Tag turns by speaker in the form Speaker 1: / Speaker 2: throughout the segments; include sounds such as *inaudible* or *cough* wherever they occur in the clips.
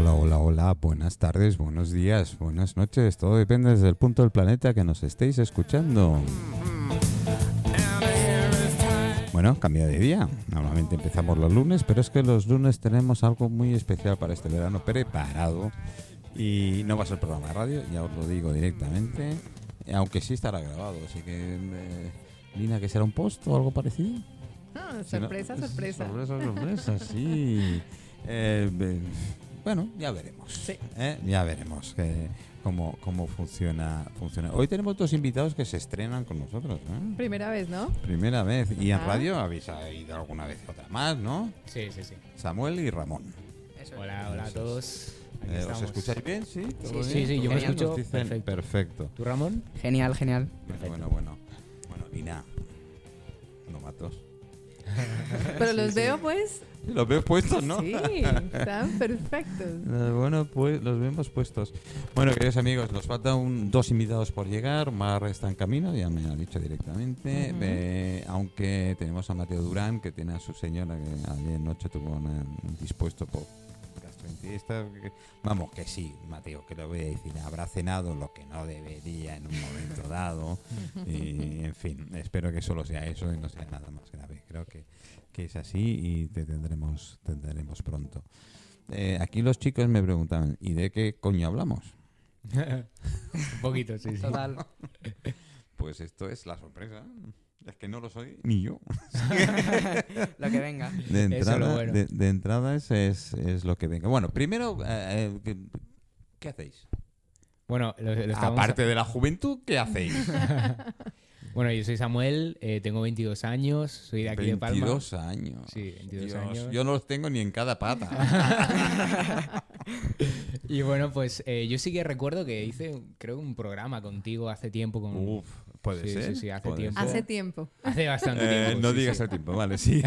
Speaker 1: Hola, buenas tardes, buenos días, buenas noches. Todo depende desde el punto del planeta que nos estéis escuchando. Bueno, cambia de día. Normalmente empezamos los lunes, pero es que los lunes tenemos algo muy especial para este verano preparado. Y no va a ser programa de radio, ya os lo digo directamente. Aunque sí estará grabado, así que. eh, Lina, ¿que será un post o algo parecido?
Speaker 2: Ah, sorpresa, sorpresa.
Speaker 1: Sorpresa,
Speaker 3: *laughs*
Speaker 1: sorpresa, sí. Eh, be- bueno, ya veremos. ¿eh? Ya veremos que- cómo, cómo funciona, funciona. Hoy tenemos dos invitados que se estrenan con nosotros. ¿eh?
Speaker 2: Primera
Speaker 1: *laughs*
Speaker 2: vez, ¿no?
Speaker 1: Primera vez. Y en
Speaker 2: Ah.
Speaker 1: radio habéis ido alguna vez otra más, ¿no?
Speaker 3: Sí, sí, sí.
Speaker 1: Samuel y Ramón.
Speaker 3: Hola, hola a todos. Aquí
Speaker 1: Eh, ¿Os
Speaker 3: estamos.
Speaker 1: escucháis bien? Sí, ¿Todo
Speaker 3: Sí, sí,
Speaker 1: bien?
Speaker 3: sí, yo me
Speaker 1: Nos
Speaker 3: escucho
Speaker 1: dicen Perfecto.
Speaker 3: perfecto. ¿Tú, Ramón?
Speaker 4: Genial, genial.
Speaker 1: Bueno, bueno. Bueno, Lina. No matos.
Speaker 2: Pero los veo, pues.
Speaker 1: Sí, Los veo puestos, ¿no? *laughs*
Speaker 2: Sí, están perfectos.
Speaker 1: Eh, Bueno, pues los vemos puestos. Bueno, queridos amigos, nos faltan un- dos invitados por llegar. Mar está en camino, ya me ha dicho directamente.
Speaker 2: Ujú.
Speaker 1: Eh, aunque tenemos a Mateo Durán, que tiene a su señora que ayer noche tuvo una- un dispuesto por gastroenteritis. que- Vamos, que sí, Mateo, que lo voy a decir. Habrá cenado lo que no debería en un momento dado. Y, en fin, espero que solo sea eso y no sea nada más grave. Creo que, que es así y te tendremos, tendremos pronto. Eh, aquí los chicos me preguntaban, ¿y de qué coño hablamos?
Speaker 3: Un poquito, sí, sí.
Speaker 4: Total.
Speaker 1: Pues esto es la sorpresa. Es que no lo soy ni *laughs* yo.
Speaker 4: Lo que venga.
Speaker 1: De
Speaker 3: Eso es
Speaker 1: entrada,
Speaker 3: lo bueno.
Speaker 1: de, de entrada es, es, es lo que venga. Bueno, primero, eh, eh, ¿qué- ¿qué hacéis?
Speaker 3: Bueno, lo- lo estábamos-
Speaker 1: Aparte de la juventud, ¿qué
Speaker 3: *laughs*
Speaker 1: hacéis?
Speaker 3: Bueno, yo soy Samuel, eh, tengo 22 años, soy de aquí de Palma.
Speaker 1: 22 años.
Speaker 3: Sí, 22
Speaker 1: Dios,
Speaker 3: años. Ah,
Speaker 1: Yo no los tengo ni en cada
Speaker 3: *laughs*
Speaker 1: pata.
Speaker 3: Y bueno, pues eh, yo sí que recuerdo que hice, creo, un programa contigo hace tiempo con...
Speaker 1: Uf, puede
Speaker 3: Sí, sí,
Speaker 1: ser.
Speaker 3: sí, hace
Speaker 1: puede
Speaker 3: tiempo.
Speaker 1: ser.
Speaker 2: Hace tiempo.
Speaker 3: Hace bastante
Speaker 1: Eh,
Speaker 3: tiempo.
Speaker 1: no
Speaker 3: sí,
Speaker 1: digas
Speaker 3: sí.
Speaker 1: el tiempo, vale,
Speaker 3: *laughs*
Speaker 1: sí.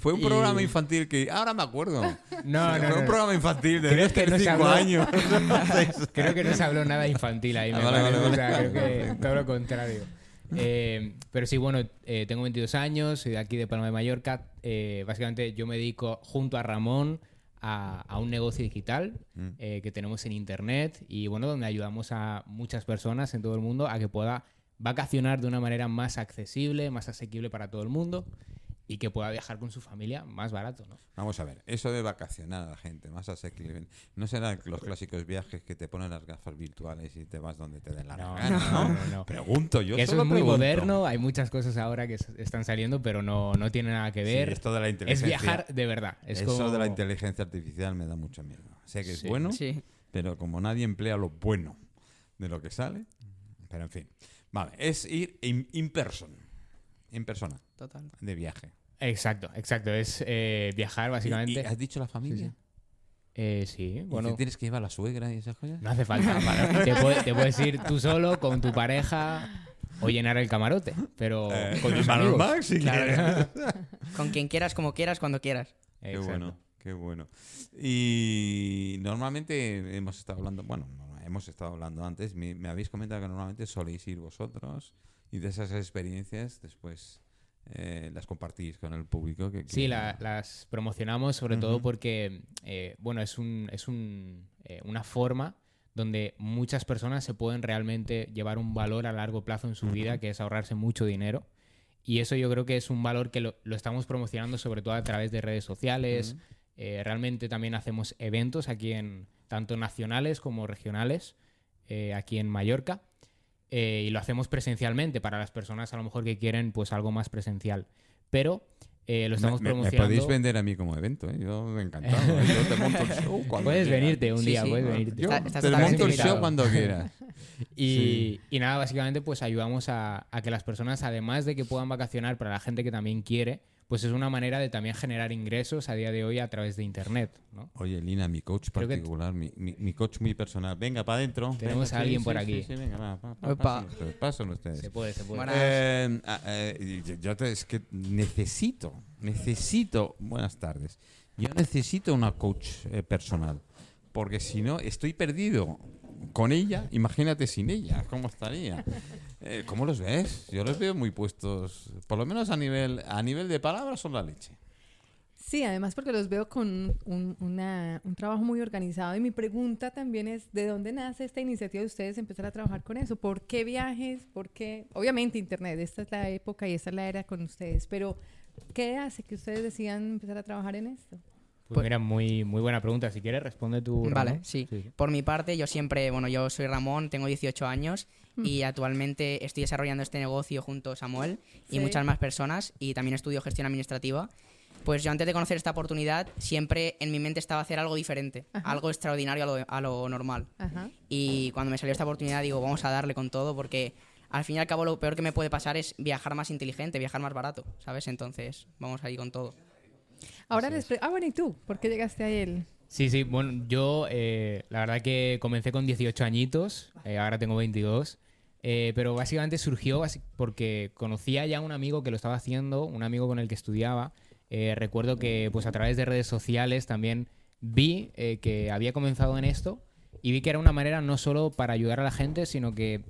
Speaker 1: Fue un
Speaker 3: Y-
Speaker 1: programa infantil que ahora me acuerdo.
Speaker 3: *laughs* No,
Speaker 1: Fue
Speaker 3: no, no,
Speaker 1: un
Speaker 3: no.
Speaker 1: programa infantil de
Speaker 3: Creo que no se
Speaker 1: 5
Speaker 3: habló. *laughs*
Speaker 1: años. *laughs*
Speaker 3: Creo que no se habló nada infantil ahí, me
Speaker 1: Ah, vale,
Speaker 3: parece.
Speaker 1: vale,
Speaker 3: O sea,
Speaker 1: vale. *laughs*
Speaker 3: creo que todo lo contrario. Eh, pero sí, bueno, eh, tengo 22 años, soy de aquí de Palma de Mallorca. Eh, básicamente yo me dedico junto a Ramón a, a un negocio digital
Speaker 1: Mm.
Speaker 3: eh, que tenemos en internet y bueno, donde ayudamos a muchas personas en todo el mundo a que pueda vacacionar de una manera más accesible, más asequible para todo el mundo y que pueda viajar con su familia más barato, ¿no?
Speaker 1: Vamos a ver, eso de vacacionar a la gente, más asequible. No serán los clásicos viajes que te ponen las gafas virtuales y te vas donde te den la
Speaker 3: No,
Speaker 1: gana, ¿no?
Speaker 3: no, no, no.
Speaker 1: Pregunto, yo
Speaker 3: Que eso
Speaker 1: solo
Speaker 3: es muy
Speaker 1: pregunto.
Speaker 3: moderno, hay muchas cosas ahora que s- están saliendo, pero no, no tiene nada que
Speaker 1: Sí,
Speaker 3: ver.
Speaker 1: esto de la
Speaker 3: es
Speaker 1: inteligencia.
Speaker 3: viajar de verdad. Es
Speaker 1: eso
Speaker 3: como-
Speaker 1: de la inteligencia artificial me da mucho miedo. Sé que es
Speaker 3: Sí.
Speaker 1: bueno,
Speaker 4: Sí.
Speaker 1: pero como nadie emplea lo bueno de lo que sale, pero en fin. Vale, es ir in, in person, en persona,
Speaker 4: Total.
Speaker 1: de viaje.
Speaker 3: Exacto, exacto. Es eh, viajar
Speaker 1: ¿Y- y
Speaker 3: básicamente.
Speaker 1: ¿Has dicho la familia?
Speaker 3: Eh, sí,
Speaker 1: ¿Y
Speaker 3: bueno.
Speaker 1: si tienes que llevar a la suegra y esas cosas?
Speaker 3: No hace falta. te, puede- te puedes ir tú solo, con tu pareja, o llenar el camarote, pero
Speaker 1: Eh,
Speaker 3: con tus
Speaker 1: Marlon
Speaker 3: amigos.
Speaker 1: Mack, si quieres.
Speaker 3: *laughs*
Speaker 4: Con quien quieras, como quieras, cuando quieras.
Speaker 1: Qué
Speaker 3: Exacto.
Speaker 1: bueno, qué bueno. Y normalmente hemos estado hablando, bueno, no, hemos estado hablando antes, me, me habéis comentado que normalmente soléis ir vosotros y de esas experiencias después eh, las compartís con el público. Que, que-
Speaker 3: Sí, la- las promocionamos sobre todo
Speaker 1: Ujú.
Speaker 3: porque, eh, bueno, es, un, es un, eh, una forma donde muchas personas se pueden realmente llevar un valor a largo plazo en su vida, que es ahorrarse mucho dinero. Y eso yo creo que es un valor que lo, lo estamos promocionando sobre todo a través de redes sociales. Eh, realmente también hacemos eventos aquí en, tanto nacionales como regionales, eh, aquí en Mallorca. Eh, y lo hacemos presencialmente para las personas a lo mejor que quieren pues algo más presencial. Pero eh, lo estamos
Speaker 1: me, me- me
Speaker 3: promocionando.
Speaker 1: podéis vender a mí como evento, ¿eh? yo encantado. ¿eh? Yo te monto el show cuando
Speaker 3: Puedes
Speaker 1: quieras.
Speaker 3: venirte un
Speaker 4: Sí,
Speaker 3: día,
Speaker 4: sí.
Speaker 3: puedes venirte.
Speaker 1: Yo
Speaker 4: Está- estás
Speaker 1: te
Speaker 4: totalmente
Speaker 1: monto el show
Speaker 3: invitado.
Speaker 1: cuando
Speaker 4: *laughs*
Speaker 1: quieras.
Speaker 3: Y, y nada, básicamente pues ayudamos a, a que las personas, además de que puedan vacacionar para la gente que también quiere, pues es una manera de también generar ingresos a día de hoy a través de Internet. ¿no?
Speaker 1: Oye, Lina, mi coach
Speaker 3: Creo que-
Speaker 1: particular, mi, mi- mi coach muy personal. Venga, para adentro.
Speaker 3: Tenemos
Speaker 1: Venga,
Speaker 3: a
Speaker 1: sí,
Speaker 3: alguien
Speaker 1: sí,
Speaker 3: por
Speaker 1: sí,
Speaker 3: aquí.
Speaker 1: sí, venga, va, va, va,
Speaker 4: Opa.
Speaker 1: pasen ustedes, pasen ustedes.
Speaker 3: Se puede, se puede.
Speaker 4: Buena-
Speaker 1: Eh, ah, eh, yo- yo te- es que necesito, necesito, buenas tardes, yo necesito una coach eh, personal, porque si no, estoy perdido con ella, imagínate sin ella, ¿cómo estaría? Eh, ¿Cómo los ves? Yo los veo muy puestos, por lo menos a nivel, a nivel de palabras son la leche.
Speaker 2: Sí, además porque los veo con un, una- un trabajo muy organizado y mi pregunta también es, ¿de dónde nace esta iniciativa de ustedes empezar a trabajar con eso? ¿Por qué viajes? ¿Por qué? Obviamente Internet, esta es la época y esta es la era con ustedes, pero ¿qué hace que ustedes decidan empezar a trabajar en esto?
Speaker 3: Pues, mira, muy, muy buena pregunta. Si quieres, responde tú. Ramón.
Speaker 4: Vale, sí. Por mi parte, yo siempre, bueno, yo soy Ramón, tengo 18 años
Speaker 2: Mm.
Speaker 4: y actualmente estoy desarrollando este negocio junto a Samuel y
Speaker 2: Sí.
Speaker 4: muchas más personas y también estudio gestión administrativa. Pues yo antes de conocer esta oportunidad, siempre en mi mente estaba hacer algo diferente,
Speaker 2: Ajá.
Speaker 4: algo extraordinario a lo, a lo normal.
Speaker 2: Ajá.
Speaker 4: Y cuando me salió esta oportunidad digo, vamos a darle con todo porque al fin y al cabo lo peor que me puede pasar es viajar más inteligente, viajar más barato, ¿sabes? Entonces, vamos ahí con todo.
Speaker 2: Ahora les pre- Ah, bueno, ¿y tú? ¿Por qué llegaste a él?
Speaker 3: Sí, sí, bueno, yo eh, la verdad que comencé con 18 añitos, eh, ahora tengo 22, eh, pero básicamente surgió basi- porque conocía ya a un amigo que lo estaba haciendo, un amigo con el que estudiaba. Eh, recuerdo que pues a través de redes sociales también vi eh, que había comenzado en esto y vi que era una manera no solo para ayudar a la gente, sino que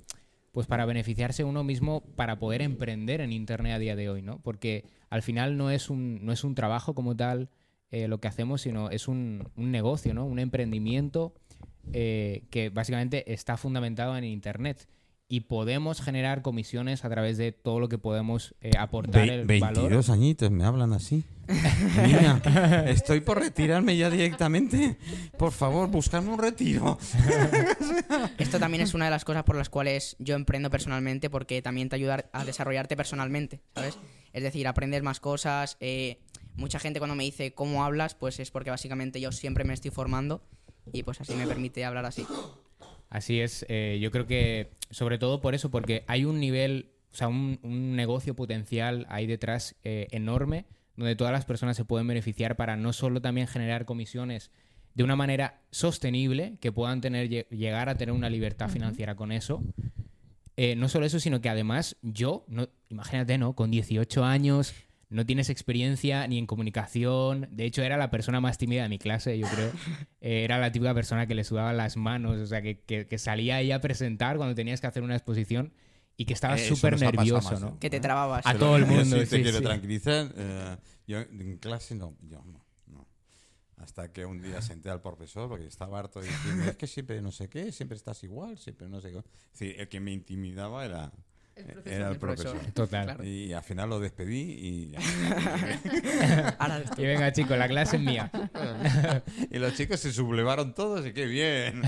Speaker 3: pues para beneficiarse uno mismo para poder emprender en internet a día de hoy, ¿no? Porque al final no es un, no es un trabajo como tal eh, lo que hacemos, sino es un, un negocio, ¿no? Un emprendimiento eh, que básicamente está fundamentado en internet. Y podemos generar comisiones a través de todo lo que podemos eh, aportar
Speaker 1: Ve-
Speaker 3: el valor.
Speaker 1: 22 añitos, me hablan *laughs* así. Niña, estoy por retirarme ya directamente. Por favor, buscadme un retiro.
Speaker 4: Esto también es una de las cosas por las cuales yo emprendo personalmente, porque también te ayuda a desarrollarte personalmente, ¿sabes? Es decir, aprendes más cosas. eh, mucha gente cuando me dice cómo hablas, pues es porque básicamente yo siempre me estoy formando y pues así me permite hablar así.
Speaker 3: Así es, eh, yo creo que sobre todo por eso, porque hay un nivel, o sea, un, un negocio potencial ahí detrás eh, enorme, donde todas las personas se pueden beneficiar para no solo también generar comisiones de una manera sostenible, que puedan tener, lle- llegar a tener una libertad financiera con eso. Eh, no solo eso, sino que además yo, no, imagínate, ¿no? Con 18 años, no tienes experiencia ni en comunicación. De hecho, era la persona más tímida de mi clase, yo creo. Eh, era la típica persona que le sudaban las manos, o sea, que, que- que salía ahí a presentar cuando tenías que hacer una exposición y que estaba
Speaker 1: Eh, eso
Speaker 3: súper
Speaker 1: nos ha pasado
Speaker 3: nervioso,
Speaker 1: más,
Speaker 3: ¿no?
Speaker 1: ¿no?
Speaker 4: Que te
Speaker 1: Ah.
Speaker 4: trababas.
Speaker 3: A todo el
Speaker 1: Yo
Speaker 3: mundo,
Speaker 1: sí te
Speaker 3: sí,
Speaker 1: quiero
Speaker 3: sí.
Speaker 1: tranquilizar. eh, yo en clase no, yo no, no. Hasta que un día senté al profesor porque estaba harto de decirme, es que siempre no sé qué, siempre estás igual, siempre no sé qué. Es decir, el que me intimidaba era, era el
Speaker 4: el profesor.
Speaker 1: profesor. *laughs*
Speaker 3: Total.
Speaker 4: Claro.
Speaker 1: Y al final lo despedí y ya.
Speaker 4: Ahora eres
Speaker 3: *laughs*
Speaker 4: tú.
Speaker 3: Y venga, chicos, la clase es mía.
Speaker 1: y los chicos se sublevaron todos y qué bien.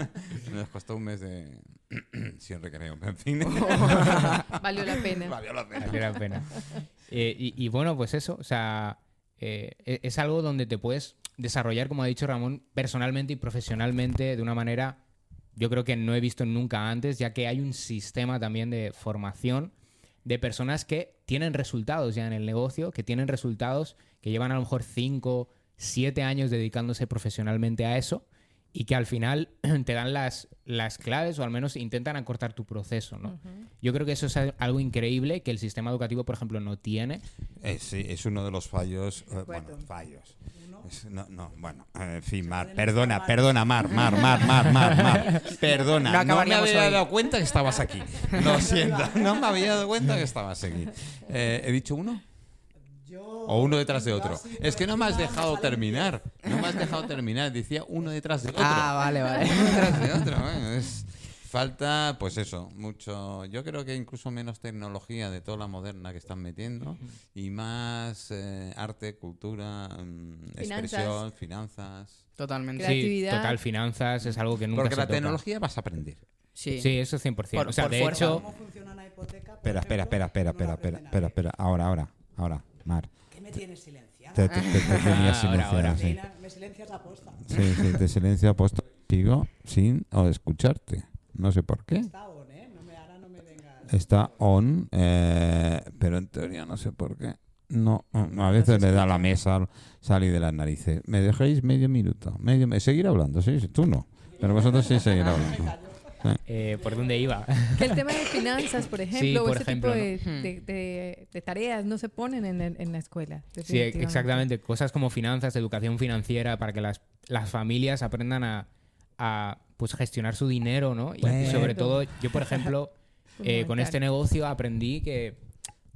Speaker 3: *laughs*
Speaker 1: Nos costó un mes de *clears throat* sin recreo, pero en fin.
Speaker 3: Oh,
Speaker 1: eh.
Speaker 2: *laughs* Valió la
Speaker 1: *laughs*
Speaker 2: pena.
Speaker 1: Valió la pena.
Speaker 3: *laughs* Valió la pena. Eh, y, y bueno, pues eso, o sea, eh, e- es algo donde te puedes desarrollar, como ha dicho Ramón, personalmente y profesionalmente de una manera, yo creo que no he visto nunca antes, ya que hay un sistema también de formación de personas que tienen resultados ya en el negocio, que tienen resultados, que llevan a lo mejor 5, 7 años dedicándose profesionalmente a eso y que al final *clears throat* te dan las, las claves o al menos intentan acortar tu proceso, ¿no? Yo creo que eso es al- algo increíble que el sistema educativo, por ejemplo, no tiene.
Speaker 1: Eh, sí, es uno de los fallos. eh, bueno,
Speaker 2: acuerdo.
Speaker 1: fallos. Es- no, no, bueno, eh, en fin, Mar, perdona, perdona, Mar, Mar, Mar, Mar, Mar,
Speaker 4: *laughs*
Speaker 1: Mar. Perdona,
Speaker 4: No
Speaker 1: no, me
Speaker 4: acabaríamos
Speaker 1: había
Speaker 4: hoy.
Speaker 1: dado cuenta que estabas aquí.
Speaker 4: *laughs*
Speaker 1: Lo siento, no me había dado cuenta que estabas aquí. Eh, ¿He dicho uno? O uno detrás de otro. Es que no me has dejado terminar. No me has dejado terminar. Decía uno detrás de otro.
Speaker 4: Ah, vale, vale.
Speaker 1: *laughs* Uno detrás de otro. bueno, es- falta, pues eso, mucho. Yo creo que incluso menos tecnología de toda la moderna que están metiendo y más eh, arte, cultura, mm,
Speaker 2: Finanzas.
Speaker 1: expresión, finanzas.
Speaker 4: Totalmente.
Speaker 2: Creatividad.
Speaker 3: Sí, total, finanzas es algo que nunca
Speaker 1: Porque
Speaker 3: se
Speaker 1: la
Speaker 3: toca.
Speaker 1: tecnología vas a aprender.
Speaker 3: *laughs*
Speaker 4: Sí.
Speaker 3: Sí, eso 100%.
Speaker 4: Por-
Speaker 3: o sea,
Speaker 4: por
Speaker 3: de
Speaker 4: fuerza.
Speaker 3: hecho,
Speaker 5: ¿Cómo funciona una hipoteca? por
Speaker 1: Espera, espera, espera,
Speaker 5: ejemplo,
Speaker 1: espera,
Speaker 5: no la
Speaker 1: espera, espera,
Speaker 5: aprende
Speaker 1: espera,
Speaker 5: nadie.
Speaker 1: espera. Ahora, ahora, ahora, Mar.
Speaker 5: ¿Qué me tienes silenciada?
Speaker 1: Te, te- te- te tenía
Speaker 3: ahora,
Speaker 1: silenciado,
Speaker 3: ahora.
Speaker 1: sí.
Speaker 5: Reina, Me silencias la posta.
Speaker 1: Sí, sí, te silencio puesto contigo sin o escucharte. No sé por qué.
Speaker 5: Está on, ¿eh? No me, ahora no me vengas.
Speaker 1: Está on, eh, pero en teoría no sé por qué. No, a veces le da la mesa salir de las narices. ¿Me dejáis medio minuto? Medio, mi- seguir hablando, sí, sí, tú no. Pero vosotros sí seguir hablando.
Speaker 3: eh, ¿por dónde iba?
Speaker 2: Que el tema de finanzas, por ejemplo, o
Speaker 3: por
Speaker 2: ese
Speaker 3: ejemplo,
Speaker 2: tipo de, de- de- de tareas no se ponen en, el- en la escuela.
Speaker 3: Sí,
Speaker 2: definitivamente.
Speaker 3: exactamente. Cosas como finanzas, educación financiera, para que las, las familias aprendan a, a, pues, gestionar su dinero, ¿no? Y
Speaker 1: Bueno.
Speaker 2: *laughs*
Speaker 3: sobre todo, yo, por ejemplo, eh, con
Speaker 2: Fundamental.
Speaker 3: este negocio aprendí que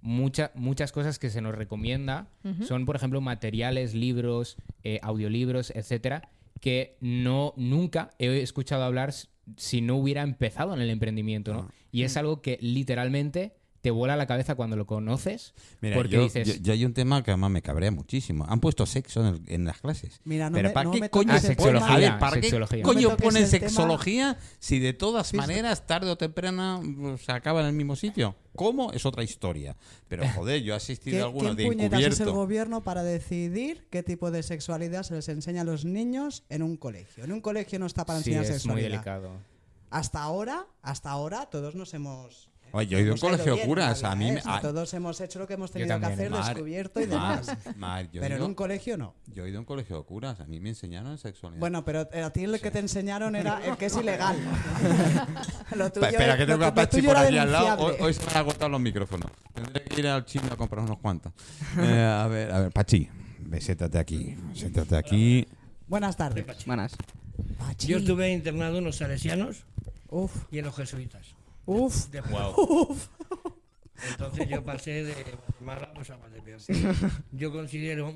Speaker 3: mucha- muchas cosas que se nos recomienda
Speaker 2: Ujú.
Speaker 3: son, por ejemplo, materiales, libros, eh, audiolibros, etcétera, que no nunca he escuchado hablar s- si no hubiera empezado en el emprendimiento, ¿no?
Speaker 1: Ah.
Speaker 3: Y
Speaker 2: Mm.
Speaker 3: es algo que literalmente te vuela la cabeza cuando lo conoces,
Speaker 1: Mira,
Speaker 3: porque
Speaker 1: yo,
Speaker 3: dices,
Speaker 1: yo- yo hay un tema que además me cabrea muchísimo. Han puesto sexo en, el- en las clases.
Speaker 5: Mira, no
Speaker 1: Pero
Speaker 5: me-
Speaker 1: ¿para
Speaker 5: no
Speaker 1: qué
Speaker 5: me
Speaker 1: coño
Speaker 5: toques
Speaker 1: se
Speaker 5: el
Speaker 1: pone?
Speaker 5: tema.
Speaker 1: A ver, ¿para qué
Speaker 3: Sexología.
Speaker 5: No me
Speaker 1: coño
Speaker 5: toques
Speaker 1: ponen
Speaker 5: el tema.
Speaker 1: sexología si de todas
Speaker 5: Sí, sí.
Speaker 1: maneras, tarde o temprano, mm, se acaba en el mismo sitio? ¿Cómo? Es otra historia.
Speaker 5: *laughs*
Speaker 1: Pero joder, yo he asistido a
Speaker 5: ¿Qué-
Speaker 1: alguno de
Speaker 5: ¿Quién puñetas es el
Speaker 1: encubierto.
Speaker 5: gobierno para decidir qué tipo de sexualidad se les enseña a los niños en un colegio? En un colegio no está para
Speaker 3: sí,
Speaker 5: enseñar
Speaker 3: es muy
Speaker 5: sexualidad.
Speaker 3: delicado.
Speaker 5: Hasta ahora, hasta ahora, todos nos hemos.
Speaker 1: Oye, yo he ido a un
Speaker 5: hemos
Speaker 1: colegio
Speaker 5: bien,
Speaker 1: curas,
Speaker 5: la
Speaker 1: a mí
Speaker 5: verdad,
Speaker 1: me-
Speaker 5: ¿eh? O sea,
Speaker 1: a-
Speaker 5: todos hemos hecho lo que hemos tenido
Speaker 3: también,
Speaker 5: que hacer,
Speaker 1: Mar,
Speaker 5: descubierto y
Speaker 1: Mar,
Speaker 5: demás.
Speaker 1: Mar, yo, he
Speaker 5: pero en
Speaker 1: ido-
Speaker 5: un colegio no.
Speaker 1: yo he ido a un colegio de curas, a mí me enseñaron sexualidad.
Speaker 5: Bueno, pero eh, a ti el que te enseñaron era el que es
Speaker 1: *laughs*
Speaker 5: ilegal. lo tuyo,
Speaker 1: Pa- Espera, que
Speaker 5: lo
Speaker 1: tengo
Speaker 5: tu-
Speaker 1: a
Speaker 5: lo
Speaker 1: Pachi
Speaker 5: tuyo
Speaker 1: por
Speaker 5: era
Speaker 1: aquí al lado. Hoy,
Speaker 5: denunciable.
Speaker 1: hoy se van a agotar los micrófonos. Tendré que ir al chino a comprar unos cuantos. Eh, a ver, a ver, Pachi, ve, siéntate aquí. Siéntate aquí.
Speaker 5: Buenas tardes.
Speaker 4: Buenas.
Speaker 5: Pachi.
Speaker 6: Yo estuve internado en los salesianos
Speaker 5: Uf,
Speaker 6: y en los jesuitas.
Speaker 5: uf,
Speaker 6: De-
Speaker 5: uf.
Speaker 6: Entonces yo pasé de Guatemala pues, a Guatepeor. Yo considero,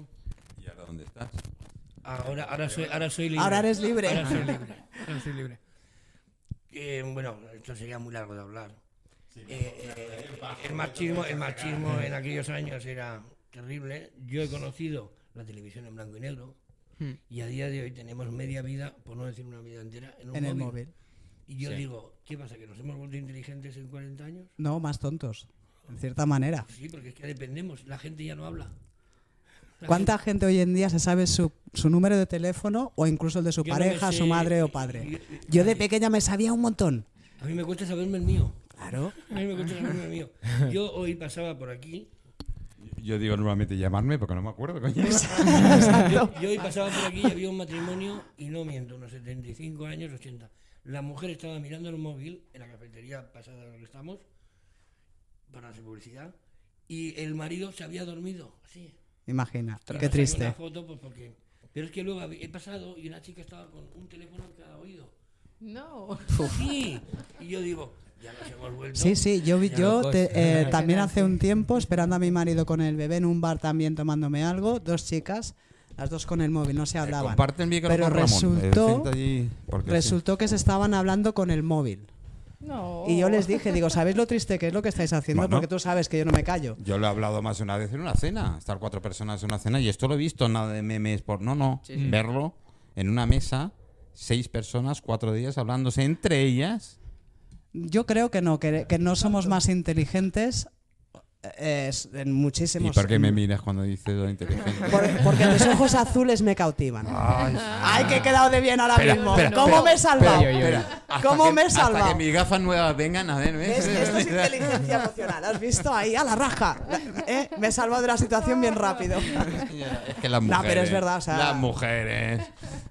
Speaker 1: ¿Y ahora dónde estás?
Speaker 6: ahora, ahora, soy, ahora soy libre.
Speaker 5: Ahora eres libre.
Speaker 6: Ahora soy libre. Ahora soy libre. Eh, bueno, esto sería muy largo de hablar. Eh, eh, el machismo, el machismo en aquellos años era terrible. Yo he conocido la televisión en blanco y negro
Speaker 5: Hmm.
Speaker 6: y a día de hoy tenemos media vida, por no decir una vida entera, en
Speaker 5: *laughs*
Speaker 6: un
Speaker 5: En el
Speaker 6: móvil.
Speaker 5: móvil.
Speaker 6: Y yo digo, ¿qué pasa? ¿Que nos hemos vuelto inteligentes en 40 años?
Speaker 5: No, más tontos. En cierta manera.
Speaker 6: Sí, porque es que dependemos, la gente ya no habla. La
Speaker 5: ¿Cuánta gente hoy en día se sabe su, su número de teléfono o incluso el de su
Speaker 6: Yo no me
Speaker 5: pareja, su
Speaker 6: sé-
Speaker 5: madre o padre?
Speaker 6: yo-
Speaker 5: Yo de pequeña me sabía un montón.
Speaker 6: gente- A mí me cuesta saberme el mío.
Speaker 5: Claro.
Speaker 6: A mí me cuesta saberme el mío. Yo hoy pasaba por
Speaker 5: *laughs*
Speaker 6: aquí.
Speaker 1: Yo digo nuevamente llamarme porque no me acuerdo, coño.
Speaker 6: Yo, yo hoy pasaba por aquí y había un matrimonio, y no miento, unos 75 años, 80. La mujer estaba mirando el móvil en la cafetería pasada donde estamos, para hacer publicidad, y el marido se había dormido, así.
Speaker 5: Imagina.
Speaker 6: Y
Speaker 5: Qué
Speaker 6: no saqué una
Speaker 5: triste.
Speaker 6: foto, pues, porque... Pero es que luego hab- he pasado y una chica estaba con un teléfono en cada oído.
Speaker 2: No.
Speaker 6: Sí. Y yo digo, ya nos hemos vuelto.
Speaker 5: Sí, sí, yo, vi-
Speaker 6: Ya
Speaker 5: yo
Speaker 3: lo
Speaker 5: te-
Speaker 3: coste.
Speaker 5: eh, también hace un tiempo, esperando a mi marido con el bebé en un bar también tomándome algo, dos chicas, las dos con el móvil,
Speaker 1: Eh,
Speaker 5: no se hablaban.
Speaker 1: Comparte el micrófono,
Speaker 5: Pero
Speaker 1: con Ramón. Eh,
Speaker 5: resultó-
Speaker 1: sienta allí, porque
Speaker 5: Resultó que se estaban hablando con el móvil.
Speaker 2: No.
Speaker 5: Y yo les dije, digo, ¿sabéis lo triste que es lo que estáis haciendo?
Speaker 1: Bueno.
Speaker 5: Porque tú sabes que yo no me callo.
Speaker 1: sí. Yo lo he hablado más de una vez en una cena, estar cuatro personas en una cena, y esto lo he visto, nada de memes por. No, no.
Speaker 4: Sí, sí.
Speaker 1: Verlo en una mesa, seis personas, cuatro días hablándose entre ellas.
Speaker 5: Yo creo que no, que, que no somos más inteligentes eh, es- en
Speaker 1: ¿Y
Speaker 5: muchísimos...
Speaker 1: por qué me miras cuando dices lo inteligente?
Speaker 5: Por- porque tus ojos azules me cautivan.
Speaker 1: Ay,
Speaker 5: Ay, que he quedado de bien ahora
Speaker 1: Ah. Espera,
Speaker 5: mismo.
Speaker 1: espera,
Speaker 5: ¿Cómo
Speaker 1: espera,
Speaker 5: me he salvado?
Speaker 3: espera, yo- yo-
Speaker 1: Hasta
Speaker 5: ¿Cómo
Speaker 1: que-
Speaker 5: me he
Speaker 1: Hasta
Speaker 5: salvado?
Speaker 1: que mis gafas nuevas vengan a ver, ¿ves?
Speaker 5: ¿Ves?
Speaker 1: *laughs*
Speaker 5: Esto es inteligencia emocional. ¿Has visto? Ahí, a la raja. ¿Eh? Me he salvado de la situación bien rápido.
Speaker 1: Señora, Es que las
Speaker 5: No,
Speaker 1: mujeres.
Speaker 5: pero es verdad, o sea-
Speaker 1: Las mujeres.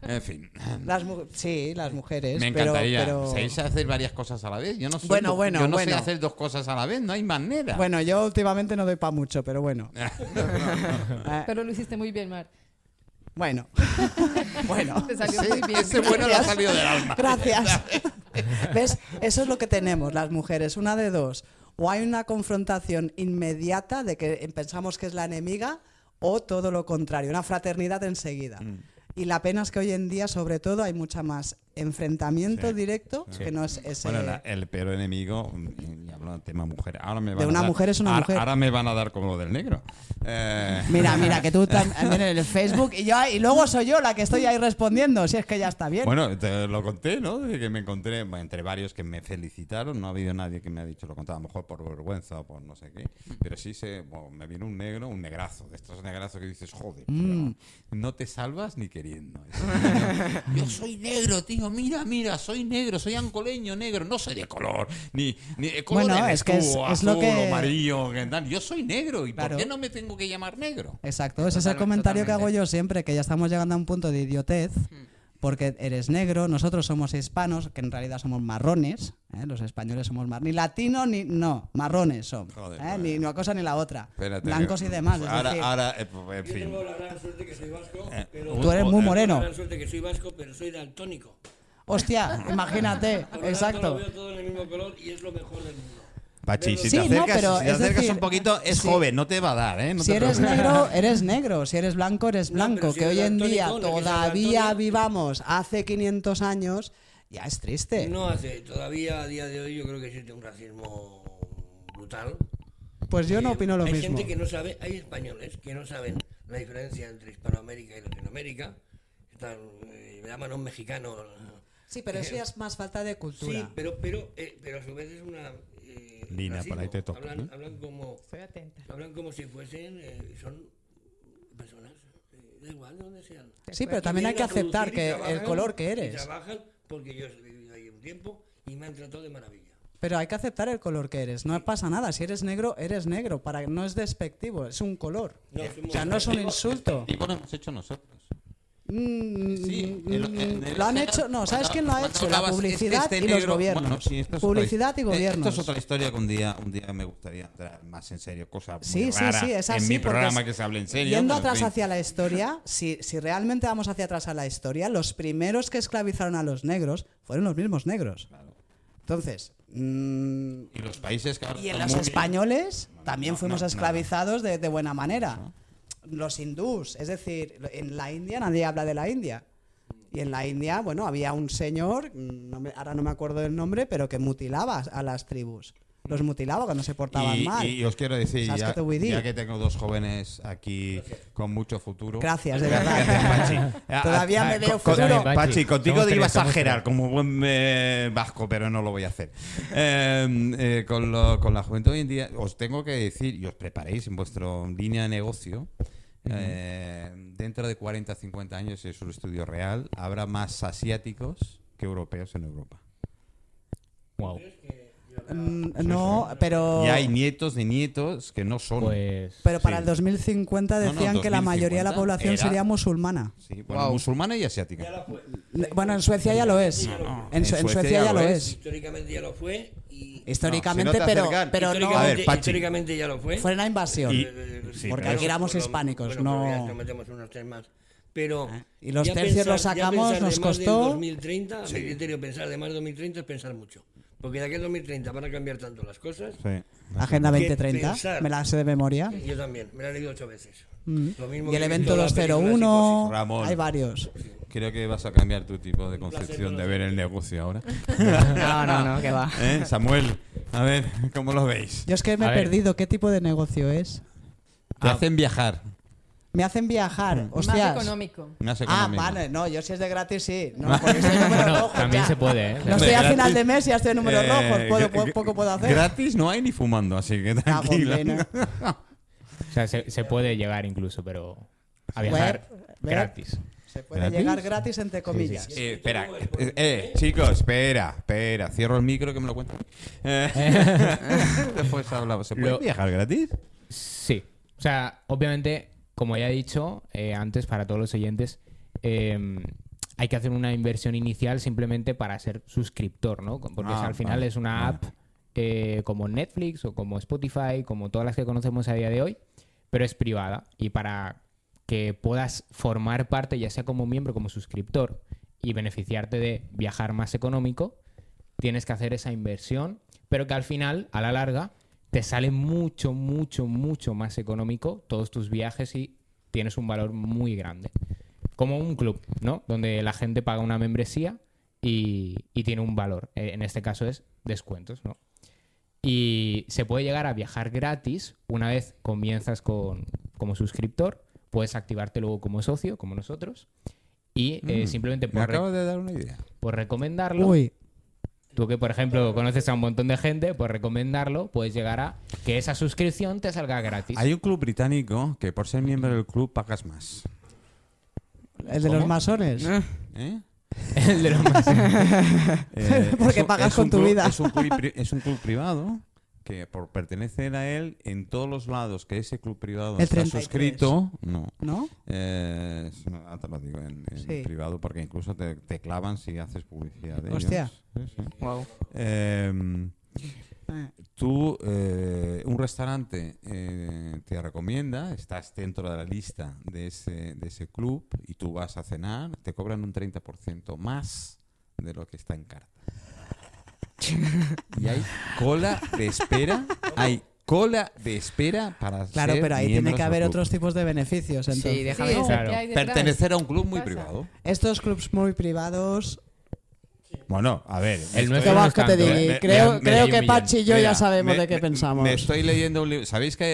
Speaker 1: En fin.
Speaker 5: Las mu- sí, las mujeres.
Speaker 1: Me
Speaker 5: pero-
Speaker 1: encantaría.
Speaker 5: Pero,
Speaker 1: Sabéis hacer varias cosas a la vez. Yo no, soy
Speaker 5: Bueno,
Speaker 1: do-
Speaker 5: bueno,
Speaker 1: yo no sé
Speaker 5: bueno.
Speaker 1: hacer dos cosas a la vez, no hay manera. *laughs*
Speaker 5: Bueno, yo últimamente no doy para mucho, pero bueno. Eh,
Speaker 2: Pero lo hiciste muy bien, Mar.
Speaker 5: bueno. *laughs* bueno.
Speaker 2: Te salió
Speaker 1: Ese-
Speaker 2: muy bien.
Speaker 1: ese bueno le ha
Speaker 5: Gracias.
Speaker 1: salido del alma.
Speaker 5: Gracias. ¿Ves? Eso es lo que tenemos las mujeres, una de dos. O hay una confrontación inmediata de que pensamos que es la enemiga o todo lo contrario, una fraternidad enseguida.
Speaker 1: Mm.
Speaker 5: Y la pena es que hoy en día, sobre todo, hay mucha más enfrentamiento
Speaker 1: Sí.
Speaker 5: directo
Speaker 1: Sí.
Speaker 5: que no es ese...
Speaker 1: Bueno, la- el peor enemigo, mm, y hablo del tema mujer. Ahora me van
Speaker 5: De
Speaker 1: a
Speaker 5: una
Speaker 1: dar-
Speaker 5: mujer es una
Speaker 1: ahora,
Speaker 5: mujer.
Speaker 1: Ahora me van a dar como lo del negro. Eh,
Speaker 5: Mira, mira, que tú
Speaker 1: *laughs*
Speaker 5: también en el Facebook y, yo, y luego soy yo la que estoy ahí respondiendo, si es que ya está bien.
Speaker 1: Bueno, te lo conté, ¿no? De que me encontré bueno, entre varios que me felicitaron. No ha habido nadie que me ha dicho lo contaba, a lo mejor por vergüenza o por no sé qué. Pero sí se, bueno, me vino un negro, un negrazo, de estos negrazos que dices, joder, tío,
Speaker 5: Mm.
Speaker 1: no te salvas ni
Speaker 5: *laughs*
Speaker 1: queriendo. Yo soy negro, tío, mira, mira, soy negro, soy ancoleño negro, no soy de color, ni, ni eh, color
Speaker 5: Bueno,
Speaker 1: eres
Speaker 5: es que es-
Speaker 1: tú,
Speaker 5: es
Speaker 1: azul,
Speaker 5: lo que-
Speaker 1: amarillo, que tal. Yo soy negro, ¿y
Speaker 5: Claro.
Speaker 1: por qué no me tengo que llamar negro?
Speaker 5: Exacto, ese es el
Speaker 4: Totalmente,
Speaker 5: comentario que hago
Speaker 4: totalmente.
Speaker 5: yo siempre, que ya estamos llegando a un punto de idiotez,
Speaker 6: Hmm.
Speaker 5: porque eres negro, nosotros somos hispanos, que en realidad somos marrones, ¿eh? los españoles somos marrones, ni latino ni... No, marrones son,
Speaker 1: Joder,
Speaker 5: ¿eh?
Speaker 1: joder.
Speaker 5: ni una cosa ni la otra,
Speaker 1: Espérate,
Speaker 5: blancos
Speaker 1: que-
Speaker 5: y demás, es
Speaker 1: Ahora,
Speaker 5: decir,
Speaker 1: ahora, eh, pues, en
Speaker 6: Yo
Speaker 1: fin.
Speaker 6: tengo la gran suerte que soy vasco, pero...
Speaker 5: tú eres
Speaker 1: o- eh,
Speaker 5: muy
Speaker 6: Tengo la
Speaker 5: moreno.
Speaker 6: gran suerte que soy vasco, pero soy daltónico.
Speaker 5: Hostia,
Speaker 1: *laughs*
Speaker 5: imagínate,
Speaker 6: Por lo tanto,
Speaker 5: exacto.
Speaker 6: lo veo todo en el mismo color y es lo mejor del mundo.
Speaker 1: Pachi, si
Speaker 5: Sí,
Speaker 1: te
Speaker 5: no,
Speaker 1: acercas,
Speaker 5: pero
Speaker 1: si te
Speaker 5: es
Speaker 1: acercas
Speaker 5: decir,
Speaker 1: un poquito, es
Speaker 5: si-
Speaker 1: joven, no te va a dar, ¿eh? No
Speaker 5: Si
Speaker 1: te
Speaker 5: eres
Speaker 1: preocupes.
Speaker 5: negro, eres negro. Si eres blanco, eres
Speaker 6: No, pero
Speaker 5: blanco.
Speaker 6: si
Speaker 5: que
Speaker 6: eres
Speaker 5: hoy en
Speaker 6: daltónico,
Speaker 5: día
Speaker 6: no, que seas
Speaker 5: todavía
Speaker 6: daltónico.
Speaker 5: vivamos hace 500 años, ya es triste.
Speaker 6: No hace, todavía a día de hoy yo creo que existe un racismo brutal.
Speaker 5: Pues yo no
Speaker 6: Eh,
Speaker 5: opino lo
Speaker 6: hay
Speaker 5: mismo.
Speaker 6: gente que no sabe, hay españoles que no saben la diferencia entre Hispanoamérica y Latinoamérica. Están, eh, me llaman a un mexicano.
Speaker 5: Sí, pero eso ya es más falta de cultura.
Speaker 6: Sí, pero, pero, eh, pero a su vez es una... eh,
Speaker 1: Lina,
Speaker 6: racismo.
Speaker 1: por ahí te toca,
Speaker 6: Hablan,
Speaker 1: ¿no?
Speaker 6: hablan como...
Speaker 2: Estoy atenta.
Speaker 6: Hablan como si fuesen, eh, son personas, eh, da igual de dónde sean.
Speaker 5: Sí, pero también hay que
Speaker 6: Vienen a
Speaker 5: aceptar
Speaker 6: producir y
Speaker 5: que el
Speaker 6: trabajan,
Speaker 5: color
Speaker 6: y
Speaker 5: que eres.
Speaker 6: Trabajan porque yo he vivido ahí un tiempo y me han tratado de maravilla.
Speaker 5: Pero hay que aceptar el color que eres. No pasa nada. Si eres negro, eres negro. Para, no es despectivo, es un color.
Speaker 6: No, somos-
Speaker 5: O sea, no es un insulto.
Speaker 1: Y bueno, hemos hecho nosotros.
Speaker 5: Mm,
Speaker 1: Sí,
Speaker 5: mm,
Speaker 1: el- el- el-
Speaker 5: lo han hecho, no, ¿sabes quién lo ha
Speaker 1: Cuando
Speaker 5: hecho? La
Speaker 1: hablabas, este
Speaker 5: publicidad
Speaker 1: este
Speaker 5: y los
Speaker 1: negro-
Speaker 5: gobiernos.
Speaker 1: Bueno, sí, esto es otra
Speaker 5: publicidad y
Speaker 1: his- eh,
Speaker 5: gobiernos.
Speaker 1: Esto es otra historia que un día, un día me gustaría entrar más en serio, cosa muy
Speaker 5: Sí, sí,
Speaker 1: rara
Speaker 5: sí, es
Speaker 1: en
Speaker 5: así.
Speaker 1: mi
Speaker 5: porque
Speaker 1: programa
Speaker 5: es-
Speaker 1: que se hable en serio.
Speaker 5: Yendo
Speaker 1: pero en
Speaker 5: atrás
Speaker 1: fin.
Speaker 5: hacia la historia, si, si realmente vamos hacia atrás a la historia, los primeros que esclavizaron a los negros fueron los mismos negros. Entonces, mm,
Speaker 1: Y los países que ahora
Speaker 5: y en
Speaker 1: están
Speaker 5: los
Speaker 1: muy-
Speaker 5: españoles también
Speaker 1: no,
Speaker 5: fuimos
Speaker 1: no,
Speaker 5: esclavizados de, de buena manera. Los hindús, es decir, lo- en la India nadie habla de la India. Y en la India, bueno, había un señor, mm, no me- ahora no me acuerdo del nombre, pero que mutilaba a las tribus. Los mutilaba cuando se portaban
Speaker 1: Y,
Speaker 5: mal.
Speaker 1: y- y os quiero decir,
Speaker 5: ¿Sabes
Speaker 1: ya,
Speaker 5: qué te voy a decir?
Speaker 1: ya que tengo dos jóvenes aquí con mucho futuro.
Speaker 5: Gracias, de
Speaker 1: Gracias,
Speaker 5: *laughs* verdad.
Speaker 1: Pachi. Ah,
Speaker 5: Todavía
Speaker 1: ah,
Speaker 5: me veo
Speaker 1: con-
Speaker 5: futuro.
Speaker 1: Pachi, Pachi, contigo
Speaker 3: Somos
Speaker 1: te
Speaker 3: tres,
Speaker 1: iba a
Speaker 3: somos
Speaker 1: exagerar
Speaker 3: tres.
Speaker 1: como buen eh, vasco, pero no lo voy a hacer. *laughs* Eh, eh, con, lo- con la juventud hoy en día, os tengo que decir, y os preparéis en vuestra línea de negocio, eh, dentro de 40 50 años, y es un estudio real, habrá más asiáticos que europeos en Europa.
Speaker 3: Wow.
Speaker 5: Mm, No, pero.
Speaker 1: Y hay nietos de nietos que no son...
Speaker 3: Pues.
Speaker 5: Pero para
Speaker 1: sí.
Speaker 5: el 2050
Speaker 1: No, no,
Speaker 5: decían que la mayoría de la
Speaker 1: 2050
Speaker 5: población
Speaker 1: era-
Speaker 5: sería musulmana.
Speaker 1: Sí, bueno,
Speaker 4: Wow.
Speaker 1: musulmana y asiática.
Speaker 5: Le- Bueno, en Suecia ya lo es. En, Su- en Suecia, ya lo es.
Speaker 6: Pues, Históricamente ya lo fue y...
Speaker 5: Históricamente,
Speaker 1: si no te
Speaker 5: pero,
Speaker 1: acercan- A
Speaker 5: pero no.
Speaker 1: ver,
Speaker 6: históricamente,
Speaker 1: Pachi.
Speaker 6: históricamente ya lo fue.
Speaker 5: Fue una invasión.
Speaker 1: Y-
Speaker 6: Eh,
Speaker 1: sí,
Speaker 5: porque
Speaker 1: pero eso-
Speaker 5: aquí éramos
Speaker 6: Bueno,
Speaker 5: hispánicos,
Speaker 6: bueno, pues ya
Speaker 5: no. Ah,
Speaker 6: nos metemos unos tres más. Pero
Speaker 5: Y los
Speaker 6: ya
Speaker 5: tercios los
Speaker 6: ya
Speaker 5: sacamos,
Speaker 6: pensar de
Speaker 5: nos
Speaker 6: más del
Speaker 5: costó.
Speaker 6: 2030, a mi criterio, pensar de más de 2030 es pensar mucho. Porque de aquí al 2030 van a cambiar tanto las cosas.
Speaker 1: Sí.
Speaker 5: Agenda
Speaker 6: que
Speaker 5: 2030,
Speaker 6: pensar.
Speaker 5: me la sé de memoria.
Speaker 6: Yo también, me la he leído ocho veces. Lo mismo
Speaker 5: Mm. Y el
Speaker 6: que he
Speaker 5: evento
Speaker 6: visto la película Psicosis.
Speaker 5: 201,
Speaker 1: Ramón.
Speaker 5: hay varios.
Speaker 1: Creo que vas a cambiar tu tipo de concepción de ver el negocio ahora. *laughs*
Speaker 4: No, no, no, que va.
Speaker 1: ¿Eh, Samuel, a ver, ¿cómo lo veis?
Speaker 5: Yo es que me
Speaker 3: A
Speaker 5: he
Speaker 3: ver.
Speaker 5: perdido, ¿qué tipo de negocio es?
Speaker 1: Te
Speaker 5: Ah.
Speaker 1: hacen viajar.
Speaker 5: Me hacen viajar,
Speaker 2: Más
Speaker 5: hostias.
Speaker 2: económico.
Speaker 1: Más
Speaker 5: Ah,
Speaker 1: económico.
Speaker 5: vale, no, yo si es de gratis, sí. No, porque soy número
Speaker 3: *laughs* Bueno,
Speaker 5: rojo,
Speaker 3: también
Speaker 5: ya.
Speaker 3: se puede, ¿eh?
Speaker 5: No estoy a
Speaker 1: Gratis.
Speaker 5: final de mes y ya estoy en número
Speaker 1: Eh,
Speaker 5: rojo, puedo- puedo-
Speaker 1: gr-
Speaker 5: poco puedo hacer.
Speaker 1: Gratis no hay ni fumando, así que
Speaker 5: Ah, pues,
Speaker 1: tranquila.
Speaker 5: bueno.
Speaker 3: O sea, se, se puede llegar incluso, pero. A viajar
Speaker 5: Ver, ver.
Speaker 3: gratis.
Speaker 5: Se puede
Speaker 1: ¿Gratis?
Speaker 5: llegar gratis, entre comillas.
Speaker 1: *laughs* Eh, espera, eh, eh, chicos, espera, espera. Cierro el micro que me lo cuento. Eh,
Speaker 5: *laughs*
Speaker 1: después hablamos. ¿Se puede
Speaker 3: Lo-
Speaker 1: viajar gratis?
Speaker 3: Sí. O sea, obviamente, como ya he dicho eh, antes, para todos los oyentes, eh, hay que hacer una inversión inicial simplemente para ser suscriptor, ¿no? Porque
Speaker 1: Ah,
Speaker 3: al final
Speaker 1: vale,
Speaker 3: es una
Speaker 1: vale.
Speaker 3: app eh, como Netflix o como Spotify, como todas las que conocemos a día de hoy, pero es privada. Y para que puedas formar parte, ya sea como miembro, como suscriptor, y beneficiarte de viajar más económico, tienes que hacer esa inversión, pero que al final, a la larga, te sale mucho, mucho, mucho más económico todos tus viajes y tienes un valor muy grande. Como un club, ¿no? Donde la gente paga una membresía y, y tiene un valor. Eh, En este caso es descuentos, ¿no? Y se puede llegar a viajar gratis una vez comienzas con, como suscriptor. Puedes activarte luego como socio, como nosotros. Y eh,
Speaker 1: Mm,
Speaker 3: simplemente
Speaker 1: Me
Speaker 3: por, re-
Speaker 1: acabo de dar una idea.
Speaker 3: por recomendarlo,
Speaker 5: Uy,
Speaker 3: Tú que, por ejemplo, conoces a un montón de gente, pues recomendarlo, puedes llegar a que esa suscripción te salga gratis.
Speaker 1: Hay un club británico que por ser miembro del club pagas más.
Speaker 5: el de los masones.
Speaker 1: ¿Eh?
Speaker 3: *laughs* El de los
Speaker 5: *laughs*
Speaker 3: más-
Speaker 1: Eh,
Speaker 5: Porque
Speaker 1: un-
Speaker 5: pagas con
Speaker 1: un
Speaker 5: tu
Speaker 1: club-
Speaker 5: vida.
Speaker 1: Es un, club, pri- es un
Speaker 5: *laughs*
Speaker 1: club privado que por pertenecer a él, en todos los lados que ese club privado
Speaker 5: El
Speaker 1: está
Speaker 5: 33.
Speaker 1: suscrito, no.
Speaker 5: ¿No?
Speaker 1: Eh, es- ah, te lo digo en, en
Speaker 5: Sí.
Speaker 1: privado porque incluso te, te clavan si haces publicidad. de
Speaker 5: Hostia.
Speaker 1: ellos. Sí, sí.
Speaker 4: Wow.
Speaker 1: Eh,
Speaker 5: Eh,
Speaker 1: tú, eh, un restaurante eh, te recomienda, estás dentro de la lista de ese, de ese club y tú vas a cenar, te cobran un 30% más de lo que está en carta. Y hay cola de espera. Hay cola de espera para
Speaker 5: Claro,
Speaker 1: ser
Speaker 5: pero ahí tiene
Speaker 1: miembros
Speaker 5: que
Speaker 1: del
Speaker 5: haber
Speaker 1: club.
Speaker 5: otros tipos de beneficios. Entonces.
Speaker 4: Sí, déjame
Speaker 2: Sí,
Speaker 4: ver.
Speaker 2: es
Speaker 3: Claro.
Speaker 2: que hay detrás.
Speaker 1: Pertenecer a un club muy
Speaker 2: pasa?
Speaker 1: privado.
Speaker 5: Estos clubs muy privados.
Speaker 1: Bueno, a ver.
Speaker 3: El
Speaker 1: me
Speaker 3: nuestro
Speaker 1: estoy-
Speaker 5: ¿Qué
Speaker 3: no
Speaker 5: vas
Speaker 3: es
Speaker 5: que te
Speaker 3: tanto,
Speaker 5: diga?
Speaker 3: ¿eh?
Speaker 1: Me-
Speaker 5: creo
Speaker 1: me-
Speaker 5: creo
Speaker 3: me-
Speaker 5: que
Speaker 3: me-
Speaker 5: Pachi y yo
Speaker 1: Mira,
Speaker 5: ya sabemos
Speaker 1: me-
Speaker 5: de qué
Speaker 1: me-
Speaker 5: pensamos.
Speaker 1: Me estoy leyendo un libro. ¿Sabéis que.?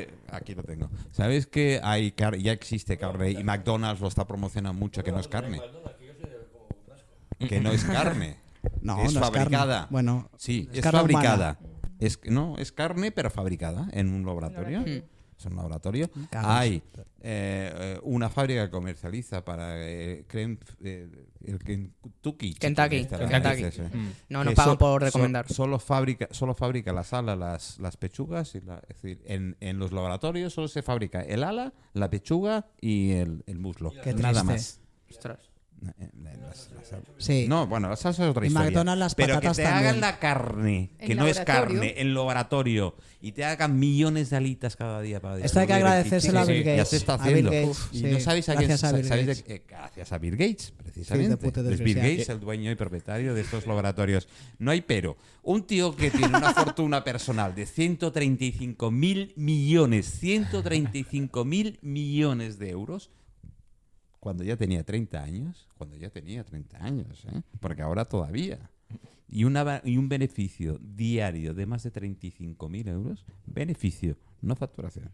Speaker 1: eh, aquí lo tengo. ¿Sabéis que hay car- ya existe carne y McDonald's lo está promocionando mucho que no es carne? Que no es carne.
Speaker 5: *laughs* No,
Speaker 1: que es
Speaker 5: no es carne.
Speaker 1: fabricada.
Speaker 5: Bueno,
Speaker 1: sí,
Speaker 5: es
Speaker 1: es
Speaker 5: carne
Speaker 1: fabricada. Es, no, es carne, pero fabricada en un laboratorio.
Speaker 4: laboratorio.
Speaker 1: Es un laboratorio.
Speaker 5: Carlos.
Speaker 1: Hay eh, eh, una fábrica que comercializa para eh, creme- eh, el Kentucky. chicken
Speaker 4: Kentucky,
Speaker 1: este, ¿no?
Speaker 4: Kentucky.
Speaker 1: Ese, ese.
Speaker 3: Mm.
Speaker 4: No, no
Speaker 1: Que
Speaker 4: pagan
Speaker 1: so-
Speaker 4: por
Speaker 1: so-
Speaker 4: recomendar.
Speaker 1: solo, fabrica, solo fabrica las alas, las, las pechugas. Y la- es decir, en, en los laboratorios solo se fabrica el ala, la pechuga y el, el muslo.
Speaker 5: Qué
Speaker 1: Nada
Speaker 5: triste.
Speaker 1: más.
Speaker 4: Ostras.
Speaker 1: Eh, eh, las- las alas.
Speaker 5: sí.
Speaker 1: No, bueno, esa es otra
Speaker 5: Y
Speaker 1: historia.
Speaker 5: McDonald's las
Speaker 1: Pero que
Speaker 5: patatas
Speaker 1: te
Speaker 5: también.
Speaker 1: hagan la carne,
Speaker 2: En
Speaker 1: que no es
Speaker 2: laboratorio.
Speaker 1: carne, en laboratorio, y te hagan millones de alitas cada día para
Speaker 5: Esto hay que
Speaker 1: distribuir el chicken.
Speaker 5: agradecérselo a
Speaker 3: Sí,
Speaker 5: Bill
Speaker 3: sí,
Speaker 5: Gates.
Speaker 1: Ya se está
Speaker 5: A Bill
Speaker 1: haciendo.
Speaker 5: Gates,
Speaker 1: Uf, y
Speaker 5: sí.
Speaker 1: no sabéis a quién
Speaker 5: Gracias a Bill
Speaker 1: sabéis de-
Speaker 5: Gates.
Speaker 1: eh, gracias a Bill Gates, precisamente.
Speaker 5: puta
Speaker 1: es Bill
Speaker 5: desgraciado.
Speaker 1: Gates, el dueño y propietario de estos laboratorios. No hay pero. Un tío que tiene una fortuna personal de 135 mil millones, 135 mil millones de euros, cuando ya tenía 30 años, cuando ya tenía 30 años, ¿eh? porque ahora todavía. Y, una, va- y un beneficio diario de más de 35.000 euros, beneficio, no facturación.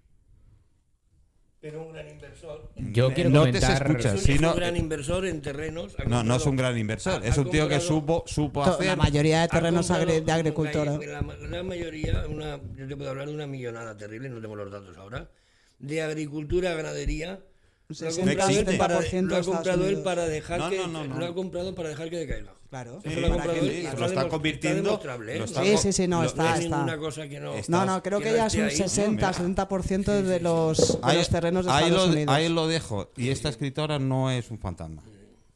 Speaker 6: Pero un gran inversor.
Speaker 3: Yo quiero
Speaker 1: No te se
Speaker 3: comentar.
Speaker 1: escucha.
Speaker 6: Es un,
Speaker 1: si
Speaker 6: es un
Speaker 1: no- eh,
Speaker 6: gran inversor en terrenos. ha
Speaker 1: No, no es
Speaker 6: comprado-
Speaker 1: un gran inversor,
Speaker 6: ha-
Speaker 1: es
Speaker 6: ha
Speaker 1: un tío que
Speaker 6: comprado-
Speaker 1: supo, supo
Speaker 5: To-
Speaker 1: hacer.
Speaker 5: La mayoría de
Speaker 6: ha
Speaker 5: Ah, terrenos
Speaker 6: comprado
Speaker 5: agri- de
Speaker 6: un
Speaker 5: agricultura.
Speaker 6: calle- La, ma- la mayoría, una, yo te puedo hablar de una millonada terrible, no tengo los datos ahora, de agricultura a ganadería. Lo ha
Speaker 5: Sí, sí,
Speaker 6: comprado, él
Speaker 1: 70%
Speaker 6: para,
Speaker 5: de
Speaker 6: lo ha
Speaker 5: Estados
Speaker 6: comprado él
Speaker 5: Unidos.
Speaker 6: para dejar
Speaker 1: No,
Speaker 6: que
Speaker 1: no, no, no.
Speaker 6: lo ha comprado para dejar que decaiga.
Speaker 5: Claro.
Speaker 1: Sí,
Speaker 6: Eso lo ha
Speaker 1: para
Speaker 6: comprado
Speaker 1: que-
Speaker 6: él y
Speaker 1: sí,
Speaker 6: está
Speaker 1: lo está
Speaker 6: demo-
Speaker 1: convirtiendo,
Speaker 6: está demostrable, ¿eh?
Speaker 1: lo está-
Speaker 5: Sí, sí, sí, no,
Speaker 1: Lo-
Speaker 5: está,
Speaker 6: no es ninguna
Speaker 5: está.
Speaker 6: cosa que no.
Speaker 1: Está- este
Speaker 5: No, no, creo
Speaker 6: que
Speaker 5: que
Speaker 6: no
Speaker 5: ya es
Speaker 6: esté
Speaker 5: un
Speaker 6: ahí.
Speaker 5: 60, 70% de los, de los terrenos de
Speaker 1: ahí
Speaker 5: Estados
Speaker 1: lo,
Speaker 5: Unidos.
Speaker 1: ahí lo dejo. Y esta escritora no es un fantasma.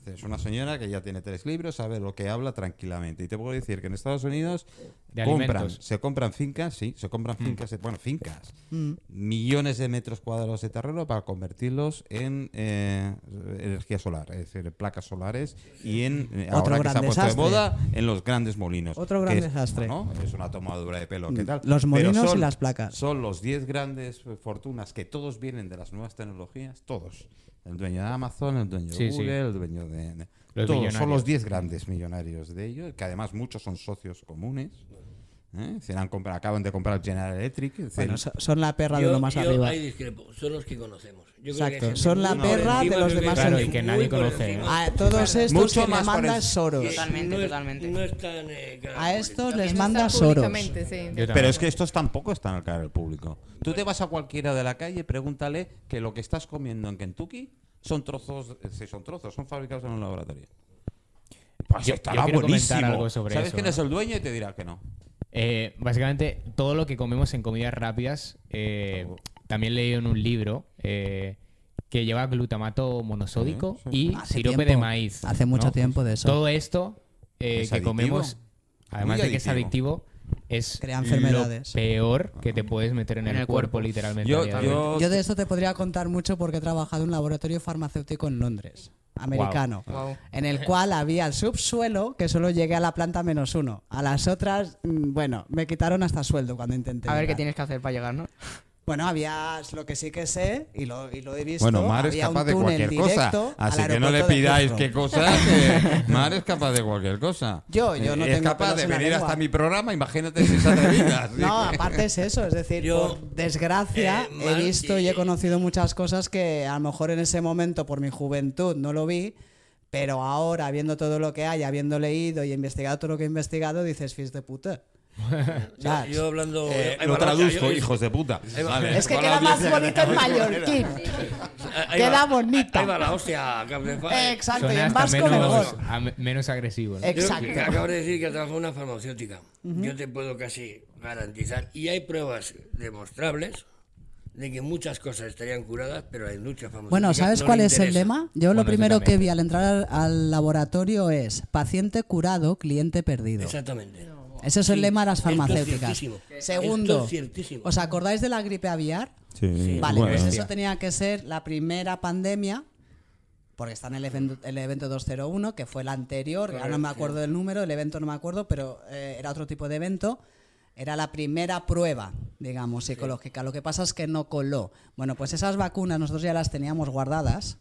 Speaker 1: Es una señora que ya tiene tres libros, sabe lo que habla tranquilamente. Y te puedo decir que en Estados Unidos
Speaker 3: De
Speaker 1: compran,
Speaker 3: alimentos. Mm.
Speaker 1: se compran fincas, sí, se compran fincas, eh, bueno, fincas,
Speaker 5: Mm.
Speaker 1: millones de metros cuadrados de terreno para convertirlos en eh, energía solar, es decir, en placas solares y en, eh,
Speaker 5: Otro
Speaker 1: ahora que
Speaker 5: gran
Speaker 1: se ha puesto de
Speaker 5: desastre.
Speaker 1: moda, en los grandes molinos.
Speaker 5: Otro
Speaker 1: que
Speaker 5: gran
Speaker 1: es-
Speaker 5: desastre. Mm.
Speaker 1: bueno, es una tomadura de pelo, ¿qué tal?
Speaker 5: Los
Speaker 1: Pero
Speaker 5: molinos y
Speaker 1: son-
Speaker 5: las placas.
Speaker 1: son los 10 grandes eh, fortunas que todos vienen de las nuevas tecnologías, todos. El dueño de Amazon, el dueño de
Speaker 3: Sí, sí.
Speaker 1: Google, el dueño de... de-
Speaker 3: Los
Speaker 1: todos son
Speaker 3: millonarios.
Speaker 1: los 10 grandes millonarios de ellos, que además muchos son socios comunes. ¿eh? Se han comprado- acaban de comprar General Electric. es decir,
Speaker 5: Bueno, so- son la perra de
Speaker 6: Yo-
Speaker 5: lo más
Speaker 6: yo
Speaker 5: arriba.
Speaker 6: ahí discrepo, son los que conocemos. Yo creo que
Speaker 5: Exacto,
Speaker 6: hay gente
Speaker 5: son la
Speaker 6: muy por
Speaker 5: perra de
Speaker 6: encima,
Speaker 5: los
Speaker 6: creo
Speaker 5: demás
Speaker 6: hay
Speaker 5: Claro, y
Speaker 6: gente
Speaker 3: que
Speaker 6: muy
Speaker 3: nadie
Speaker 6: por
Speaker 3: conoce,
Speaker 6: encima.
Speaker 5: A todos estos
Speaker 1: Mucho
Speaker 5: que le
Speaker 1: más por
Speaker 5: manda
Speaker 1: el-
Speaker 5: es Soros.
Speaker 6: Que
Speaker 4: Totalmente,
Speaker 6: Eh, no es-
Speaker 4: totalmente.
Speaker 6: No están, eh, claro,
Speaker 5: A estos
Speaker 2: Lo que
Speaker 5: les
Speaker 2: no
Speaker 5: manda
Speaker 2: está
Speaker 5: Soros.
Speaker 2: públicamente, sí.
Speaker 3: Yo
Speaker 1: Pero
Speaker 3: también.
Speaker 1: es que estos tampoco están al cara del público. Tú te vas a cualquiera de la calle, pregúntale que lo que estás comiendo en Kentucky son trozos, eh, sí, son trozos, son fabricados en un laboratorio. Pues
Speaker 3: Yo- yo
Speaker 1: estará
Speaker 3: quiero comentar
Speaker 1: buenísimo.
Speaker 3: algo sobre
Speaker 1: ¿Sabes
Speaker 3: eso,
Speaker 1: quién
Speaker 3: ¿no?
Speaker 1: es el dueño? Y te dirá que no.
Speaker 3: Eh, básicamente, todo lo que comemos en comidas rápidas, eh, también leí en un libro eh, que lleva glutamato monosódico
Speaker 1: Sí,
Speaker 3: y
Speaker 5: Hace
Speaker 3: sirope de
Speaker 5: tiempo,
Speaker 3: maíz.
Speaker 5: hace mucho tiempo de eso.
Speaker 3: Todo esto eh,
Speaker 1: Es
Speaker 3: que
Speaker 1: adictivo.
Speaker 3: comemos, además
Speaker 1: Muy
Speaker 3: de que es adictivo, es
Speaker 5: Crea enfermedades.
Speaker 3: lo peor que te puedes meter en, el, cuerpo, literalmente. a
Speaker 1: Yo,
Speaker 3: día de hoy.
Speaker 1: yo,
Speaker 5: Yo de esto te podría contar mucho porque he trabajado en un laboratorio farmacéutico en Londres, americano,
Speaker 4: Guau.
Speaker 5: en el cual había el subsuelo que solo llegué a la planta menos uno. A las otras, mm, bueno, me quitaron hasta sueldo cuando intenté.
Speaker 4: A ver qué
Speaker 5: llegar.
Speaker 4: tienes que hacer para llegar, ¿no?
Speaker 5: Bueno, había lo que sí que sé y lo, y lo he visto.
Speaker 1: bueno, Mar es
Speaker 5: había un
Speaker 1: capaz de
Speaker 5: túnel
Speaker 1: cualquier cosa.
Speaker 5: directo al
Speaker 1: Así que no le
Speaker 5: aeropuerto de
Speaker 1: pidáis
Speaker 5: Heathrow.
Speaker 1: qué
Speaker 5: *laughs*
Speaker 1: cosa. que Mar es capaz de cualquier cosa.
Speaker 5: Yo- yo no
Speaker 1: Es
Speaker 5: tengo
Speaker 1: capaz
Speaker 5: pelos
Speaker 1: de
Speaker 5: en la
Speaker 1: venir
Speaker 5: lengua.
Speaker 1: hasta mi programa, imagínate si se atrevidas.
Speaker 5: No, aparte es eso, es decir,
Speaker 6: Yo,
Speaker 5: por desgracia
Speaker 6: eh, mal-
Speaker 5: he visto y he
Speaker 6: eh,
Speaker 5: conocido muchas cosas que a lo mejor en ese momento por mi juventud no lo vi, pero ahora viendo todo lo que hay, habiendo leído y investigado todo lo que he investigado, dices, fis de
Speaker 6: *laughs*
Speaker 5: puta.
Speaker 6: Yo,
Speaker 5: ¿Sabes?
Speaker 6: yo hablando.
Speaker 1: Eh,
Speaker 6: ahí
Speaker 1: lo
Speaker 6: va,
Speaker 1: traduzco,
Speaker 6: yo-
Speaker 1: hijos de puta. Vale.
Speaker 5: es que
Speaker 1: Con
Speaker 5: queda
Speaker 1: la
Speaker 6: *laughs*
Speaker 5: más
Speaker 1: audiencia que
Speaker 5: bonito en
Speaker 1: tenemos.
Speaker 5: mallorquín.
Speaker 6: ahí
Speaker 5: Queda
Speaker 6: va-
Speaker 5: bonita.
Speaker 6: Ahí va la hostia, Capdefy.
Speaker 5: *laughs* Exacto, y
Speaker 3: Suena
Speaker 5: en
Speaker 3: hasta
Speaker 5: vasco
Speaker 3: menos,
Speaker 5: mejor.
Speaker 3: a- menos agresivo. ¿no?
Speaker 5: Eh,
Speaker 6: Yo
Speaker 5: Exacto.
Speaker 6: que acabo de decir que trabajo en una farmacéutica. Yo te puedo casi garantizar, y hay pruebas demostrables de que muchas cosas estarían curadas, pero la industria farmacéutica.
Speaker 5: Bueno, ¿sabes
Speaker 6: no le
Speaker 5: cuál es el
Speaker 6: interesa.
Speaker 5: lema? Yo
Speaker 3: Bueno,
Speaker 5: lo
Speaker 3: eso
Speaker 5: primero que
Speaker 3: también.
Speaker 5: vi al entrar al, al laboratorio es paciente curado, cliente perdido.
Speaker 6: Exactamente.
Speaker 5: Ese es el lema de las
Speaker 6: Esto es
Speaker 5: farmacéuticas.
Speaker 6: ciertísimo. Esto
Speaker 5: Segundo,
Speaker 6: es ciertísimo.
Speaker 5: ¿os acordáis de la gripe aviar?
Speaker 1: Sí,
Speaker 5: Vale,
Speaker 1: bueno.
Speaker 5: pues eso tenía que ser la primera pandemia porque está en el evento, el evento 201, que fue el anterior, ahora no me acuerdo del número, el evento no me acuerdo, pero eh, era otro tipo de evento. Era la primera prueba, digamos, psicológica. Lo que pasa es que no coló. Bueno, pues esas vacunas nosotros ya las teníamos guardadas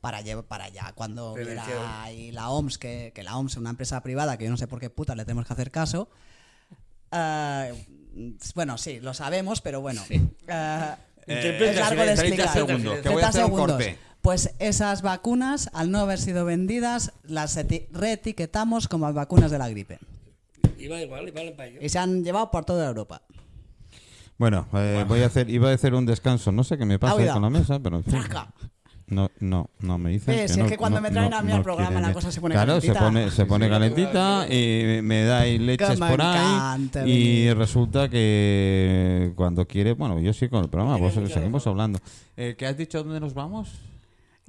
Speaker 5: para, llevar, para allá, cuando hubiera
Speaker 6: Prevención.
Speaker 5: ahí la OMS, que, que la OMS es una empresa privada que yo no sé por qué puta le tenemos que hacer caso. Ah, bueno, sí, lo sabemos, pero bueno. Ah,
Speaker 7: Interpreta,
Speaker 5: es largo de
Speaker 7: silencio, 30
Speaker 5: explicar.
Speaker 7: segundos, que
Speaker 5: 30
Speaker 1: voy a hacer un
Speaker 5: segundos.
Speaker 1: corte.
Speaker 5: Pues esas vacunas, al no haber sido vendidas, las eti- reetiquetamos como las vacunas de la gripe.
Speaker 6: Y va igual, y vale para ello.
Speaker 5: Y se han llevado por toda Europa.
Speaker 1: Bueno, eh, voy a hacer, iba a hacer un descanso. No sé qué me pasa ahí
Speaker 5: Ah,
Speaker 1: con la mesa, pero en fin.
Speaker 5: Fraca.
Speaker 1: No, no, no me dicen.
Speaker 5: Ves, es
Speaker 1: no-
Speaker 5: que cuando
Speaker 1: no-
Speaker 5: me traen
Speaker 1: no-
Speaker 5: a mí
Speaker 1: no
Speaker 5: al programa
Speaker 1: quieren
Speaker 5: la
Speaker 1: leche.
Speaker 5: cosa se pone
Speaker 1: claro,
Speaker 5: calentita.
Speaker 1: se pone, se pone calentita y me dais leches
Speaker 5: me
Speaker 1: por ahí.
Speaker 5: encanta
Speaker 1: Y
Speaker 5: venir.
Speaker 1: resulta que cuando quiere, bueno, yo sí con el programa, vos seguimos hablando. Eh, ¿Qué has dicho? ¿Dónde nos vamos?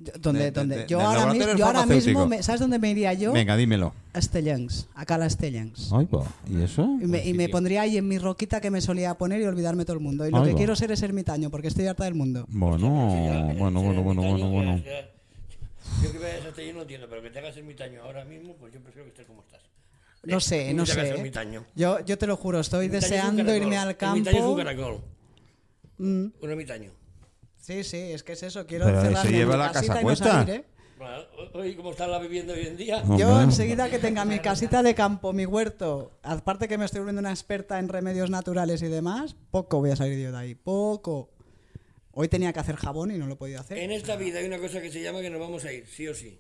Speaker 5: Yo- donde,
Speaker 1: De-
Speaker 5: donde,
Speaker 1: de-
Speaker 5: yo
Speaker 1: del
Speaker 5: ahora,
Speaker 1: laboratorio
Speaker 5: mis- yo ahora
Speaker 1: farmacéutico.
Speaker 5: mismo, me- ¿sabes dónde me iría yo?
Speaker 1: Venga, dímelo.
Speaker 5: A Estellens, acá a la Estellens.
Speaker 1: Ay, va, ¿Y eso?
Speaker 5: Y me, y me pondría ahí en mi roquita que me solía poner y olvidarme todo el mundo. Y lo
Speaker 1: Ahí
Speaker 5: que
Speaker 1: va.
Speaker 5: quiero ser es ermitaño, porque estoy harta del mundo.
Speaker 1: Bueno, bueno, bueno, bueno, bueno, bueno.
Speaker 6: Yo que vayas hasta allí no entiendo, pero que te hagas ermitaño ahora mismo, pues yo prefiero que estés como estás.
Speaker 5: No sé,
Speaker 6: Tú
Speaker 5: no
Speaker 6: te hagas
Speaker 5: sé. ¿eh?
Speaker 6: ermitaño.
Speaker 5: Yo, yo te lo juro, estoy
Speaker 6: Ermitaño es un
Speaker 5: deseando
Speaker 6: caracol.
Speaker 5: irme al campo.
Speaker 6: Ermitaño es un caracol.
Speaker 5: Mm,
Speaker 6: Un ermitaño.
Speaker 5: sí, sí, es que es eso. Quiero
Speaker 1: Pero
Speaker 5: encerrarme
Speaker 1: se
Speaker 5: en mi
Speaker 1: lleva la
Speaker 5: casita
Speaker 1: casa
Speaker 5: y no
Speaker 1: puesta.
Speaker 5: salir, ¿eh?
Speaker 6: Bueno, hoy, ¿cómo está la vivienda hoy en día?
Speaker 5: Yo
Speaker 1: Hombre.
Speaker 5: enseguida que tenga mi casita de campo, mi huerto, aparte que me estoy volviendo una experta en remedios naturales y demás, poco voy a salir yo de ahí, poco. Hoy tenía que hacer jabón y no lo he podido hacer.
Speaker 6: En esta vida hay una cosa que se llama que nos vamos a ir, sí o sí.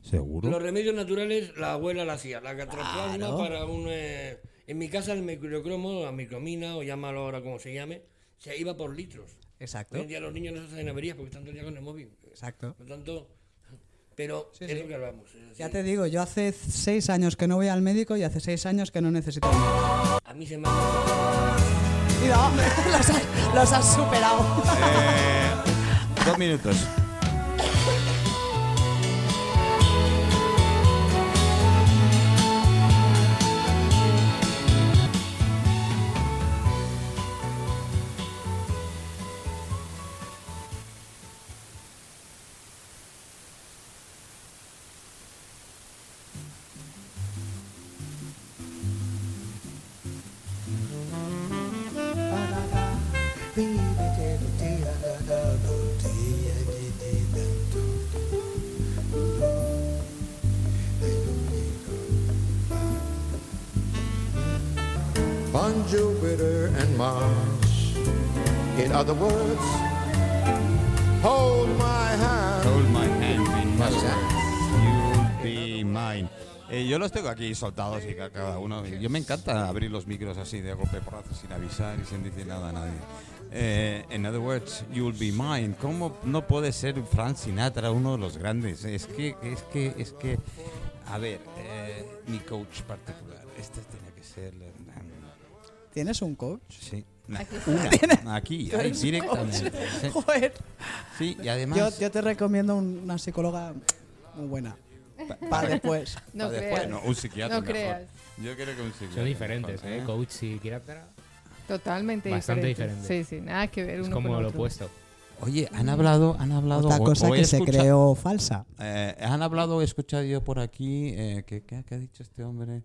Speaker 6: Los
Speaker 1: Seguro.
Speaker 6: remedios naturales, la abuela la hacía, la cataplasma
Speaker 5: Claro.
Speaker 6: para un... eh, en mi casa el microcromo, la micromina, o llámalo ahora como se llame, se iba por litros. Hoy
Speaker 5: Exacto,
Speaker 6: en día los niños no se hacen averías porque están todo el día con el móvil.
Speaker 5: exacto.
Speaker 6: Por lo tanto, pero
Speaker 5: Sí,
Speaker 6: es
Speaker 5: sí.
Speaker 6: lo que hablamos. es decir,
Speaker 5: Ya te digo, yo hace seis años que no voy al médico y hace seis años que no necesito.
Speaker 6: A mí se me ha...
Speaker 5: Mira, hombre, *laughs* los has, los has superado.
Speaker 1: Dos minutos.
Speaker 8: on Jupiter and Mars. In other words, hold my hand.
Speaker 1: Hold my hand in yours, you'll be mine. Eh, yo los tengo aquí soltados y ca- cada uno. Yo me encanta abrir los micros así de golpe porrazo sin avisar y sin decir nada a nadie. Eh, in other words, you'll be mine. ¿Cómo no puede ser Frank Sinatra uno de los grandes? Es que, es que, es que. A ver, eh, mi coach particular. Este tiene que ser. la-
Speaker 5: ¿Tienes un coach?
Speaker 1: Sí. na-
Speaker 2: *laughs*
Speaker 1: Una, aquí, ahí, directamente. Sí,
Speaker 5: *laughs* Joder.
Speaker 1: Sí, y además.
Speaker 5: Yo, yo te recomiendo un- una psicóloga muy buena. Para después.
Speaker 1: *laughs*
Speaker 2: No
Speaker 1: Ah, después,
Speaker 2: creas.
Speaker 1: no, un psiquiatra
Speaker 2: No
Speaker 1: mejor.
Speaker 2: creas.
Speaker 1: Yo creo que un psiquiatra.
Speaker 3: Son diferentes,
Speaker 1: mejor,
Speaker 3: ¿eh? Coach y quiróptero.
Speaker 2: Totalmente
Speaker 3: Bastante
Speaker 2: diferentes.
Speaker 3: diferente.
Speaker 2: Sí, sí, nada que ver
Speaker 3: Es
Speaker 2: uno
Speaker 3: como
Speaker 2: con
Speaker 3: lo
Speaker 2: otro.
Speaker 3: opuesto.
Speaker 1: Oye, han hablado, han hablado.
Speaker 5: Otra
Speaker 1: o-
Speaker 5: cosa
Speaker 1: o he
Speaker 5: que se
Speaker 1: escucha-
Speaker 5: creó falsa.
Speaker 1: eh, han hablado, he escuchado yo por aquí. Eh, que, que- que ha dicho este hombre?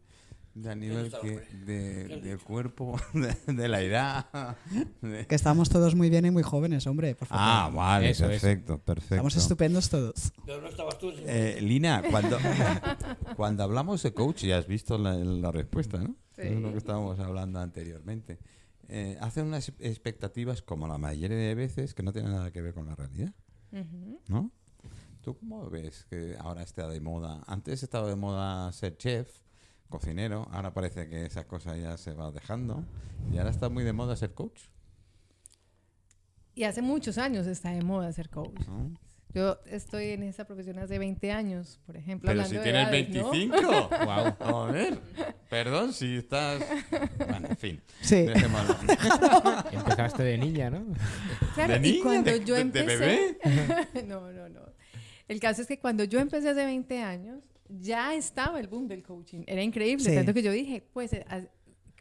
Speaker 1: De a nivel que,
Speaker 2: eh.
Speaker 1: de, del cuerpo, *laughs* de, de la edad. *laughs* de-
Speaker 5: Que estamos todos muy bien y muy jóvenes, hombre, por favor.
Speaker 1: Ah, vale,
Speaker 3: Eso, eso.
Speaker 1: perfecto, perfecto.
Speaker 5: Estamos estupendos todos.
Speaker 6: Pero no estabas tú. sí.
Speaker 1: Eh, Lina, cuando, *laughs* cuando hablamos de coach, ya has visto la, la respuesta, ¿no?
Speaker 2: Sí.
Speaker 1: Es lo que estábamos hablando anteriormente. Eh, hacen unas expectativas como la mayoría de veces que no tienen nada que ver con la realidad,
Speaker 2: Ujú.
Speaker 1: ¿no? ¿Tú cómo ves que ahora está de moda? Antes estaba de moda ser chef, cocinero, ahora parece que esa cosa ya se va dejando y ahora está muy de moda ser coach.
Speaker 2: Y hace muchos años está de moda ser coach.
Speaker 5: Ah.
Speaker 1: ¿no?
Speaker 2: Yo estoy en esa profesión hace 20 años, por ejemplo.
Speaker 1: Pero
Speaker 2: hablando
Speaker 1: si
Speaker 2: de
Speaker 1: tienes
Speaker 2: edades, ¿no?
Speaker 1: 25, *laughs* wow. A ver, perdón si estás. Bueno, en fin.
Speaker 5: Sí.
Speaker 1: Dejémoslo.
Speaker 3: Empezaste de niña, ¿no?
Speaker 2: Claro,
Speaker 1: ¿De
Speaker 2: y
Speaker 1: niña?
Speaker 2: cuando
Speaker 1: ¿De-
Speaker 2: yo
Speaker 1: de- de
Speaker 2: empecé.
Speaker 1: bebé?
Speaker 2: *laughs* no, no, no. El caso es que cuando yo empecé hace 20 años, ya estaba el boom del coaching. Era increíble.
Speaker 5: Sí.
Speaker 2: Tanto que yo dije, pues, eh,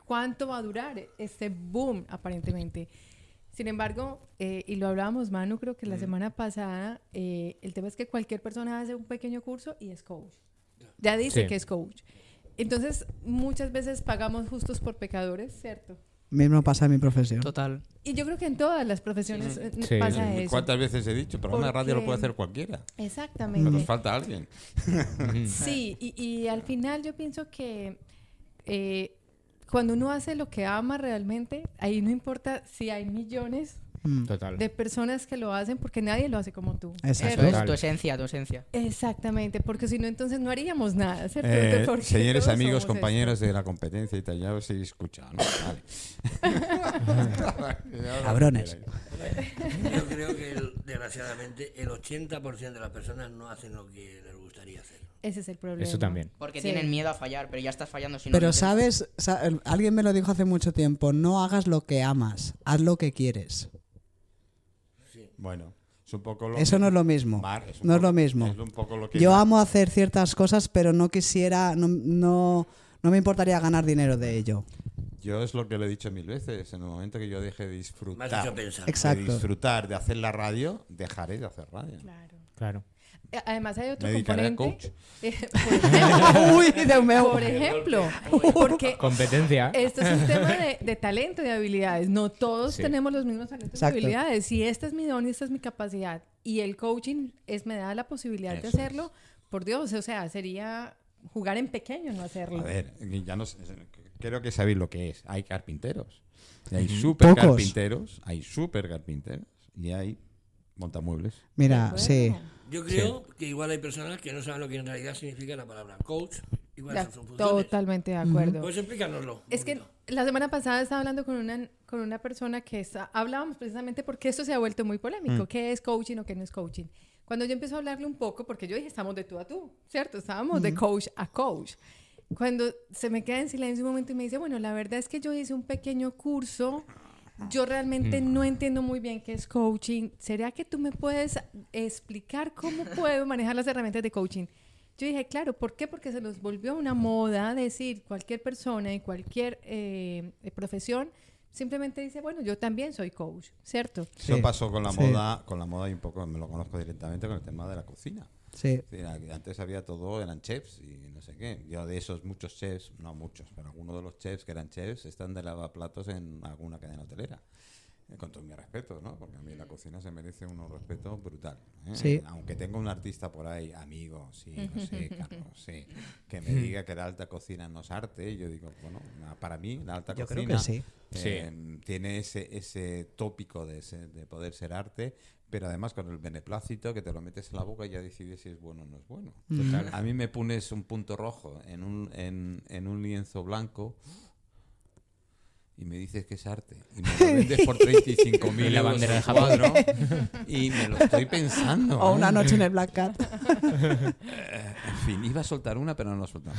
Speaker 2: ¿cuánto va a durar este boom aparentemente? Sin embargo, eh, y lo hablábamos, Manu, creo que la semana pasada, eh, el tema es que cualquier persona hace un pequeño curso y es coach. Ya dice
Speaker 3: Sí.
Speaker 2: que es coach. Entonces, muchas veces pagamos justos por pecadores, ¿cierto?
Speaker 5: Mismo pasa en mi profesión.
Speaker 4: Total.
Speaker 2: Y yo creo que en todas las profesiones eh,
Speaker 3: Sí,
Speaker 2: pasa eso.
Speaker 1: ¿Cuántas veces he dicho? Pero una
Speaker 2: Porque-
Speaker 1: radio lo puede hacer cualquiera. Pero
Speaker 2: Exactamente.
Speaker 1: nos falta alguien.
Speaker 2: Sí, y, y al final yo pienso que eh, cuando uno hace lo que ama realmente, ahí no importa si hay millones
Speaker 5: Mm.
Speaker 3: Total.
Speaker 2: de personas que lo hacen, porque nadie lo hace como tú.
Speaker 5: Exacto.
Speaker 4: Eso es
Speaker 3: Total.
Speaker 4: tu esencia, tu esencia.
Speaker 2: Exactamente, porque si no, entonces no haríamos nada, ¿cierto?
Speaker 1: Eh,
Speaker 2: Porque
Speaker 1: señores,
Speaker 2: todos
Speaker 1: amigos,
Speaker 2: somos
Speaker 1: compañeros de la competencia y tal, ya os he escuchado. ¿no? Vale. *laughs* Ya lo
Speaker 5: *laughs* Cabrones.
Speaker 1: que queráis.
Speaker 5: Eh.
Speaker 6: Yo creo que, el- desgraciadamente, el 80% de las personas no hacen lo que les gustaría hacer.
Speaker 2: eso. Ese es el problema.
Speaker 3: Eso también.
Speaker 4: Porque
Speaker 2: Sí.
Speaker 4: tienen miedo a fallar, pero ya estás fallando si no lo
Speaker 5: Pero
Speaker 4: intentas.
Speaker 5: sabes, Sa- el- alguien me lo dijo hace mucho tiempo, no hagas lo que amas, haz lo que quieres.
Speaker 1: Bueno, es un poco lo
Speaker 5: Eso no es lo mismo.
Speaker 1: Mar, es un
Speaker 5: No es
Speaker 1: poco-
Speaker 5: lo mismo.
Speaker 1: es un poco lo que-
Speaker 5: Yo amo hacer ciertas cosas, pero no quisiera, no, no, no me importaría ganar dinero de ello.
Speaker 1: Yo es lo que le he dicho mil veces. En el momento que yo deje de
Speaker 6: Me has
Speaker 1: disfrutar,
Speaker 6: hecho pensar.
Speaker 1: de
Speaker 5: Exacto.
Speaker 1: disfrutar de hacer la radio, dejaré de hacer radio.
Speaker 2: Claro.
Speaker 3: Claro.
Speaker 2: Eh, Además hay otro
Speaker 1: Me dedicaré a
Speaker 2: componente. eh, *laughs* por ejemplo- Por ejemplo,
Speaker 5: Eh,
Speaker 2: porque
Speaker 3: Competencia.
Speaker 2: esto es un tema de, de talento y de habilidades. No todos
Speaker 3: Sí.
Speaker 2: tenemos los mismos talentos
Speaker 5: Exacto.
Speaker 2: y habilidades. Si esta es mi don y esta es mi capacidad y el coaching es me da la posibilidad de
Speaker 1: Eso
Speaker 2: hacerlo, por Dios, o sea, sería jugar en pequeño no hacerlo.
Speaker 1: A ver, ya no sé, creo que sabéis lo que es. Hay carpinteros. Y hay super
Speaker 5: Pocos.
Speaker 1: carpinteros. Hay super carpinteros. Y hay montamuebles.
Speaker 5: Mira,
Speaker 2: Bueno,
Speaker 5: sí.
Speaker 6: Yo creo que igual hay personas que no saben lo que en realidad significa la palabra coach y cuáles
Speaker 2: ya,
Speaker 6: son sus funciones.
Speaker 2: totalmente de acuerdo.
Speaker 6: Pues explícanoslo. un
Speaker 2: Es que
Speaker 6: poquito.
Speaker 2: la semana pasada estaba hablando con una, con una persona que está- hablábamos precisamente porque esto se ha vuelto muy polémico. ¿Qué es coaching o qué no es coaching? Cuando yo empiezo a hablarle un poco, porque yo dije, estamos de tú a tú, ¿cierto? Estábamos de coach a coach. Cuando se me queda en silencio un momento y me dice, bueno, la verdad es que yo hice un pequeño curso, yo realmente no entiendo muy bien qué es coaching. ¿Será que tú me puedes explicar cómo puedo manejar las herramientas de coaching? Yo dije, claro, ¿por qué? Porque se nos volvió una moda decir cualquier persona y cualquier eh, profesión simplemente dice, bueno, yo también soy coach, ¿cierto?
Speaker 1: Eso
Speaker 5: Sí,
Speaker 1: pasó con la
Speaker 5: sí.
Speaker 1: moda, con la moda y un poco me lo conozco directamente con el tema de la cocina.
Speaker 5: Sí.
Speaker 1: Sí, era- Antes había todo, eran chefs y no sé qué. Yo de esos muchos chefs, no muchos, pero algunos de los chefs que eran chefs están de lavaplatos en alguna cadena hotelera. Eh, Con todo mi respeto, ¿no? Porque a mí la cocina se merece un respeto brutal. ¿eh?
Speaker 5: Sí.
Speaker 1: Aunque tengo un artista por ahí, amigo, sí, no sé, Carlos, sí, que me diga que la alta cocina no es arte, yo digo, bueno, na- para mí la alta
Speaker 5: Yo creo
Speaker 1: cocina
Speaker 5: que sí.
Speaker 1: eh, tiene ese, ese tópico de, ser- de poder ser arte, pero además con el beneplácito que te lo metes en la boca y ya decides si es bueno o no es bueno.
Speaker 3: Mm.
Speaker 5: mm.
Speaker 1: A mí me pones un punto rojo en un, en, en un lienzo blanco y me dices que es arte. Y me lo vendes
Speaker 3: *laughs*
Speaker 1: por 35.000
Speaker 3: Y la
Speaker 1: euros
Speaker 3: bandera
Speaker 1: el
Speaker 3: de Japón.
Speaker 1: cuadro y me lo estoy pensando.
Speaker 5: O una
Speaker 1: ¿eh?
Speaker 5: noche en el Black Cat.
Speaker 1: En fin, iba a soltar una, pero no la soltaba.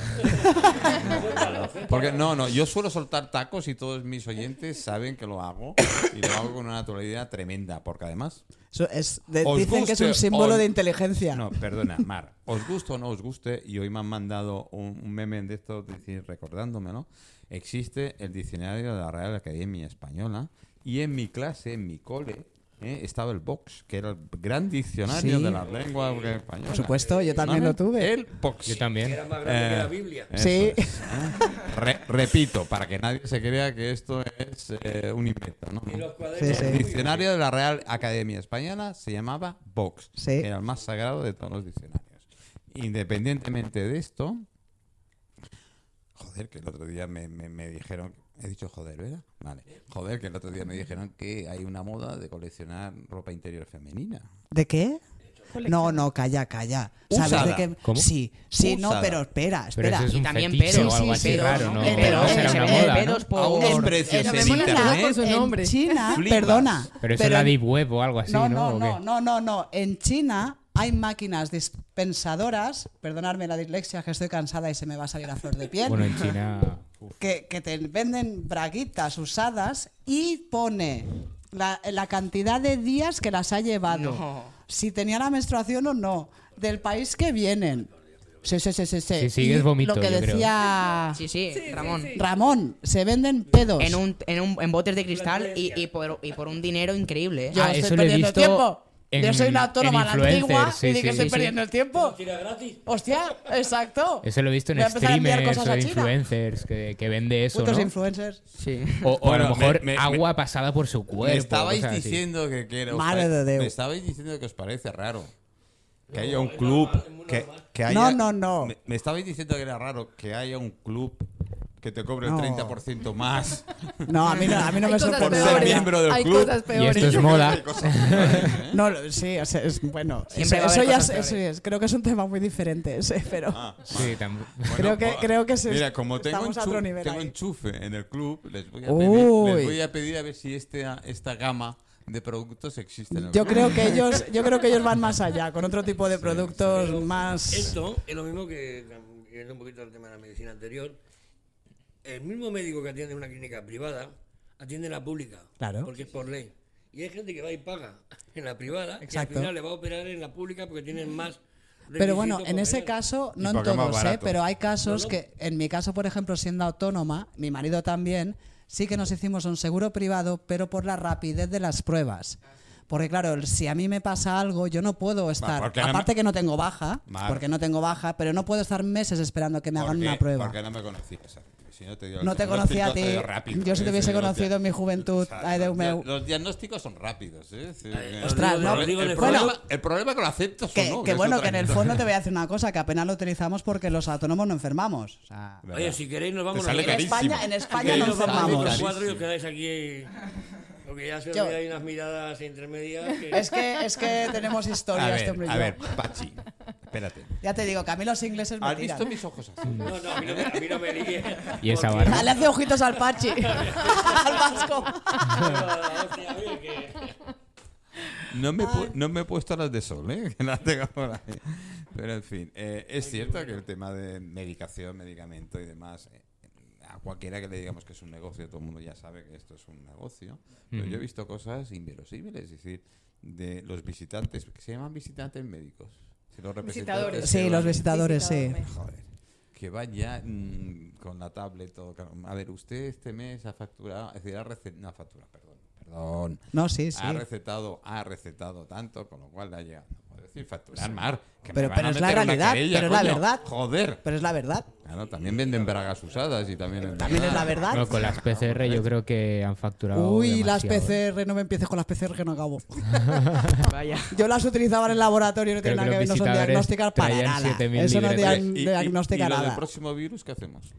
Speaker 1: Porque no, no, yo suelo soltar tacos y todos mis oyentes saben que lo hago y lo hago con una naturalidad tremenda, porque además,
Speaker 5: Eso es- de-
Speaker 1: Os
Speaker 5: dicen que es un
Speaker 1: guste
Speaker 5: símbolo
Speaker 1: o-
Speaker 5: de inteligencia.
Speaker 1: no, perdona, Mar, os guste o no os guste, y hoy me han mandado un, un meme de esto decir, recordándome, ¿no? Existe el diccionario de la Real Academia Española y en mi clase, en mi cole, ¿eh? estaba el Vox, que era el gran diccionario
Speaker 5: Sí.
Speaker 1: de las lenguas españolas.
Speaker 5: Por supuesto, yo también lo tuve.
Speaker 1: El Vox.
Speaker 3: Yo también.
Speaker 6: Era más grande que
Speaker 1: Eh,
Speaker 6: la Biblia.
Speaker 1: Eso
Speaker 5: Sí.
Speaker 1: es, ¿eh? Re- repito, para que nadie se crea que esto es eh, un invento. ¿no?
Speaker 6: Y los
Speaker 5: Sí,
Speaker 6: cuadernos.
Speaker 5: sí.
Speaker 1: El diccionario de la Real Academia Española se llamaba Vox,
Speaker 5: Sí.
Speaker 1: que era el más sagrado de todos los diccionarios. Independientemente de esto, joder, que el otro día me, me- me dijeron, he dicho joder, ¿verdad? Vale, joder, que el otro día me dijeron que hay una moda de coleccionar ropa interior femenina.
Speaker 5: ¿De qué? No, no, calla, calla. ¿Sabes
Speaker 1: Usada.
Speaker 5: de qué?
Speaker 3: ¿Cómo?
Speaker 5: Sí, sí, no,
Speaker 1: Usada.
Speaker 5: pero espera,
Speaker 3: Pero
Speaker 5: espera.
Speaker 3: eso es
Speaker 4: Y
Speaker 3: un
Speaker 4: también
Speaker 3: fetiche
Speaker 4: pedos,
Speaker 3: o algo
Speaker 5: sí,
Speaker 3: así
Speaker 5: pedos,
Speaker 3: raro, ¿no?
Speaker 5: pedos,
Speaker 3: Pero no será
Speaker 5: eh,
Speaker 3: una
Speaker 5: eh,
Speaker 3: moda, ¿no?
Speaker 4: pedos por-
Speaker 1: A unos
Speaker 5: En-
Speaker 1: precios
Speaker 5: en-
Speaker 1: en
Speaker 2: llamémosla la
Speaker 1: internet.
Speaker 2: por su nombre.
Speaker 5: En China,
Speaker 1: Flipas.
Speaker 5: perdona.
Speaker 3: Pero eso era
Speaker 5: en-
Speaker 3: Deep Web o algo así,
Speaker 5: no,
Speaker 3: ¿no?
Speaker 5: no,
Speaker 3: ¿O
Speaker 5: no,
Speaker 3: qué?
Speaker 5: no, no, no. En China hay máquinas dispensadoras, perdonadme la dislexia, que estoy cansada y se me va a salir a flor de piel,
Speaker 3: Bueno, en
Speaker 5: *laughs*
Speaker 3: China. uf,
Speaker 5: que, que te venden braguitas usadas y pone la, la cantidad de días que las ha llevado,
Speaker 4: No.
Speaker 5: si tenía la menstruación o no, del país que vienen. Sí, sí, sí, sí. sí.
Speaker 3: Si
Speaker 5: Y
Speaker 3: sigues, vomito,
Speaker 5: Lo que
Speaker 3: yo creo.
Speaker 5: decía
Speaker 4: Sí, sí, Ramón.
Speaker 5: Ramón, se venden pedos.
Speaker 4: En, un, en, un, en botes de cristal y, y, por, y por un dinero increíble. ¿eh?
Speaker 5: Yo
Speaker 3: Ah,
Speaker 5: estoy
Speaker 3: eso lo he
Speaker 5: perdiendo el
Speaker 3: visto
Speaker 5: tiempo.
Speaker 3: en-
Speaker 5: Yo soy una autónoma
Speaker 3: en
Speaker 5: a la antigua
Speaker 3: influencers, sí,
Speaker 5: y de que
Speaker 3: sí,
Speaker 5: estoy
Speaker 3: sí, sí.
Speaker 5: perdiendo el tiempo.
Speaker 6: Tira gratis.
Speaker 5: Hostia, exacto.
Speaker 3: Eso lo he visto en
Speaker 5: Voy a empezar a enviar
Speaker 3: streamers
Speaker 5: cosas
Speaker 3: o
Speaker 5: a China.
Speaker 3: influencers que, que vende eso,
Speaker 5: Putos
Speaker 3: ¿no?
Speaker 5: influencers.
Speaker 3: *laughs*
Speaker 4: Sí.
Speaker 3: O, o a
Speaker 1: Bueno,
Speaker 3: lo
Speaker 1: me-
Speaker 3: mejor
Speaker 1: me-
Speaker 3: agua pasada por su cuerpo.
Speaker 1: Me estabais
Speaker 3: cosas así.
Speaker 1: diciendo que, que era- os
Speaker 5: Madre
Speaker 1: pare-
Speaker 5: de Déu.
Speaker 1: Me estabais diciendo que os parece raro. Que haya un club que, que haya-
Speaker 5: No, no, no.
Speaker 1: Me, me estabais diciendo que era raro que haya un club que te cobre
Speaker 5: No.
Speaker 1: el 30%
Speaker 5: *laughs*
Speaker 1: más
Speaker 5: No, a mí no, a mí no
Speaker 2: Hay
Speaker 5: me
Speaker 2: cosas
Speaker 1: por
Speaker 5: sorprende.
Speaker 1: ser
Speaker 2: peores.
Speaker 1: miembro del
Speaker 2: Hay
Speaker 1: club.
Speaker 2: cosas
Speaker 3: Y
Speaker 2: peores.
Speaker 3: esto es moda.
Speaker 5: *laughs* No, lo- sí, o sea, es bueno.
Speaker 4: Siempre va a
Speaker 5: eso,
Speaker 4: haber
Speaker 5: eso ya
Speaker 4: cosas
Speaker 5: es- eso
Speaker 4: peores.
Speaker 5: es, creo que es un tema muy diferente ese, pero
Speaker 1: Ah, pues,
Speaker 3: Sí, tam-
Speaker 5: Creo que- creo que se-
Speaker 1: Mira, como tengo,
Speaker 5: estamos a otro
Speaker 1: enchu-
Speaker 5: nivel
Speaker 1: tengo
Speaker 5: ahí.
Speaker 1: enchufe en el club, les voy a
Speaker 5: Uy.
Speaker 1: pedir, les voy a, pedir a ver si este, esta gama de productos existe. en el
Speaker 5: yo
Speaker 1: club.
Speaker 5: creo que ellos, yo creo que ellos van más allá, con otro tipo de productos más
Speaker 6: Esto es lo mismo que, yendo un poquito al tema de la medicina anterior, el mismo médico que atiende una clínica privada atiende la pública.
Speaker 5: Claro.
Speaker 6: Porque es por ley. Y hay gente que va y paga *laughs* en la privada y al
Speaker 5: Exacto.
Speaker 6: final le va a operar en la pública porque tienen más.
Speaker 5: Pero bueno,
Speaker 6: requisitos
Speaker 5: en
Speaker 6: para
Speaker 5: ese
Speaker 6: operar.
Speaker 5: caso, no
Speaker 1: Y
Speaker 5: en
Speaker 1: porque es más
Speaker 5: todos, ¿eh?
Speaker 1: barato.
Speaker 5: pero hay casos
Speaker 6: No, no.
Speaker 5: que, en mi caso, por ejemplo, siendo autónoma, mi marido también, sí que nos hicimos un seguro privado, pero por la rapidez de las pruebas. Porque claro, el- si a mí me pasa algo, yo no puedo estar,
Speaker 1: porque no me-
Speaker 5: aparte que no tengo baja,
Speaker 1: Mar.
Speaker 5: porque no tengo baja, pero no puedo estar meses esperando que me hagan
Speaker 1: Porque-
Speaker 5: una prueba.
Speaker 1: Porque no me conocías. o sea, si no te, digo-
Speaker 5: No te
Speaker 1: los
Speaker 5: conocí a
Speaker 1: diagnósticos
Speaker 5: ti.
Speaker 1: son rápidos,
Speaker 5: Yo si te
Speaker 1: eh,
Speaker 5: hubiese
Speaker 1: los dia-
Speaker 5: conocido en mi juventud, ay, Déu
Speaker 1: los,
Speaker 5: meu.
Speaker 1: dia- los diagnósticos son rápidos. ¿eh? Sí, eh,
Speaker 5: Ostras,
Speaker 1: el,
Speaker 5: no.
Speaker 1: el
Speaker 6: Digo, de
Speaker 1: problema,
Speaker 5: bueno.
Speaker 1: el problema con aceptos
Speaker 5: Que,
Speaker 1: no.
Speaker 5: que
Speaker 1: es
Speaker 5: bueno,
Speaker 1: otra
Speaker 5: que en el
Speaker 1: cosa.
Speaker 5: fondo te voy a decir una cosa, que apenas lo utilizamos porque los autónomos no enfermamos. O sea,
Speaker 1: *laughs*
Speaker 6: Oye, si queréis nos vamos
Speaker 1: Te sale
Speaker 6: a
Speaker 5: en
Speaker 1: carísimo.
Speaker 5: España, en España
Speaker 1: Sí,
Speaker 5: no
Speaker 1: lo vamos a
Speaker 5: enfermamos.
Speaker 1: ver,
Speaker 6: los
Speaker 1: Clarísimo.
Speaker 6: cuatro y os quedáis aquí. Porque ya se os
Speaker 5: Yo-
Speaker 6: ve, hay unas miradas intermedias. Que...
Speaker 5: Es que, es que tenemos historia
Speaker 1: A
Speaker 5: este
Speaker 1: ver,
Speaker 5: hombre y
Speaker 1: a
Speaker 5: yo.
Speaker 1: ver, Pachi, espérate.
Speaker 5: Ya te digo, que a mí los ingleses me
Speaker 1: ¿Has
Speaker 5: tiran.
Speaker 1: visto mis ojos así?
Speaker 6: No, no, a mí no, me- a mí no me líes.
Speaker 3: Y esa
Speaker 6: porque-
Speaker 3: barba.
Speaker 6: *laughs*
Speaker 5: Ah, Le hace ojitos al
Speaker 3: *laughs*
Speaker 5: Pachi, al vasco.
Speaker 6: Hostia, oye, que-
Speaker 1: No me, he pu- no me he puesto las de sol, ¿eh? *laughs* que las tengo por ahí. Pero en fin, eh, es cierto que el tema de medicación, medicamento y demás, eh, a cualquiera que le digamos que es un negocio, todo el mundo ya sabe que esto es un negocio. Pero yo he visto cosas inverosímiles, es decir, de los visitantes, que se llaman visitantes médicos. Si los representantes
Speaker 2: Visitadores.
Speaker 1: que
Speaker 5: Sí, los
Speaker 1: van-
Speaker 5: visitadores, sí.
Speaker 2: Visitadores.
Speaker 1: Joder. Que vaya mm, con la tablet. todo claro. A ver, usted este mes ha facturado. Es decir, ha recetado. No, factura, perdón. Perdón.
Speaker 5: No, sí, sí.
Speaker 1: Ha recetado, ha recetado tanto, con lo cual le ha llegado. No puedo decir facturar, Mar. que me
Speaker 5: Pero-
Speaker 1: van a
Speaker 5: pero es la
Speaker 1: meter una
Speaker 5: realidad,
Speaker 1: querella,
Speaker 5: pero es la
Speaker 1: coño.
Speaker 5: verdad.
Speaker 1: Joder.
Speaker 5: Pero es la verdad,
Speaker 1: Claro, también venden bragas usadas y también.
Speaker 5: también es la verdad.
Speaker 3: Bueno, con las PCR yo creo que han facturado.
Speaker 5: Uy, las
Speaker 3: demasiado, ¿eh?
Speaker 5: PCR, no me empieces con las PCR que no acabo.
Speaker 4: Vaya.
Speaker 5: Yo las utilizaba en el laboratorio y no
Speaker 3: Creo
Speaker 5: tienen
Speaker 3: que
Speaker 5: nada que ver,
Speaker 3: los
Speaker 5: no son
Speaker 3: visitadores
Speaker 5: diagnósticas para
Speaker 3: traían
Speaker 5: nada.
Speaker 3: 7.000
Speaker 5: Eso no
Speaker 3: libretas.
Speaker 5: diag-
Speaker 1: Y- y-
Speaker 5: diagnostica
Speaker 1: y lo del
Speaker 5: nada.
Speaker 1: próximo virus, ¿qué hacemos?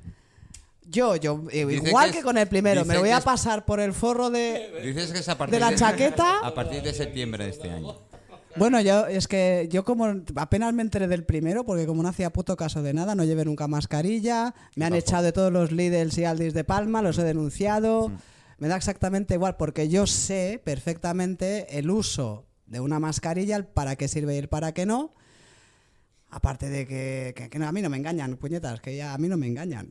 Speaker 5: Yo, yo, eh,
Speaker 1: Dicen
Speaker 5: igual
Speaker 1: que
Speaker 5: que
Speaker 1: es-
Speaker 5: con el primero, me
Speaker 1: dicen
Speaker 5: lo voy
Speaker 1: que
Speaker 5: a
Speaker 1: es-
Speaker 5: pasar por el forro de...
Speaker 1: Dices que es a partir
Speaker 5: la chaqueta?
Speaker 1: A partir de septiembre de este año.
Speaker 5: Bueno, yo, es que yo como apenas me enteré del primero, porque como no hacía puto caso de nada, no llevé nunca mascarilla, me han echado de todos los Lidls y Aldis de Palma, los he denunciado, me da exactamente igual, porque yo sé perfectamente el uso de una mascarilla, el para qué sirve y el para qué no, aparte de que, que- que no, a mí no me engañan, puñetas, que ya a mí no me engañan.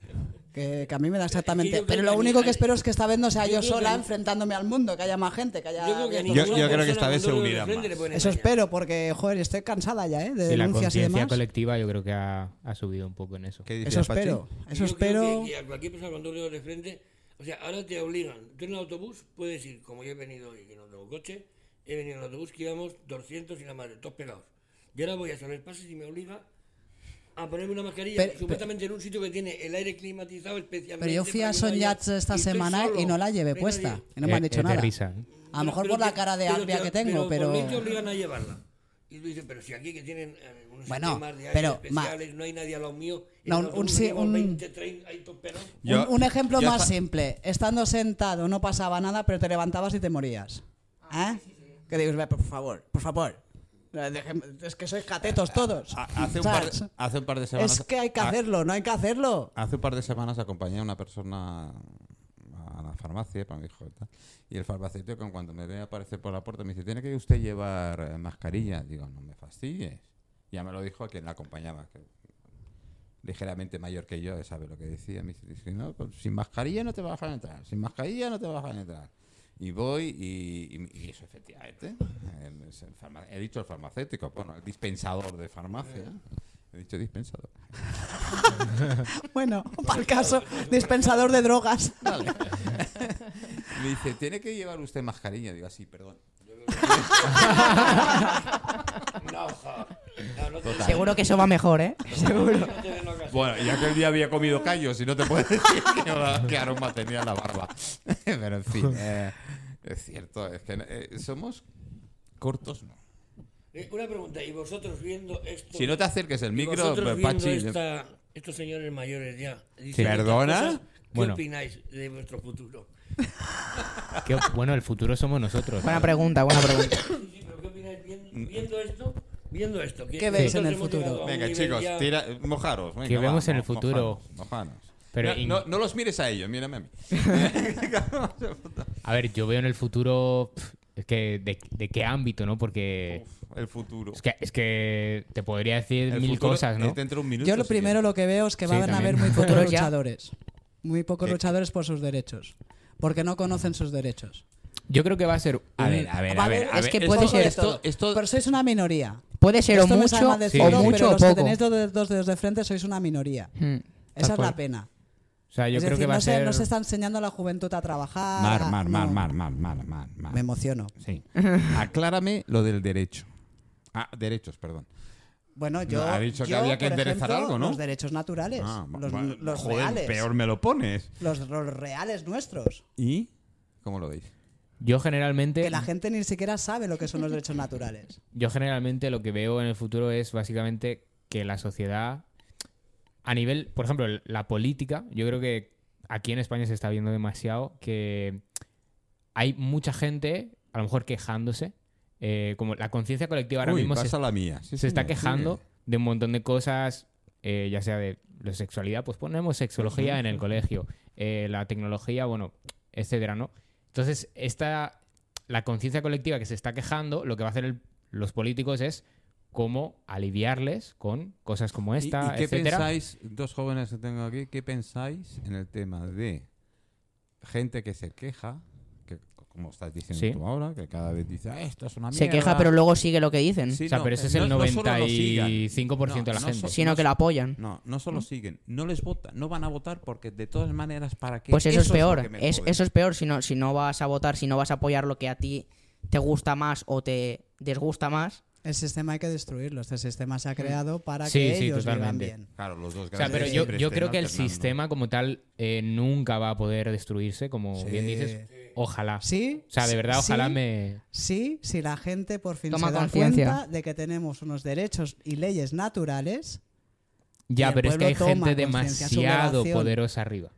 Speaker 5: Que, que a mí me da
Speaker 6: yo
Speaker 5: exactamente.
Speaker 6: creo
Speaker 5: Pero
Speaker 6: que a
Speaker 5: lo
Speaker 6: mí-
Speaker 5: único que espero es que esta vez no sea
Speaker 6: yo
Speaker 5: yo
Speaker 6: creo que
Speaker 5: sola
Speaker 6: a mí-
Speaker 5: enfrentándome al mundo, que haya más gente, que haya.
Speaker 6: Yo creo que a
Speaker 1: Yo-
Speaker 6: ninguna
Speaker 1: yo creo que esta
Speaker 6: persona
Speaker 1: vez se
Speaker 6: con dolor de
Speaker 1: unirán
Speaker 6: frente
Speaker 1: más.
Speaker 6: le ponen
Speaker 5: Eso
Speaker 6: maña.
Speaker 5: espero, porque, joder, estoy cansada ya, ¿eh? De
Speaker 3: Sí, la
Speaker 5: denuncias y
Speaker 3: conciencia
Speaker 5: demás.
Speaker 3: colectiva yo creo que ha, ha subido un poco en eso.
Speaker 1: ¿Qué
Speaker 5: Eso
Speaker 1: dices, Pachi?
Speaker 5: espero, eso
Speaker 6: Yo creo
Speaker 5: espero.
Speaker 6: que- que a cualquier persona con dos dedos de frente, o sea, ahora te obligan. Tú en el autobús puedes ir, como yo he venido hoy, que no tengo coche, he venido en el autobús que íbamos 200 y la madre, todos pegados. Y ahora voy a San Pases y me obliga a ponerme una mascarilla,
Speaker 5: Pero-
Speaker 6: supuestamente en un sitio que tiene el aire climatizado especialmente.
Speaker 5: Pero yo fui
Speaker 6: para
Speaker 5: a
Speaker 6: que no haya-
Speaker 5: Sonyats esta
Speaker 6: y estoy
Speaker 5: semana
Speaker 6: solo,
Speaker 5: y no la llevé
Speaker 6: no hay
Speaker 5: puesta.
Speaker 6: nadie.
Speaker 5: Y no me han
Speaker 3: Eh,
Speaker 5: dicho
Speaker 3: es de
Speaker 5: nada.
Speaker 3: risa, ¿eh?
Speaker 5: A lo mejor
Speaker 6: Pero
Speaker 5: por la
Speaker 6: que-
Speaker 5: cara de
Speaker 6: pero
Speaker 5: amplia
Speaker 6: te-
Speaker 5: que tengo,
Speaker 6: Pero por ley te
Speaker 5: pero.
Speaker 6: obligan a llevarla. Y tú dices, pero si aquí que tienen eh, unos
Speaker 5: Bueno,
Speaker 6: sistemas de aire
Speaker 5: pero, ma-
Speaker 6: especiales, no hay nadie a lo mío. en
Speaker 5: No,
Speaker 6: el
Speaker 5: un-
Speaker 6: autobús
Speaker 5: sí,
Speaker 6: llevan
Speaker 5: un-
Speaker 6: 20, 30, ahí todos pegados.
Speaker 5: Un,
Speaker 1: Yo-
Speaker 5: un ejemplo
Speaker 1: yo
Speaker 5: más
Speaker 1: hasta-
Speaker 5: simple. Estando sentado no pasaba nada, pero te levantabas y te morías.
Speaker 6: Ah,
Speaker 5: ¿Eh? Que dices, "Ve, por favor, por favor. Eh, dejem- Es que sois catetos todos.
Speaker 1: Ha- Hace un, par de,
Speaker 5: ¿Sabes?
Speaker 1: hace un par de semanas.
Speaker 5: Es que hay que
Speaker 1: ha-
Speaker 5: hacerlo, no hay que hacerlo. *laughs*
Speaker 1: Hace un par de semanas acompañé a una persona a la farmacia, para mi hijo y tal, y el farmacéutico en cuanto me ve aparecer por la puerta me dice, ¿tiene que usted llevar eh, mascarilla? Digo, no me fastidies. Ya me lo dijo a quien la acompañaba, que ligeramente mayor que yo, sabe lo que decía. Me dice, dice, no, pues sin mascarilla no te vas a dejar entrar, sin mascarilla no te vas a dejar entrar. Y voy y, y- y eso efectivamente. el- es el farma- he dicho el farmacéutico, bueno, el dispensador de farmacia. He dicho dispensador.
Speaker 5: Bueno, para el caso, dispensador de drogas.
Speaker 1: *laughs* Me dice, ¿tiene que llevar usted mascarilla? Digo, así, perdón.
Speaker 6: No, joder. No, no te-
Speaker 1: Total.
Speaker 4: Seguro que eso va mejor, ¿eh? Seguro.
Speaker 6: no te ves lo que haces.
Speaker 1: Bueno, ya que el día había comido callos y no te puedo decir *laughs* qué, hora- qué aroma tenía la barba. *laughs* Pero en fin, eh, es cierto, es que eh, somos cortos, ¿no?
Speaker 6: Eh, Una pregunta, y vosotros viendo esto.
Speaker 1: Si no te acerques el
Speaker 6: y
Speaker 1: micro, pues,
Speaker 6: vosotros viendo
Speaker 1: Pachi,
Speaker 6: esta- estos señores mayores ya. diciendo
Speaker 1: Sí. ¿Perdona?
Speaker 6: estas cosas, ¿Qué
Speaker 3: Bueno.
Speaker 6: opináis de vuestro futuro?
Speaker 3: Qué- bueno, el futuro somos nosotros.
Speaker 4: Buena pregunta, buena pregunta.
Speaker 6: Sí, sí, pero ¿qué opináis viendo, viendo esto? Viendo esto. que
Speaker 5: ¿Qué veis en
Speaker 6: nosotros
Speaker 5: el
Speaker 6: hemos
Speaker 5: futuro?
Speaker 6: llegado a un
Speaker 1: Venga,
Speaker 6: nivel
Speaker 1: chicos,
Speaker 6: ya-
Speaker 1: tira, mojaros. venga,
Speaker 3: Que
Speaker 1: va,
Speaker 3: vemos en
Speaker 1: mo-
Speaker 3: el futuro.
Speaker 1: mojanos, mojanos.
Speaker 3: Pero
Speaker 1: no,
Speaker 3: in-
Speaker 1: no- no los mires a ellos, mírame a mí.
Speaker 3: A ver, yo veo en el futuro. pf, es que, de, de qué ámbito, no? Porque.
Speaker 1: El futuro.
Speaker 3: Es que, es que te podría decir
Speaker 1: El
Speaker 3: mil
Speaker 1: futuro
Speaker 3: cosas, ¿no?
Speaker 1: es dentro de un minuto,
Speaker 5: Yo lo
Speaker 1: si
Speaker 5: primero lo que veo es que
Speaker 3: Sí,
Speaker 5: van a
Speaker 3: también.
Speaker 5: haber
Speaker 1: *laughs*
Speaker 5: muy pocos
Speaker 4: Futuros ya.
Speaker 5: luchadores. Muy pocos
Speaker 1: Sí.
Speaker 5: luchadores por sus derechos. Porque no conocen sus derechos.
Speaker 3: Yo creo que va a ser.
Speaker 1: quieres. A
Speaker 3: un-
Speaker 1: ver, a ver,
Speaker 5: Va a
Speaker 1: a ver.
Speaker 5: haber-
Speaker 1: a
Speaker 4: es
Speaker 1: ver,
Speaker 4: que
Speaker 1: esto-
Speaker 4: puede ser
Speaker 1: esto. esto
Speaker 5: Pero sois una minoría.
Speaker 4: Puede ser o
Speaker 5: Esto me sabe
Speaker 4: mucho,
Speaker 5: mal
Speaker 3: Sí.
Speaker 5: decirlo,
Speaker 4: o mucho
Speaker 5: pero
Speaker 4: o
Speaker 5: los que
Speaker 4: poco.
Speaker 5: tenéis dos, de- dos dedos de frente sois una minoría.
Speaker 4: Hmm.
Speaker 5: Esa es
Speaker 3: cual.
Speaker 5: la pena.
Speaker 3: O sea, yo
Speaker 5: es
Speaker 3: creo
Speaker 5: decir,
Speaker 3: que va
Speaker 5: no,
Speaker 3: a ser.
Speaker 5: se, no se está enseñando a la juventud a trabajar.
Speaker 1: Mar,
Speaker 5: a-
Speaker 1: mar,
Speaker 5: no.
Speaker 1: mar, mar, mar, mar, mar, mar.
Speaker 5: Me emociono.
Speaker 1: Sí. Aclárame lo del derecho. Ah, derechos, perdón.
Speaker 5: Bueno, yo.
Speaker 1: No, ha dicho que
Speaker 5: yo,
Speaker 1: había que
Speaker 5: por
Speaker 1: enderezar
Speaker 5: ejemplo,
Speaker 1: algo, ¿no?
Speaker 5: Los derechos naturales.
Speaker 1: Ah, va-
Speaker 5: los
Speaker 1: va-
Speaker 5: los
Speaker 1: joder,
Speaker 5: reales.
Speaker 1: peor me lo pones.
Speaker 5: Los, los reales nuestros.
Speaker 1: ¿Y cómo lo veis?
Speaker 3: Yo generalmente.
Speaker 5: Que la gente ni siquiera sabe lo que son los derechos naturales.
Speaker 3: Yo generalmente lo que veo en el futuro es básicamente que la sociedad, a nivel, por ejemplo, el- la política, yo creo que aquí en España se está viendo demasiado que hay mucha gente, a lo mejor quejándose, eh, como la conciencia colectiva ahora
Speaker 1: Uy,
Speaker 3: mismo se,
Speaker 1: pasa la mía. Mm, Sí,
Speaker 3: se está
Speaker 1: señor,
Speaker 3: quejando
Speaker 1: sigue.
Speaker 3: de un montón de cosas, eh, ya sea de la sexualidad, pues ponemos sexología en el colegio, eh, la tecnología, bueno, etcétera, ¿no? Entonces, esta, la conciencia colectiva que se está quejando, lo que va a hacer el- los políticos es cómo aliviarles con cosas como
Speaker 1: ¿Y-
Speaker 3: esta,
Speaker 1: ¿Y, qué
Speaker 3: etcétera.
Speaker 1: pensáis, dos jóvenes que tengo aquí, qué pensáis en el tema de gente que se queja, que como estás diciendo
Speaker 3: Sí.
Speaker 1: tú ahora, que cada vez dice, "Ah, esto es una mierda.
Speaker 4: Se queja, pero luego sigue lo que dicen,
Speaker 1: Sí,
Speaker 3: o sea,
Speaker 1: no,
Speaker 3: pero ese es
Speaker 1: no-
Speaker 3: el
Speaker 1: no solo lo sigan.
Speaker 3: 95% de la
Speaker 1: No, no
Speaker 3: gente.
Speaker 1: so-
Speaker 4: sino que lo apoyan.
Speaker 1: No, no solo siguen, no les votan, no van a votar porque de todas maneras para qué.
Speaker 4: Pues eso, es
Speaker 1: lo
Speaker 4: peor.
Speaker 1: que me
Speaker 4: Es,
Speaker 1: jode.
Speaker 4: eso es peor si no, si no vas a votar, si no vas a apoyar lo que a ti te gusta más o te desgusta más.
Speaker 5: El sistema hay que destruirlo. Este sistema se ha creado para
Speaker 3: Sí,
Speaker 5: que
Speaker 3: sí,
Speaker 5: ellos vivan
Speaker 3: totalmente.
Speaker 5: bien.
Speaker 1: Claro, los dos
Speaker 3: O sea,
Speaker 1: grandes
Speaker 3: pero yo,
Speaker 1: siempre
Speaker 3: yo
Speaker 1: estén
Speaker 3: creo que el
Speaker 1: alternando.
Speaker 3: sistema como tal eh, nunca va a poder destruirse, como
Speaker 5: Sí.
Speaker 3: bien dices. Ojalá.
Speaker 5: Sí.
Speaker 3: O sea, de
Speaker 5: sí,
Speaker 3: verdad, ojalá
Speaker 5: sí,
Speaker 3: me...
Speaker 5: Sí, si la gente por fin
Speaker 4: Toma
Speaker 5: se da
Speaker 4: conciencia.
Speaker 5: cuenta de que tenemos unos derechos y leyes naturales, Y
Speaker 3: Ya,
Speaker 5: el
Speaker 3: pero es que
Speaker 5: pueblo
Speaker 3: hay
Speaker 5: toma
Speaker 3: gente
Speaker 5: conciencia, su
Speaker 3: demasiado
Speaker 5: liberación.
Speaker 3: poderosa arriba.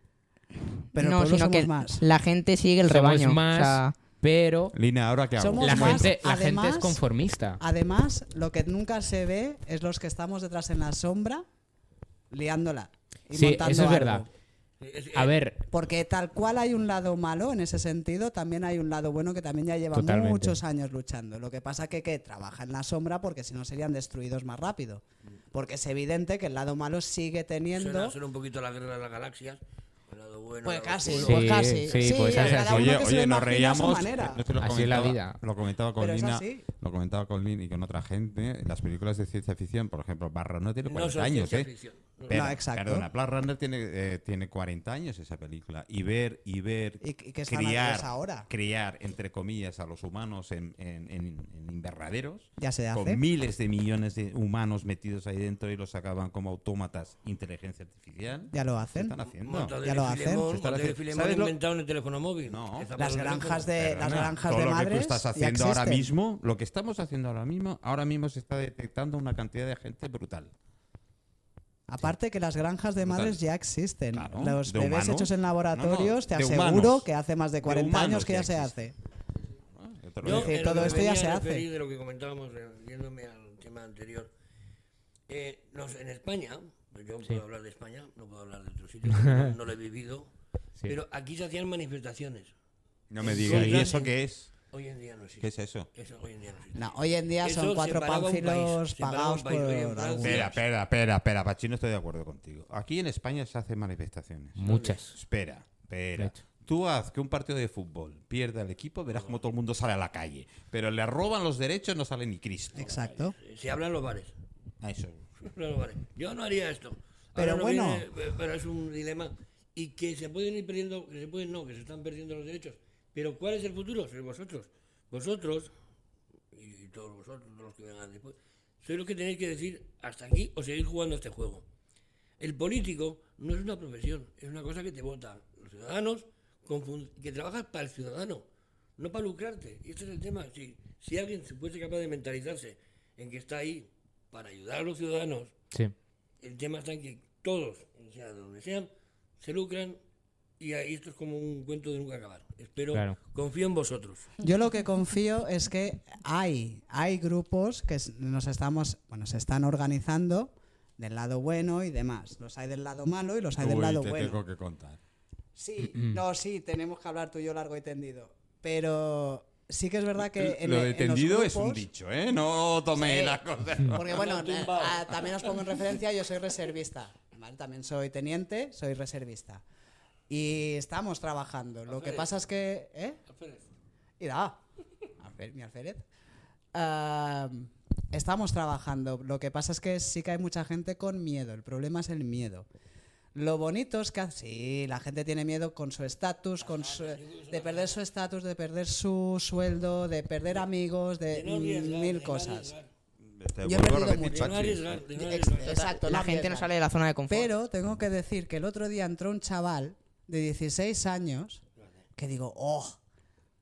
Speaker 5: pero
Speaker 4: no,
Speaker 5: el pueblo
Speaker 4: sino
Speaker 5: somos
Speaker 4: que
Speaker 5: más.
Speaker 4: la gente sigue el
Speaker 3: Somos
Speaker 4: rebaño. o
Speaker 3: más,
Speaker 4: sea,
Speaker 3: Pero
Speaker 1: Lina, ¿ahora qué hago?
Speaker 5: Somos
Speaker 3: la,
Speaker 5: más,
Speaker 3: gente, la gente es
Speaker 5: además- ah,
Speaker 3: conformista.
Speaker 5: Además, lo que nunca se ve es los que estamos detrás en la sombra liándola. Y
Speaker 3: Sí,
Speaker 5: montando
Speaker 3: eso es
Speaker 5: algo.
Speaker 3: verdad.
Speaker 6: Es-
Speaker 3: A ver,
Speaker 5: Porque tal cual hay un lado malo en ese sentido, también hay un lado bueno que también ya lleva
Speaker 3: Totalmente.
Speaker 5: muchos años luchando. Lo que pasa que, que trabaja en la sombra porque si no serían destruidos más rápido. Porque es evidente que el lado malo sigue
Speaker 6: Suena,
Speaker 5: teniendo...
Speaker 6: suena un poquito a la guerra de las galaxias. el lado bueno,
Speaker 5: Pues
Speaker 6: el lado
Speaker 5: casi,
Speaker 6: oscuro.
Speaker 5: pues casi.
Speaker 3: sí, pues
Speaker 5: cada
Speaker 3: es así.
Speaker 5: uno
Speaker 1: Oye,
Speaker 5: que se
Speaker 1: oye,
Speaker 5: lo
Speaker 1: nos
Speaker 5: imagina a su
Speaker 1: reíamos.
Speaker 5: manera.
Speaker 1: Yo se lo
Speaker 3: Así es la
Speaker 1: comentaba-
Speaker 3: vida.
Speaker 1: Lo comentaba con
Speaker 5: Pero es
Speaker 1: Lina.
Speaker 5: así.
Speaker 1: Lo comentaba con Lina y con otra gente. Las películas de ciencia ficción, por ejemplo, Blade Runner tiene
Speaker 6: No
Speaker 1: 40
Speaker 6: son
Speaker 1: años,
Speaker 6: ciencia
Speaker 1: ¿eh?
Speaker 6: ficción. No.
Speaker 1: Pero,
Speaker 5: No, exacto.
Speaker 1: Perdona, Blade Runner tiene, eh, tiene 40 años esa película. Y ver, y ver,
Speaker 5: Y, y que están
Speaker 1: criar,
Speaker 5: atrás ahora.
Speaker 1: criar, entre comillas, a los humanos en, en- en- en invernaderos.
Speaker 5: Ya se hace.
Speaker 1: Con miles de millones de humanos metidos ahí dentro y los sacaban como autómatas inteligencia artificial.
Speaker 5: Ya lo
Speaker 1: ¿Qué
Speaker 5: hacen.
Speaker 1: están haciendo?
Speaker 6: Mortadelo
Speaker 5: Ya lo
Speaker 6: y
Speaker 5: hacen.
Speaker 6: Filemón,
Speaker 1: Se están
Speaker 6: Mortadelo y
Speaker 1: haciendo-
Speaker 6: Filemón
Speaker 1: ¿Sabes lo-
Speaker 6: inventado en el teléfono móvil.
Speaker 1: No.
Speaker 6: Está por
Speaker 5: Las
Speaker 6: el teléfono.
Speaker 5: granjas de, Eh, las
Speaker 1: Perdona,
Speaker 5: granjas
Speaker 1: todo
Speaker 5: de
Speaker 1: lo que
Speaker 5: madres
Speaker 1: tú estás
Speaker 5: ya
Speaker 1: haciendo ahora
Speaker 5: existen.
Speaker 1: mismo, lo que estamos haciendo ahora mismo, ahora mismo se está detectando una cantidad de gente brutal.
Speaker 5: Aparte que las granjas de
Speaker 1: Brutal.
Speaker 5: madres ya existen.
Speaker 1: Claro,
Speaker 5: Los
Speaker 1: de
Speaker 5: bebés
Speaker 1: humanos.
Speaker 5: hechos en
Speaker 1: No, no,
Speaker 5: laboratorios, te
Speaker 1: de
Speaker 5: aseguro
Speaker 1: humanos.
Speaker 5: que hace más de
Speaker 1: De
Speaker 5: 40 años
Speaker 1: humanos
Speaker 5: que ya
Speaker 1: ya
Speaker 5: se
Speaker 1: existen.
Speaker 5: hace.
Speaker 1: Ah, yo te lo
Speaker 6: Yo,
Speaker 1: digo.
Speaker 5: Sí,
Speaker 6: en
Speaker 5: todo
Speaker 6: lo que
Speaker 5: esto ya
Speaker 6: venía
Speaker 5: se
Speaker 6: a
Speaker 5: hace.
Speaker 6: referir De lo que comentábamos, eh, yéndome al tema anterior. Eh, no sé, en España, pues yo puedo hablar de España, no puedo hablar de otros sitios, no, no lo he vivido,
Speaker 3: Sí.
Speaker 6: pero aquí se hacían manifestaciones.
Speaker 1: No me digas, ¿y
Speaker 6: Sí.
Speaker 1: eso qué es?
Speaker 6: Hoy en día no existe.
Speaker 1: ¿Qué es eso?
Speaker 6: Eso hoy en día no existe.
Speaker 5: No, hoy en día
Speaker 6: Eso
Speaker 5: son cuatro
Speaker 6: separaba un país,
Speaker 5: pancilos
Speaker 6: separaba
Speaker 5: pagados
Speaker 6: un país.
Speaker 5: por
Speaker 6: Hoy en Francia-
Speaker 5: algún-
Speaker 1: Espera, espera, espera, espera, Pachi, no estoy de acuerdo contigo. Aquí en España se hacen manifestaciones.
Speaker 3: muchas.
Speaker 1: Espera, espera.
Speaker 3: Hecho.
Speaker 1: Tú haz que un partido de fútbol pierda el equipo, verás como todo el mundo sale a la calle. Pero le roban los derechos, no sale ni Cristo.
Speaker 5: Exacto.
Speaker 6: Se hablan los bares.
Speaker 1: Ah, eso.
Speaker 6: Sí, *laughs* No, no, vale. Yo no haría esto.
Speaker 5: Pero
Speaker 6: Ahora no
Speaker 5: bueno.
Speaker 6: viene- eh, pero es un dilema. Y que se pueden ir perdiendo, que se pueden no, que se están perdiendo los derechos. Pero ¿cuál es el futuro? Sois vosotros. Vosotros, y todos vosotros, todos los que vengan después, sois los que tenéis que decir hasta aquí o seguir jugando este juego. El político no es una profesión, es una cosa que te vota los ciudadanos, con fun- que trabajas para el ciudadano, no para lucrarte. Y este es el tema. Si, si alguien se fuese capaz de mentalizarse en que está ahí para ayudar a los ciudadanos,
Speaker 3: Sí.
Speaker 6: el tema está en que todos, sea de donde sean, se lucran y ahí esto es como un cuento de nunca acabar. Espero,
Speaker 3: Claro.
Speaker 6: confío en vosotros.
Speaker 5: Yo lo que confío es que hay, hay grupos que s- nos estamos, bueno, se están organizando del lado bueno y demás. Los hay del lado malo y los hay del
Speaker 1: Uy,
Speaker 5: lado
Speaker 1: te
Speaker 5: bueno.
Speaker 1: tengo que contar.
Speaker 5: Sí,
Speaker 1: mm,
Speaker 5: no, sí, tenemos que hablar tú y yo largo y tendido. Pero sí que es verdad que en, e-,
Speaker 1: Lo
Speaker 5: en
Speaker 1: de
Speaker 5: los
Speaker 1: tendido es un
Speaker 5: grupos-
Speaker 1: dicho, ¿eh? No tomé
Speaker 5: Sí.
Speaker 1: la cosa.
Speaker 5: Porque bueno, ah, también os pongo en referencia, yo soy reservista, ¿vale? También soy teniente, soy reservista. Y estamos trabajando. Lo que pasa es que... ¿eh? Irá. Alfer- mi alférez. Am, estamos trabajando. Lo que pasa es que sí que hay mucha gente con miedo. El problema es el miedo. Lo bonito es que ha- sí, la gente tiene miedo con su estatus, con su- de perder su estatus, de perder su sueldo, de perder amigos, de
Speaker 6: De no
Speaker 5: mm,
Speaker 6: arriesgar,
Speaker 5: mil
Speaker 6: de no
Speaker 5: cosas.
Speaker 6: arriesgar,
Speaker 1: Te
Speaker 5: Yo he
Speaker 1: vuelvo a
Speaker 5: perdido
Speaker 1: repetir,
Speaker 5: mucho.
Speaker 6: De no
Speaker 1: Pachi.
Speaker 6: arriesgar, de no
Speaker 5: Ex-
Speaker 6: arriesgar.
Speaker 5: exacto,
Speaker 4: la
Speaker 5: no
Speaker 4: gente no
Speaker 5: arriesgar.
Speaker 4: sale de la zona de confort.
Speaker 5: Pero tengo que decir que el otro día entró un chaval de 16 años que digo, ¡oh!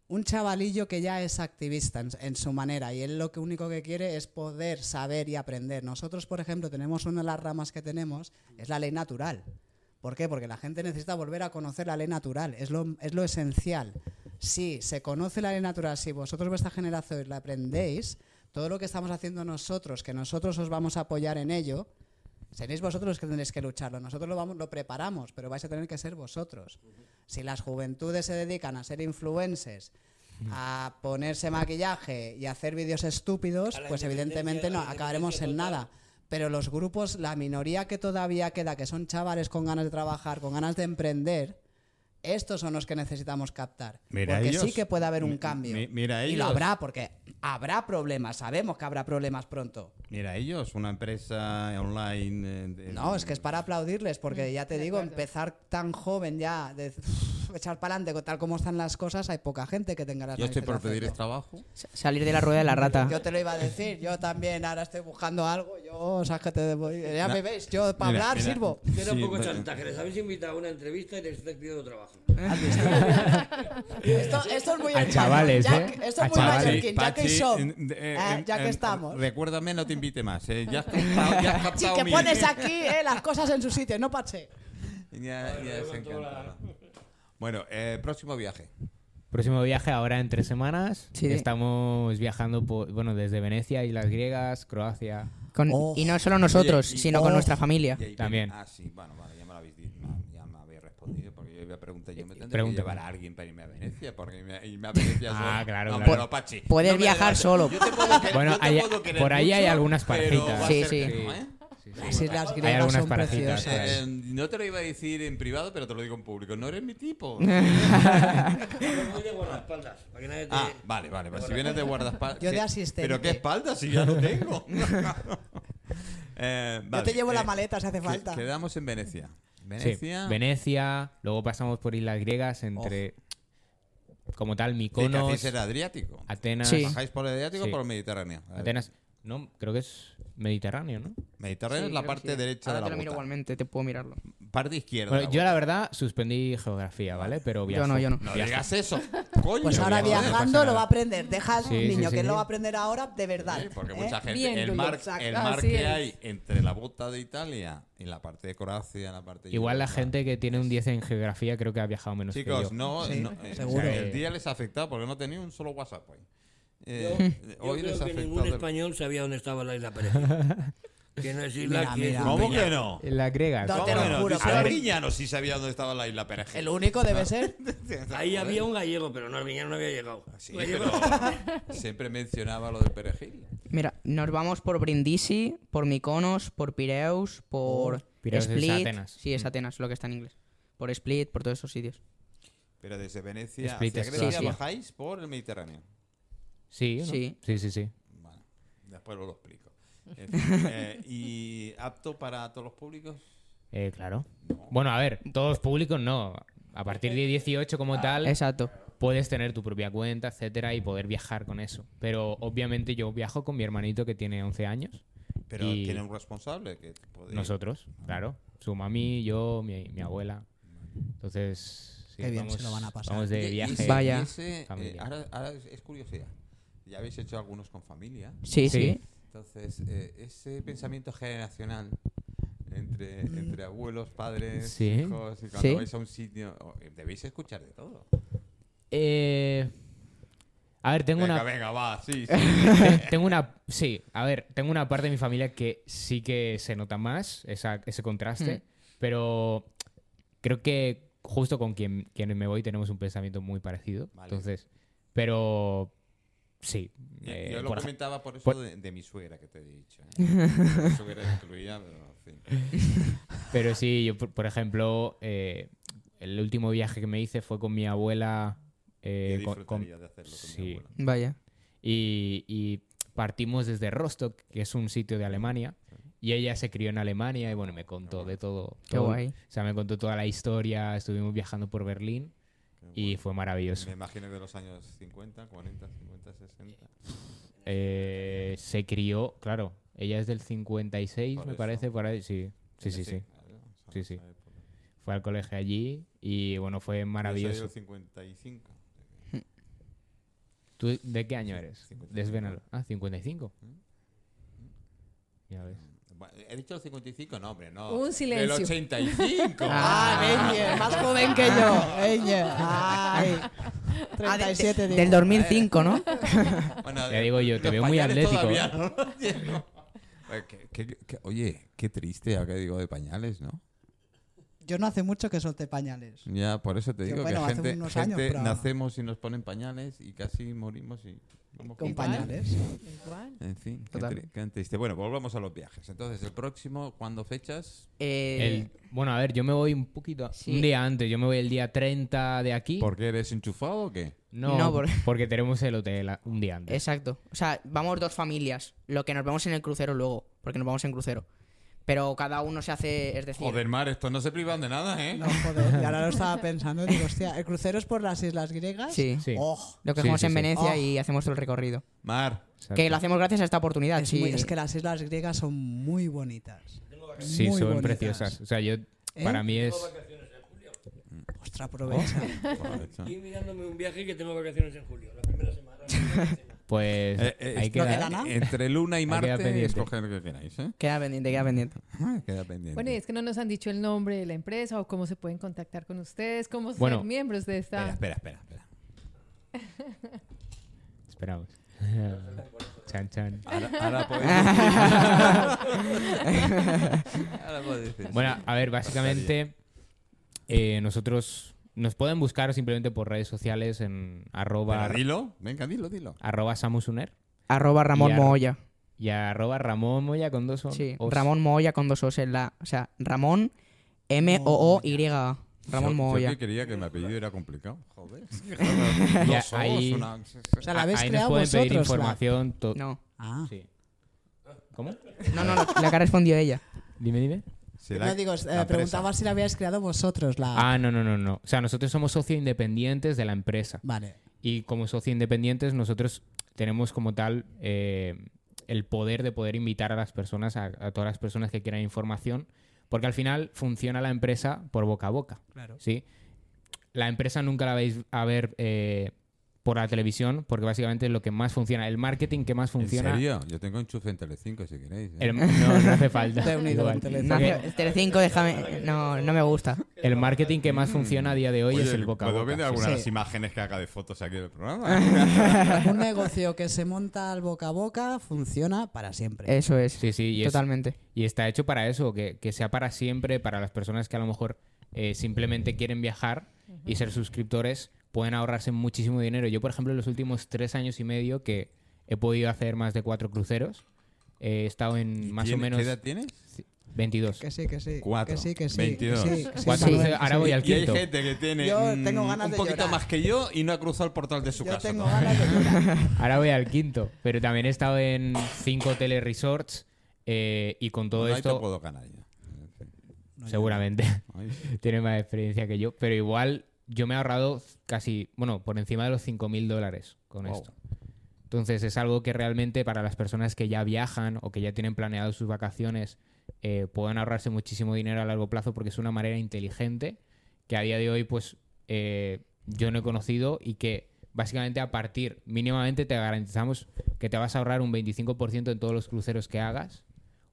Speaker 5: Un chavalillo que ya es activista en, en su manera y él lo que único que quiere es poder saber y aprender. Nosotros, por ejemplo, tenemos una de las ramas que tenemos, es la ley natural. ¿Por qué? Porque la gente necesita volver a conocer la ley natural, es lo, es lo esencial. Si se conoce la ley natural, si vosotros vuestra generación la aprendéis, todo lo que estamos haciendo nosotros, que nosotros os vamos a apoyar en ello, Seréis vosotros los que tendréis que lucharlo. Nosotros lo, vamos, lo preparamos, pero vais a tener que ser vosotros. Si las juventudes se dedican a ser influencers, a ponerse maquillaje y a hacer vídeos estúpidos,
Speaker 6: A la
Speaker 5: pues
Speaker 6: independencia,
Speaker 5: evidentemente no
Speaker 6: a la
Speaker 5: acabaremos en
Speaker 6: independencia
Speaker 5: nada. Pero los grupos, la minoría que todavía queda, que son chavales con ganas de trabajar, con ganas de emprender, estos son los que necesitamos captar.
Speaker 1: Mira,
Speaker 5: porque sí
Speaker 1: ellos-
Speaker 5: que puede haber
Speaker 1: mi-
Speaker 5: un cambio.
Speaker 1: mi- mira,
Speaker 5: y lo
Speaker 1: ellos-
Speaker 5: habrá, porque habrá problemas. Sabemos que habrá problemas pronto.
Speaker 1: Mira, ellos, una empresa online. eh, de-
Speaker 5: No, es que es para aplaudirles, porque ya te
Speaker 2: Mm, de
Speaker 5: digo,
Speaker 2: acuerdo.
Speaker 5: empezar tan joven ya, de *laughs* echar para adelante con tal como están las cosas, hay poca gente que tenga las
Speaker 1: Yo estoy
Speaker 5: narices
Speaker 1: por
Speaker 5: de
Speaker 1: pedir
Speaker 5: hacerlo.
Speaker 1: trabajo.
Speaker 4: Sa- Salir de la rueda de la rata.
Speaker 5: Yo te lo iba a decir, yo también ahora estoy buscando algo, yo, o sea, que te debo- ya
Speaker 1: Na-
Speaker 5: me veis, yo para
Speaker 1: Mira,
Speaker 5: hablar
Speaker 1: mira.
Speaker 5: sirvo.
Speaker 6: Era un
Speaker 1: Sí,
Speaker 6: poco
Speaker 1: pero-
Speaker 6: chantaje, les habéis invitado a una entrevista y les estáis pidiendo *laughs* trabajo.
Speaker 5: Esto, esto es muy
Speaker 3: A
Speaker 5: español,
Speaker 3: chavales,
Speaker 5: ya
Speaker 3: ¿eh?
Speaker 5: que- Esto es
Speaker 3: A
Speaker 5: muy
Speaker 3: chavales.
Speaker 5: mallorquín, ya que
Speaker 1: Pachi,
Speaker 5: show.
Speaker 1: en- de-
Speaker 5: Ah,
Speaker 1: en-
Speaker 5: ya que
Speaker 1: en-
Speaker 5: estamos.
Speaker 1: Recuérdame, no te invite más. ¿eh?
Speaker 5: *laughs*
Speaker 1: Ya has captado, ya has
Speaker 5: Sí,
Speaker 1: captado
Speaker 5: que
Speaker 1: mi-
Speaker 5: pones aquí eh, las cosas en su sitio, no pache.
Speaker 1: Ya, ya es encantado. Bueno, eh, próximo viaje.
Speaker 3: Próximo viaje ahora en tres semanas.
Speaker 4: Sí.
Speaker 3: Estamos viajando por, bueno, desde Venecia, Islas Griegas, Croacia.
Speaker 4: Con-
Speaker 5: Oh.
Speaker 4: Y no solo nosotros,
Speaker 1: Oye, y-
Speaker 4: sino
Speaker 5: Oh.
Speaker 4: con nuestra familia.
Speaker 1: Y ahí viene-
Speaker 3: También.
Speaker 1: Ah, sí, bueno, vale, ya me lo habéis dicho. no, Ya me habéis respondido porque yo iba a preguntar. Yo me tendré que
Speaker 3: Pregúntame.
Speaker 1: llevar a alguien para irme a Venecia. Porque irme, irme a Venecia
Speaker 3: Ah,
Speaker 1: solo.
Speaker 3: claro,
Speaker 1: No,
Speaker 3: claro.
Speaker 1: pero, Pachi,
Speaker 4: Puedes
Speaker 1: no me
Speaker 4: viajar
Speaker 1: das-
Speaker 4: solo.
Speaker 1: yo te puedo querer-
Speaker 3: Bueno,
Speaker 1: yo te
Speaker 3: hay-
Speaker 1: puedo querer
Speaker 3: por ahí hay
Speaker 1: mucho,
Speaker 3: algunas
Speaker 1: pero
Speaker 3: parejitas.
Speaker 1: va a
Speaker 4: Sí,
Speaker 1: ser
Speaker 4: sí.
Speaker 1: que no, ¿eh?
Speaker 5: Las islas
Speaker 3: Hay
Speaker 5: griegas
Speaker 3: algunas
Speaker 5: son
Speaker 3: parejitas.
Speaker 5: preciosas.
Speaker 1: Eh, eh, no te lo iba a decir en privado, pero te lo digo en público. No eres mi
Speaker 3: *laughs*
Speaker 1: tipo.
Speaker 3: Eh,
Speaker 6: Pero muy de guardaespaldas, para que nadie te-
Speaker 1: Ah, vale, vale. pues si vienes de guardaespaldas.
Speaker 5: Yo de
Speaker 1: ¿qué-
Speaker 5: asistente.
Speaker 1: ¿Pero qué espalda si ya lo
Speaker 5: *laughs*
Speaker 1: tengo? *laughs* Eh,
Speaker 5: Yo te
Speaker 1: vale,
Speaker 5: llevo
Speaker 1: eh,
Speaker 5: la maleta si hace
Speaker 1: que-
Speaker 5: falta.
Speaker 1: Quedamos en Venecia.
Speaker 3: Sí,
Speaker 1: Venecia.
Speaker 3: Venecia, luego pasamos por Islas Griegas entre como tal
Speaker 1: Sí, que
Speaker 3: Mykonos,
Speaker 1: hacéis el Adriático.
Speaker 3: Atenas,
Speaker 4: Sí.
Speaker 1: ¿Bajáis por el Adriático
Speaker 3: Sí.
Speaker 1: o por el Mediterráneo? A ver,
Speaker 3: Atenas, no, creo que es Mediterráneo, ¿no?
Speaker 1: Mediterráneo
Speaker 4: Sí,
Speaker 1: es la
Speaker 4: creo que
Speaker 1: parte
Speaker 4: sí.
Speaker 1: derecha
Speaker 4: Ahora
Speaker 1: de la
Speaker 4: te lo miro
Speaker 1: bota.
Speaker 4: igualmente, te puedo mirarlo.
Speaker 1: Parte izquierda.
Speaker 3: Bueno,
Speaker 1: de
Speaker 3: yo
Speaker 1: la
Speaker 3: la verdad suspendí geografía, ¿vale? Pero viajo.
Speaker 4: no, yo no.
Speaker 1: bota. No
Speaker 3: Viajo.
Speaker 1: digas eso. Coño,
Speaker 5: Pues ahora
Speaker 1: joder, no pasa
Speaker 5: viajando
Speaker 1: nada.
Speaker 5: lo va a aprender. Deja al
Speaker 3: Sí, sí,
Speaker 5: niño
Speaker 3: sí,
Speaker 5: que
Speaker 3: sí.
Speaker 5: lo va a aprender ahora de verdad.
Speaker 1: Sí, pues, porque
Speaker 5: ¿eh?
Speaker 1: mucha gente,
Speaker 2: Viéndolo,
Speaker 1: el mar,
Speaker 2: exacto,
Speaker 1: el mar
Speaker 2: así
Speaker 1: que
Speaker 2: es.
Speaker 1: hay entre la bota de Italia y la parte de Croacia, la parte de
Speaker 3: Igual la
Speaker 1: Europa.
Speaker 3: gente que tiene un 10 en geografía creo que ha viajado menos que
Speaker 1: Chicos,
Speaker 3: yo.
Speaker 1: no,
Speaker 5: Sí,
Speaker 1: no, eh, o
Speaker 5: seguro.
Speaker 1: sea, el día les ha afectado porque no tenía un solo WhatsApp hoy. Eh, eh,
Speaker 6: Yo
Speaker 1: hoy
Speaker 6: creo
Speaker 1: les ha
Speaker 6: que ningún
Speaker 1: afectado. el-
Speaker 6: español sabía dónde estaba la isla Pereira.
Speaker 1: *laughs*
Speaker 6: que no es isla,
Speaker 5: Mira,
Speaker 6: que
Speaker 5: mira.
Speaker 6: es un
Speaker 1: ¿Cómo
Speaker 6: peñal.
Speaker 1: que no?
Speaker 3: Las Griegas.
Speaker 5: No,
Speaker 1: ¿Cómo
Speaker 5: te lo
Speaker 1: que no?
Speaker 5: juro,
Speaker 1: Si
Speaker 5: pero-
Speaker 1: era Griñano, sí sabía dónde estaba la isla Perejil.
Speaker 5: El
Speaker 1: *laughs*
Speaker 5: único debe ser.
Speaker 6: Ahí había un gallego, pero no, Arguiñano no había llegado.
Speaker 1: Sí,
Speaker 6: Gallego-
Speaker 3: *laughs*
Speaker 1: pero siempre mencionaba lo del Perejil.
Speaker 4: Mira, nos vamos por Brindisi, por Mykonos, por Pireus, por
Speaker 3: Pireus es
Speaker 4: Split.
Speaker 3: Atenas.
Speaker 4: Sí, Oh, es
Speaker 3: Mm.
Speaker 4: Atenas, lo que está en inglés. Por Split, por todos esos sitios.
Speaker 1: Pero desde Venecia
Speaker 3: Split
Speaker 1: hacia
Speaker 3: es
Speaker 1: Grecia
Speaker 4: Croacia.
Speaker 1: bajáis por el Mediterráneo.
Speaker 3: Sí, ¿no?
Speaker 4: Sí.
Speaker 3: sí, sí, sí.
Speaker 1: Bueno, después os lo explico. En *laughs* fin, eh, ¿Y apto para todos los públicos?
Speaker 3: Eh, claro. Bueno, a ver, todos públicos no. A partir de 18
Speaker 1: Ah.
Speaker 3: como tal,
Speaker 4: Exacto.
Speaker 3: puedes tener tu propia cuenta, etcétera, y poder viajar con eso. Pero obviamente yo viajo con mi hermanito que tiene 11 años.
Speaker 1: Pero
Speaker 3: Y-
Speaker 1: tiene un responsable que podría-
Speaker 3: Nosotros,
Speaker 1: Ah.
Speaker 3: claro. Su mami, yo, mi, mi abuela. Entonces, sí,
Speaker 5: Qué bien,
Speaker 3: vamos,
Speaker 5: se lo van a pasar.
Speaker 3: vamos
Speaker 1: Y-
Speaker 3: de
Speaker 1: y
Speaker 3: viaje.
Speaker 1: ese-
Speaker 4: Vaya.
Speaker 1: y ese, eh,
Speaker 3: Familia.
Speaker 1: ahora, ahora es es curiosidad. Ya habéis hecho algunos con familia.
Speaker 4: Sí, sí.
Speaker 3: Sí.
Speaker 1: Entonces, eh, ese pensamiento generacional entre, entre abuelos, padres,
Speaker 3: Sí.
Speaker 1: hijos, y cuando
Speaker 4: Sí.
Speaker 1: vais a un sitio, o- eh, debéis escuchar de todo.
Speaker 3: Eh, a ver, tengo
Speaker 1: venga,
Speaker 3: una
Speaker 1: venga, va, sí, sí.
Speaker 3: *laughs* Ten- Eh, tengo una. Sí, a ver, tengo una parte de mi familia que sí que se nota más esa- ese contraste,
Speaker 4: Mm.
Speaker 3: pero creo que justo con quien, quien me voy tenemos un pensamiento muy parecido.
Speaker 1: Vale.
Speaker 3: Entonces, pero sí.
Speaker 1: Yo-
Speaker 3: eh,
Speaker 1: Yo lo
Speaker 3: por ej-
Speaker 1: comentaba por eso
Speaker 3: por-
Speaker 1: de, de mi suegra que te he dicho.
Speaker 3: *laughs*
Speaker 1: ¿eh? mi suegra incluía, pero en fin.
Speaker 3: pero sí, yo, por, por ejemplo, eh, el último viaje que me hice fue con mi abuela. eh,
Speaker 1: Yo
Speaker 3: con- con-
Speaker 1: disfrutaría de hacerlo con mi
Speaker 3: sí.
Speaker 1: abuela.
Speaker 4: Vaya.
Speaker 3: y, y partimos desde Rostock, que es un sitio de Alemania, y ella se crió en Alemania y bueno, me contó de todo.
Speaker 4: Qué
Speaker 3: todo-
Speaker 4: guay.
Speaker 3: O sea, me contó toda la historia, estuvimos viajando por Berlín y fue maravilloso.
Speaker 1: Me imagino que de los años 50, 40, 50, 60.
Speaker 3: Eh, se crió, claro, ella es del 56,
Speaker 1: Por
Speaker 3: me
Speaker 1: eso.
Speaker 3: parece, por ahí, sí. Sí, sí, sí.
Speaker 1: claro, o sea,
Speaker 3: Sí,
Speaker 1: esa
Speaker 3: sí.
Speaker 1: época. Yo
Speaker 3: Fue al colegio allí y bueno, fue
Speaker 1: soy
Speaker 3: maravilloso.
Speaker 1: del 55.
Speaker 3: ¿Tú de qué año eres?
Speaker 1: 55.
Speaker 3: Desvénalo. Ah, 55.
Speaker 1: Mm.
Speaker 3: Ya ves.
Speaker 1: Bueno, He dicho el 55, no, hombre, no.
Speaker 2: Un silencio.
Speaker 1: Del
Speaker 2: *laughs*
Speaker 1: 85.
Speaker 4: Ah,
Speaker 5: Eñe, más joven que yo. Eñe. *laughs* Ay.
Speaker 4: Ah, de- de-
Speaker 5: 37 digo.
Speaker 4: del 2005, ¿no?
Speaker 1: Bueno,
Speaker 3: Ya digo yo, te
Speaker 1: los
Speaker 3: veo muy
Speaker 1: pañales
Speaker 3: atlético,
Speaker 1: todavía no *laughs* los llevo. Oye, qué- qué- qué- oye, qué triste ahora que digo de pañales, ¿no?
Speaker 5: Yo no hace mucho que solté pañales.
Speaker 1: Ya, por eso te
Speaker 5: Que
Speaker 1: digo
Speaker 5: bueno,
Speaker 1: que
Speaker 5: hace
Speaker 1: gente,
Speaker 5: unos
Speaker 1: gente
Speaker 5: años, pero-
Speaker 1: nacemos y nos ponen pañales y casi morimos y vamos
Speaker 5: Con
Speaker 2: Igual.
Speaker 5: pañales.
Speaker 2: Igual.
Speaker 1: En fin, qué,
Speaker 4: Total.
Speaker 1: tri- qué triste. Bueno, volvamos a los viajes. Entonces, el próximo, ¿cuándo fechas?
Speaker 4: Eh,
Speaker 3: El- bueno, a ver, yo me voy un poquito.
Speaker 4: Sí.
Speaker 3: Un día antes, yo me voy el día 30 de aquí.
Speaker 1: ¿Por qué eres enchufado o qué?
Speaker 3: No,
Speaker 4: No, por-
Speaker 3: porque... tenemos el hotel a- un día antes.
Speaker 4: Exacto. O sea, vamos dos familias. Lo que nos vemos en el crucero luego, porque nos vamos en crucero. Pero cada uno se hace, es decir,
Speaker 1: Joder, Mar, estos no se privan de nada, ¿eh?
Speaker 5: No, joder. Y ahora lo estaba pensando. y Digo, hostia, ¿el crucero es por las Islas Griegas?
Speaker 4: sí.
Speaker 3: Sí.
Speaker 5: Oh,
Speaker 4: Lo que
Speaker 3: Sí,
Speaker 4: hacemos
Speaker 3: sí,
Speaker 4: en
Speaker 3: sí.
Speaker 4: Venecia
Speaker 5: Oh.
Speaker 4: y hacemos todo el recorrido.
Speaker 3: *laughs*
Speaker 1: Mar,
Speaker 3: Exacto.
Speaker 4: Que lo hacemos gracias a esta oportunidad.
Speaker 5: es,
Speaker 4: sí.
Speaker 5: muy- es que las Islas Griegas son muy bonitas.
Speaker 3: Sí,
Speaker 5: muy
Speaker 3: son
Speaker 5: bonitas. ¿Eh?
Speaker 3: preciosas. O sea, yo para mí es
Speaker 5: Ostras, aprovecha.
Speaker 1: Oh. aprovecha.
Speaker 6: Estoy mirándome un viaje que tengo vacaciones en julio, la primera semana. la primera semana.
Speaker 3: pues
Speaker 1: Eh, eh,
Speaker 3: hay
Speaker 1: es-
Speaker 3: que
Speaker 5: no
Speaker 3: dar-
Speaker 5: queda nada.
Speaker 1: Entre luna y
Speaker 3: Ahí queda
Speaker 1: Marte,
Speaker 3: pendiente.
Speaker 1: escoger lo que queráis, ¿eh?
Speaker 4: Queda pendiente, queda pendiente.
Speaker 1: Ah, Queda pendiente.
Speaker 2: Bueno, y es que no nos han dicho el nombre de la empresa o cómo se pueden contactar con ustedes, cómo ser
Speaker 3: Bueno.
Speaker 2: miembros de esta.
Speaker 1: espera, espera, espera, espera.
Speaker 3: esperamos. *laughs* chan chan.
Speaker 1: Ahora, *laughs* ahora podéis decir. Ahora podéis decir.
Speaker 3: Bueno, a ver, básicamente eh, nosotros nos pueden buscar simplemente por redes sociales en arroba,
Speaker 1: Pero dilo, venga, dilo, dilo.
Speaker 3: arroba samusuner
Speaker 4: Arroba Ramón
Speaker 3: Y ar-
Speaker 4: Moya.
Speaker 3: y arroba Ramón Moya con dos o-
Speaker 4: Sí,
Speaker 3: os.
Speaker 4: Ramón Moya con dos O's en la. O sea, Ramón M-O-O-Y. Ramón
Speaker 1: Yo- Yo,
Speaker 4: Moya.
Speaker 1: que creía que mi apellido era complicado. Joder.
Speaker 3: Ya,
Speaker 1: Dos ojos,
Speaker 3: ahí-
Speaker 1: una-
Speaker 5: O sea, la habéis
Speaker 3: Ahí nos
Speaker 5: creado
Speaker 3: pueden
Speaker 5: vosotros.
Speaker 3: pedir
Speaker 5: la-
Speaker 3: información. to-
Speaker 4: No.
Speaker 5: Ah.
Speaker 3: Sí. ¿Cómo?
Speaker 4: No, no, no, la que ha respondido ella.
Speaker 3: Dime, dime.
Speaker 1: ¿Será
Speaker 5: no digo, eh,
Speaker 1: la
Speaker 5: preguntaba si la habíais creado vosotros la.
Speaker 3: Ah, no, no, no, no. O sea, nosotros somos socios independientes de la empresa.
Speaker 5: Vale.
Speaker 3: Y como socios independientes, nosotros tenemos como tal eh, el poder de poder invitar a las personas, a, a todas las personas que quieran información, porque al final funciona la empresa por boca a boca.
Speaker 5: Claro.
Speaker 3: ¿sí? La empresa nunca la vais a ver eh, por la televisión, porque básicamente es lo que más funciona. El marketing que más funciona.
Speaker 1: ¿En serio? Yo tengo enchufe en Telecinco, si queréis. ¿eh?
Speaker 3: el- no, no hace falta.
Speaker 5: Te he unido
Speaker 3: Igual.
Speaker 5: en Telecinco.
Speaker 4: No,
Speaker 3: Porque
Speaker 4: el Telecinco, déjame. No, no me gusta.
Speaker 3: el marketing que más funciona a día de hoy
Speaker 1: Oye,
Speaker 3: es el boca a
Speaker 1: ¿puedo
Speaker 3: boca.
Speaker 1: vender
Speaker 3: sí,
Speaker 1: algunas
Speaker 3: sí.
Speaker 5: sí.
Speaker 1: imágenes que haga de fotos aquí del programa?
Speaker 5: Un negocio que se monta al boca a boca funciona para siempre.
Speaker 4: Eso es.
Speaker 3: Sí, sí, y es-
Speaker 4: totalmente.
Speaker 3: Y está hecho para eso, que, que sea para siempre, para las personas que a lo mejor eh, simplemente quieren viajar y ser suscriptores, pueden ahorrarse muchísimo dinero. Yo, por ejemplo, en los últimos tres años y medio que he podido hacer más de cuatro cruceros, he estado en más o
Speaker 1: ¿Tienes-
Speaker 3: menos
Speaker 1: ¿Qué edad tienes?
Speaker 3: 22.
Speaker 5: Que sí, que sí.
Speaker 1: Cuatro,
Speaker 5: Que sí, que sí.
Speaker 1: veintidós.
Speaker 5: que sí, que sí,
Speaker 3: Cuatro
Speaker 5: Manuel,
Speaker 3: cruceros,
Speaker 5: que
Speaker 3: ahora
Speaker 5: sí.
Speaker 3: voy al
Speaker 1: Y hay
Speaker 3: quinto.
Speaker 1: gente que tiene
Speaker 5: Yo
Speaker 1: mm,
Speaker 5: tengo ganas
Speaker 1: un
Speaker 5: de
Speaker 1: poquito
Speaker 5: llorar.
Speaker 1: más que yo y no ha cruzado el portal de su
Speaker 5: Yo
Speaker 1: casa.
Speaker 5: tengo
Speaker 1: *laughs* todavía.
Speaker 5: ganas de llorar.
Speaker 3: Ahora voy al quinto, pero también he estado en cinco teleresorts, Eh, y con todo
Speaker 1: no, ahí te
Speaker 3: esto,
Speaker 1: puedo ganar yo.
Speaker 3: seguramente
Speaker 1: Ay,
Speaker 3: tiene más experiencia que yo, pero igual yo me he ahorrado casi, bueno, por encima de los 5.000 dólares con
Speaker 1: Wow.
Speaker 3: esto. Entonces es algo que realmente para las personas que ya viajan o que ya tienen planeado sus vacaciones eh, pueden ahorrarse muchísimo dinero a largo plazo porque es una manera inteligente que a día de hoy pues eh, yo no he conocido y que básicamente a partir mínimamente te garantizamos que te vas a ahorrar un 25% en todos los cruceros que hagas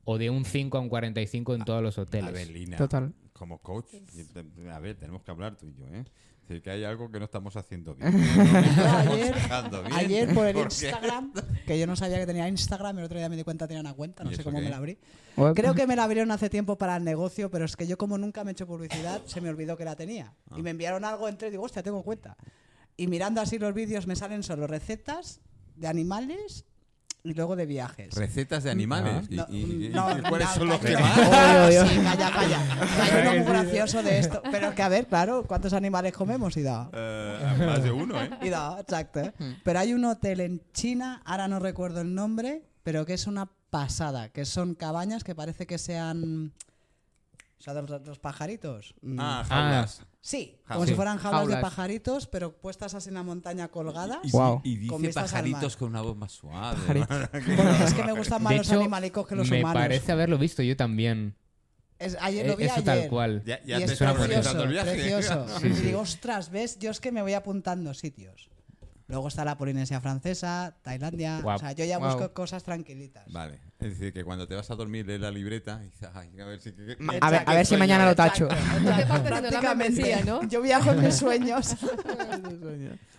Speaker 3: o de un 5 a un 45 en todos los hoteles.
Speaker 1: Ah, A ver, Lina,
Speaker 4: Total.
Speaker 1: como coach, a ver, tenemos que hablar tú y yo, ¿eh? Es decir, que hay algo que no estamos haciendo
Speaker 5: *laughs*
Speaker 1: bien. No me estás
Speaker 5: Ayer-
Speaker 1: aconsejando bien,
Speaker 5: Ayer por el
Speaker 1: porque-
Speaker 5: Instagram, que yo no sabía que tenía Instagram, el otro día me di cuenta que tenía una cuenta, no
Speaker 1: ¿Y
Speaker 5: sé
Speaker 1: eso
Speaker 5: cómo
Speaker 1: qué?
Speaker 5: me la abrí. Creo que me la abrieron hace tiempo para el negocio, pero es que yo como nunca me he hecho publicidad, se me olvidó que la tenía.
Speaker 1: Ah.
Speaker 5: Y me enviaron algo entre y digo, hostia, tengo cuenta. Y mirando así los vídeos me salen solo recetas de animales y luego de viajes.
Speaker 1: Recetas de animales. ¿Y,
Speaker 5: No, mm,
Speaker 1: y- y-
Speaker 5: no,
Speaker 1: y cuáles
Speaker 5: no,
Speaker 1: son los que
Speaker 5: calla,
Speaker 1: más?
Speaker 5: Sí, calla, calla. Hay uno muy gracioso de esto. Pero que a ver, claro, ¿cuántos animales comemos? Y da.
Speaker 1: Eh, más de uno, ¿eh?
Speaker 5: Y da, exacto.
Speaker 1: Mm.
Speaker 5: Pero hay un hotel en China, ahora no recuerdo el nombre, pero que es una pasada, que son cabañas que parece que sean... O sea, de los, los pajaritos. Mm.
Speaker 1: Ah, jaulas.
Speaker 5: sí,
Speaker 1: ja-
Speaker 5: como
Speaker 1: sí.
Speaker 5: si fueran jaulas, de
Speaker 4: Jaulas.
Speaker 5: pajaritos, pero puestas así en la montaña colgadas.
Speaker 1: Y, *laughs*
Speaker 4: Guau.
Speaker 1: y
Speaker 5: Con
Speaker 1: dice
Speaker 5: vistas al
Speaker 1: pajaritos
Speaker 5: mar.
Speaker 1: con una voz más suave.
Speaker 5: Bueno, es que me gustan más
Speaker 3: De
Speaker 5: los
Speaker 3: hecho,
Speaker 5: animalicos que los
Speaker 3: me
Speaker 5: humanos.
Speaker 3: parece haberlo visto yo también.
Speaker 5: Es- ayer lo
Speaker 3: Eh,
Speaker 5: vi
Speaker 3: eso
Speaker 5: ayer.
Speaker 3: tal cual.
Speaker 1: Ya, ya te
Speaker 5: y es
Speaker 1: está
Speaker 3: suena
Speaker 5: precioso,
Speaker 1: organizando el viaje. *laughs*
Speaker 5: precioso.
Speaker 3: Sí,
Speaker 5: y
Speaker 3: sí.
Speaker 5: digo, ostras, ¿ves? Yo es que me voy apuntando sitios. Luego está la Polinesia francesa, Tailandia.
Speaker 3: Guau.
Speaker 5: O sea, yo ya
Speaker 4: Guau.
Speaker 5: busco cosas tranquilitas.
Speaker 1: Vale. Es decir, que cuando te vas a dormir, lees la libreta y dices, ay, a ver si. que-
Speaker 4: Ma-
Speaker 1: que-
Speaker 4: A ver, a ver si
Speaker 1: Exacto.
Speaker 4: mañana
Speaker 5: ¿eh?
Speaker 4: lo tacho.
Speaker 2: No te falta sino la membresía, ¿no?
Speaker 5: Yo viajo en mis sueños.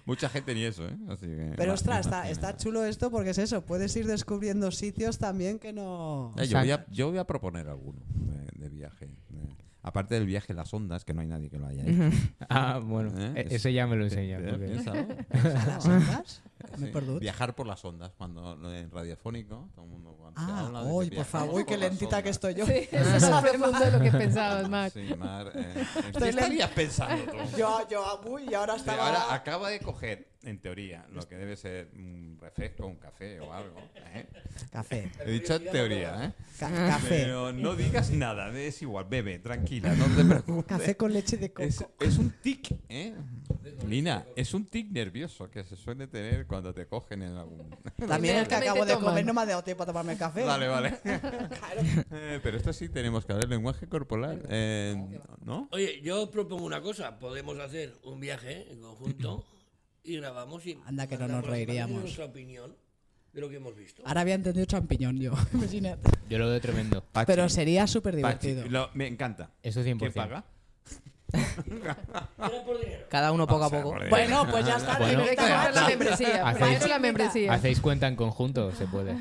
Speaker 1: Mucha gente ni eso, ¿eh? Así que, Eh,
Speaker 5: Pero
Speaker 1: va,
Speaker 5: ostras, está,
Speaker 1: imagina.
Speaker 5: está chulo esto porque es eso. Puedes ir descubriendo sitios también que no.
Speaker 1: Eh, yo, voy a, yo voy a proponer alguno de, de viaje. eh. Aparte del viaje en las ondas, que no hay nadie que lo haya hecho.
Speaker 3: Ah, bueno,
Speaker 1: ¿Eh?
Speaker 3: e- eso ya me lo enseña.
Speaker 1: Eh,
Speaker 3: porque-
Speaker 1: piénsalo.
Speaker 5: ¿Las ondas? Me
Speaker 1: Sí.
Speaker 5: perdut.
Speaker 1: Viajar por las ondas, cuando lo- en radiofónico, todo el mundo cuando se habla
Speaker 5: Ah,
Speaker 1: de que
Speaker 5: uy, por
Speaker 1: viajamos
Speaker 5: favor, uy, qué
Speaker 1: por las
Speaker 5: lentita que
Speaker 1: ondas.
Speaker 5: estoy yo. *laughs*
Speaker 2: Sí, eso *laughs* es más profundo de lo que pensabas, Mac.
Speaker 1: Sí, Mar. eh, ¿en
Speaker 5: Estoy
Speaker 1: ¿Qué estarías pensando tú?
Speaker 5: *laughs* Yo, yo, uy, y ahora
Speaker 1: Sí,
Speaker 5: estaba.
Speaker 1: ahora acaba de coger, en teoría, lo que debe ser un refresco, un café o algo. ¿eh?
Speaker 5: Café,
Speaker 1: He dicho en teoría, ¿eh?
Speaker 5: ca- café.
Speaker 1: Pero no digas nada, es igual, bebe, tranquila, no te preocupes.
Speaker 5: *laughs* Café con leche de coco.
Speaker 1: Es, es un tic, ¿eh? Lina, es un tic nervioso que se suele tener cuando te cogen en algún...
Speaker 5: También el que
Speaker 2: Inmediatamente
Speaker 5: acabo de
Speaker 2: toman.
Speaker 5: comer no me ha dado tiempo a tomarme el
Speaker 1: *laughs*
Speaker 5: café.
Speaker 1: Vale,
Speaker 5: *laughs*
Speaker 1: vale. Eh, pero esto sí tenemos que hablar lenguaje corporal, eh, ¿no?
Speaker 6: Oye, yo os propongo una cosa. Podemos hacer un viaje en conjunto y grabamos y...
Speaker 5: Anda, que no nos
Speaker 6: mandamos a Manuel
Speaker 5: reiríamos.
Speaker 6: Nuestra opinión de lo que hemos visto.
Speaker 5: Ahora había entendido champiñón yo. *laughs* Imagínate.
Speaker 3: Yo lo veo tremendo.
Speaker 1: Pachi,
Speaker 5: Pero sería súper
Speaker 1: Pachi,
Speaker 5: divertido.
Speaker 1: lo- me encanta.
Speaker 3: Eso 100%.
Speaker 1: Ah, ¿Quién paga?
Speaker 6: Era por dinero.
Speaker 4: Cada uno poco a poco.
Speaker 1: por-
Speaker 5: Bueno, pues
Speaker 1: *laughs*
Speaker 5: ya está.
Speaker 3: Bueno.
Speaker 2: Primero hay que comprar la membresía.
Speaker 3: Hacéis-
Speaker 2: Primero la membresía.
Speaker 3: Hacéis cuenta en conjunto, se
Speaker 5: *laughs*
Speaker 3: puede.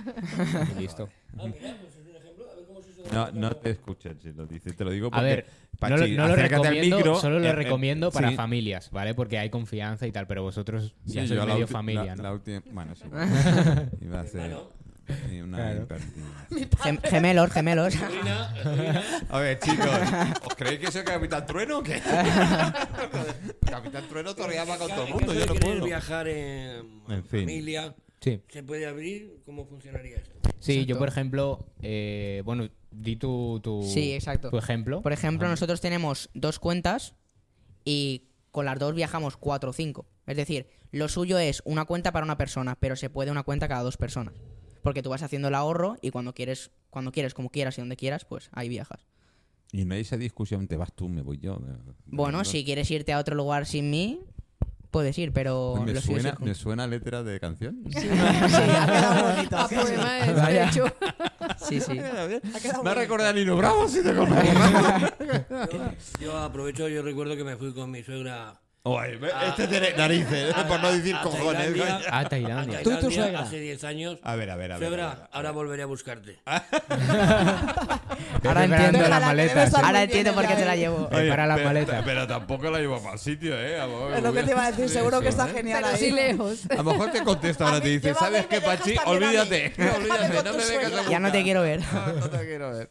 Speaker 3: Y listo.
Speaker 6: Ah, mira, pues es un ejemplo. A ver cómo se
Speaker 1: *laughs*
Speaker 6: hizo.
Speaker 1: No, no te escuchan si lo dices, te lo digo porque...
Speaker 3: A ver,
Speaker 1: Pachi,
Speaker 3: no lo, no lo
Speaker 1: acércate al
Speaker 3: recomiendo,
Speaker 1: micro,
Speaker 3: solo lo
Speaker 1: eh, eh,
Speaker 3: recomiendo para
Speaker 1: sí.
Speaker 3: familias, ¿vale? Porque hay confianza y tal, pero vosotros ya
Speaker 1: Sí,
Speaker 3: sois
Speaker 1: yo la
Speaker 3: medio
Speaker 1: ulti-
Speaker 3: familia,
Speaker 1: la-
Speaker 3: ¿no?
Speaker 1: la última- bueno,
Speaker 3: *laughs*
Speaker 1: sí. bueno. Iba a ser sí, una
Speaker 3: Claro.
Speaker 1: impertinente.
Speaker 4: Gem- gemelos, gemelos.
Speaker 1: A ver, chicos, ¿os creéis que soy Capitán Trueno o *laughs* qué? Capitán Trueno torreaba con todo el mundo, yo no puedo.
Speaker 6: viajar en,
Speaker 1: En fin.
Speaker 6: familia,
Speaker 3: Sí,
Speaker 6: ¿se puede abrir? ¿Cómo funcionaría esto?
Speaker 3: sí yo por ejemplo, eh, bueno, di tu, tu,
Speaker 4: Sí, exacto.
Speaker 3: tu ejemplo.
Speaker 4: Por ejemplo, nosotros tenemos dos cuentas y con las dos viajamos cuatro o cinco. Es decir, lo suyo es una cuenta para una persona, pero se puede una cuenta cada dos personas. Porque tú vas haciendo el ahorro y cuando quieres, cuando quieres, como quieras y donde quieras, pues ahí viajas.
Speaker 1: Y no hay esa discusión, te vas tú, me voy yo.
Speaker 4: Bueno, si quieres irte a otro lugar sin mí, puedes ir, pero
Speaker 1: Pues Me
Speaker 4: lo suyo es
Speaker 1: suena,
Speaker 4: ir
Speaker 1: me
Speaker 4: juntos.
Speaker 1: suena letra de canción.
Speaker 2: *laughs* A poema de
Speaker 4: *laughs*
Speaker 2: despecho.
Speaker 4: Sí, sí.
Speaker 1: No recordé a Nino Bravo si te compras. *laughs*
Speaker 6: Yo, *laughs* yo aprovecho, yo recuerdo que me fui con mi suegra.
Speaker 1: este tiene narices,
Speaker 6: a-
Speaker 1: por no decir
Speaker 6: a
Speaker 1: cojones.
Speaker 6: Tailandia.
Speaker 1: coño.
Speaker 3: A Ah,
Speaker 5: *laughs*
Speaker 3: Tailandia.
Speaker 5: Tú y tu suegra.
Speaker 6: Hace 10 años.
Speaker 1: A ver, a ver, a ver. a ver.
Speaker 6: Suegra, ahora volveré a buscarte.
Speaker 5: Ah,
Speaker 3: Ahora entiendo las
Speaker 5: Déjala, que debe
Speaker 3: maletas.
Speaker 5: estar muy
Speaker 4: Ahora
Speaker 5: bien
Speaker 4: entiendo por
Speaker 5: ella,
Speaker 4: qué te
Speaker 5: ¿eh?
Speaker 4: la llevo.
Speaker 1: Oye,
Speaker 3: Prepara la
Speaker 1: pero-
Speaker 3: maleta.
Speaker 1: Pero tampoco la llevo para el sitio, ¿eh? A lo mejor
Speaker 5: Es lo que te iba a decir,
Speaker 1: Sí,
Speaker 5: seguro
Speaker 1: sí,
Speaker 5: que está
Speaker 1: ¿eh?
Speaker 5: genial
Speaker 2: Pero
Speaker 5: ahí.
Speaker 2: sí lejos.
Speaker 1: A lo mejor te contesta ahora,
Speaker 5: *laughs* A
Speaker 1: te
Speaker 5: mí,
Speaker 1: dice,
Speaker 5: llévame y
Speaker 1: ¿sabes
Speaker 5: me
Speaker 1: qué,
Speaker 5: dejas
Speaker 1: Pachi?
Speaker 5: también a mí. *laughs*
Speaker 1: Olvídate,
Speaker 5: Déjame
Speaker 1: olvídate,
Speaker 5: con
Speaker 1: no
Speaker 5: tu
Speaker 1: me vengas a *laughs*
Speaker 5: suegra.
Speaker 4: Ya no te
Speaker 1: buscar".
Speaker 4: quiero ver.
Speaker 1: No, no te quiero ver.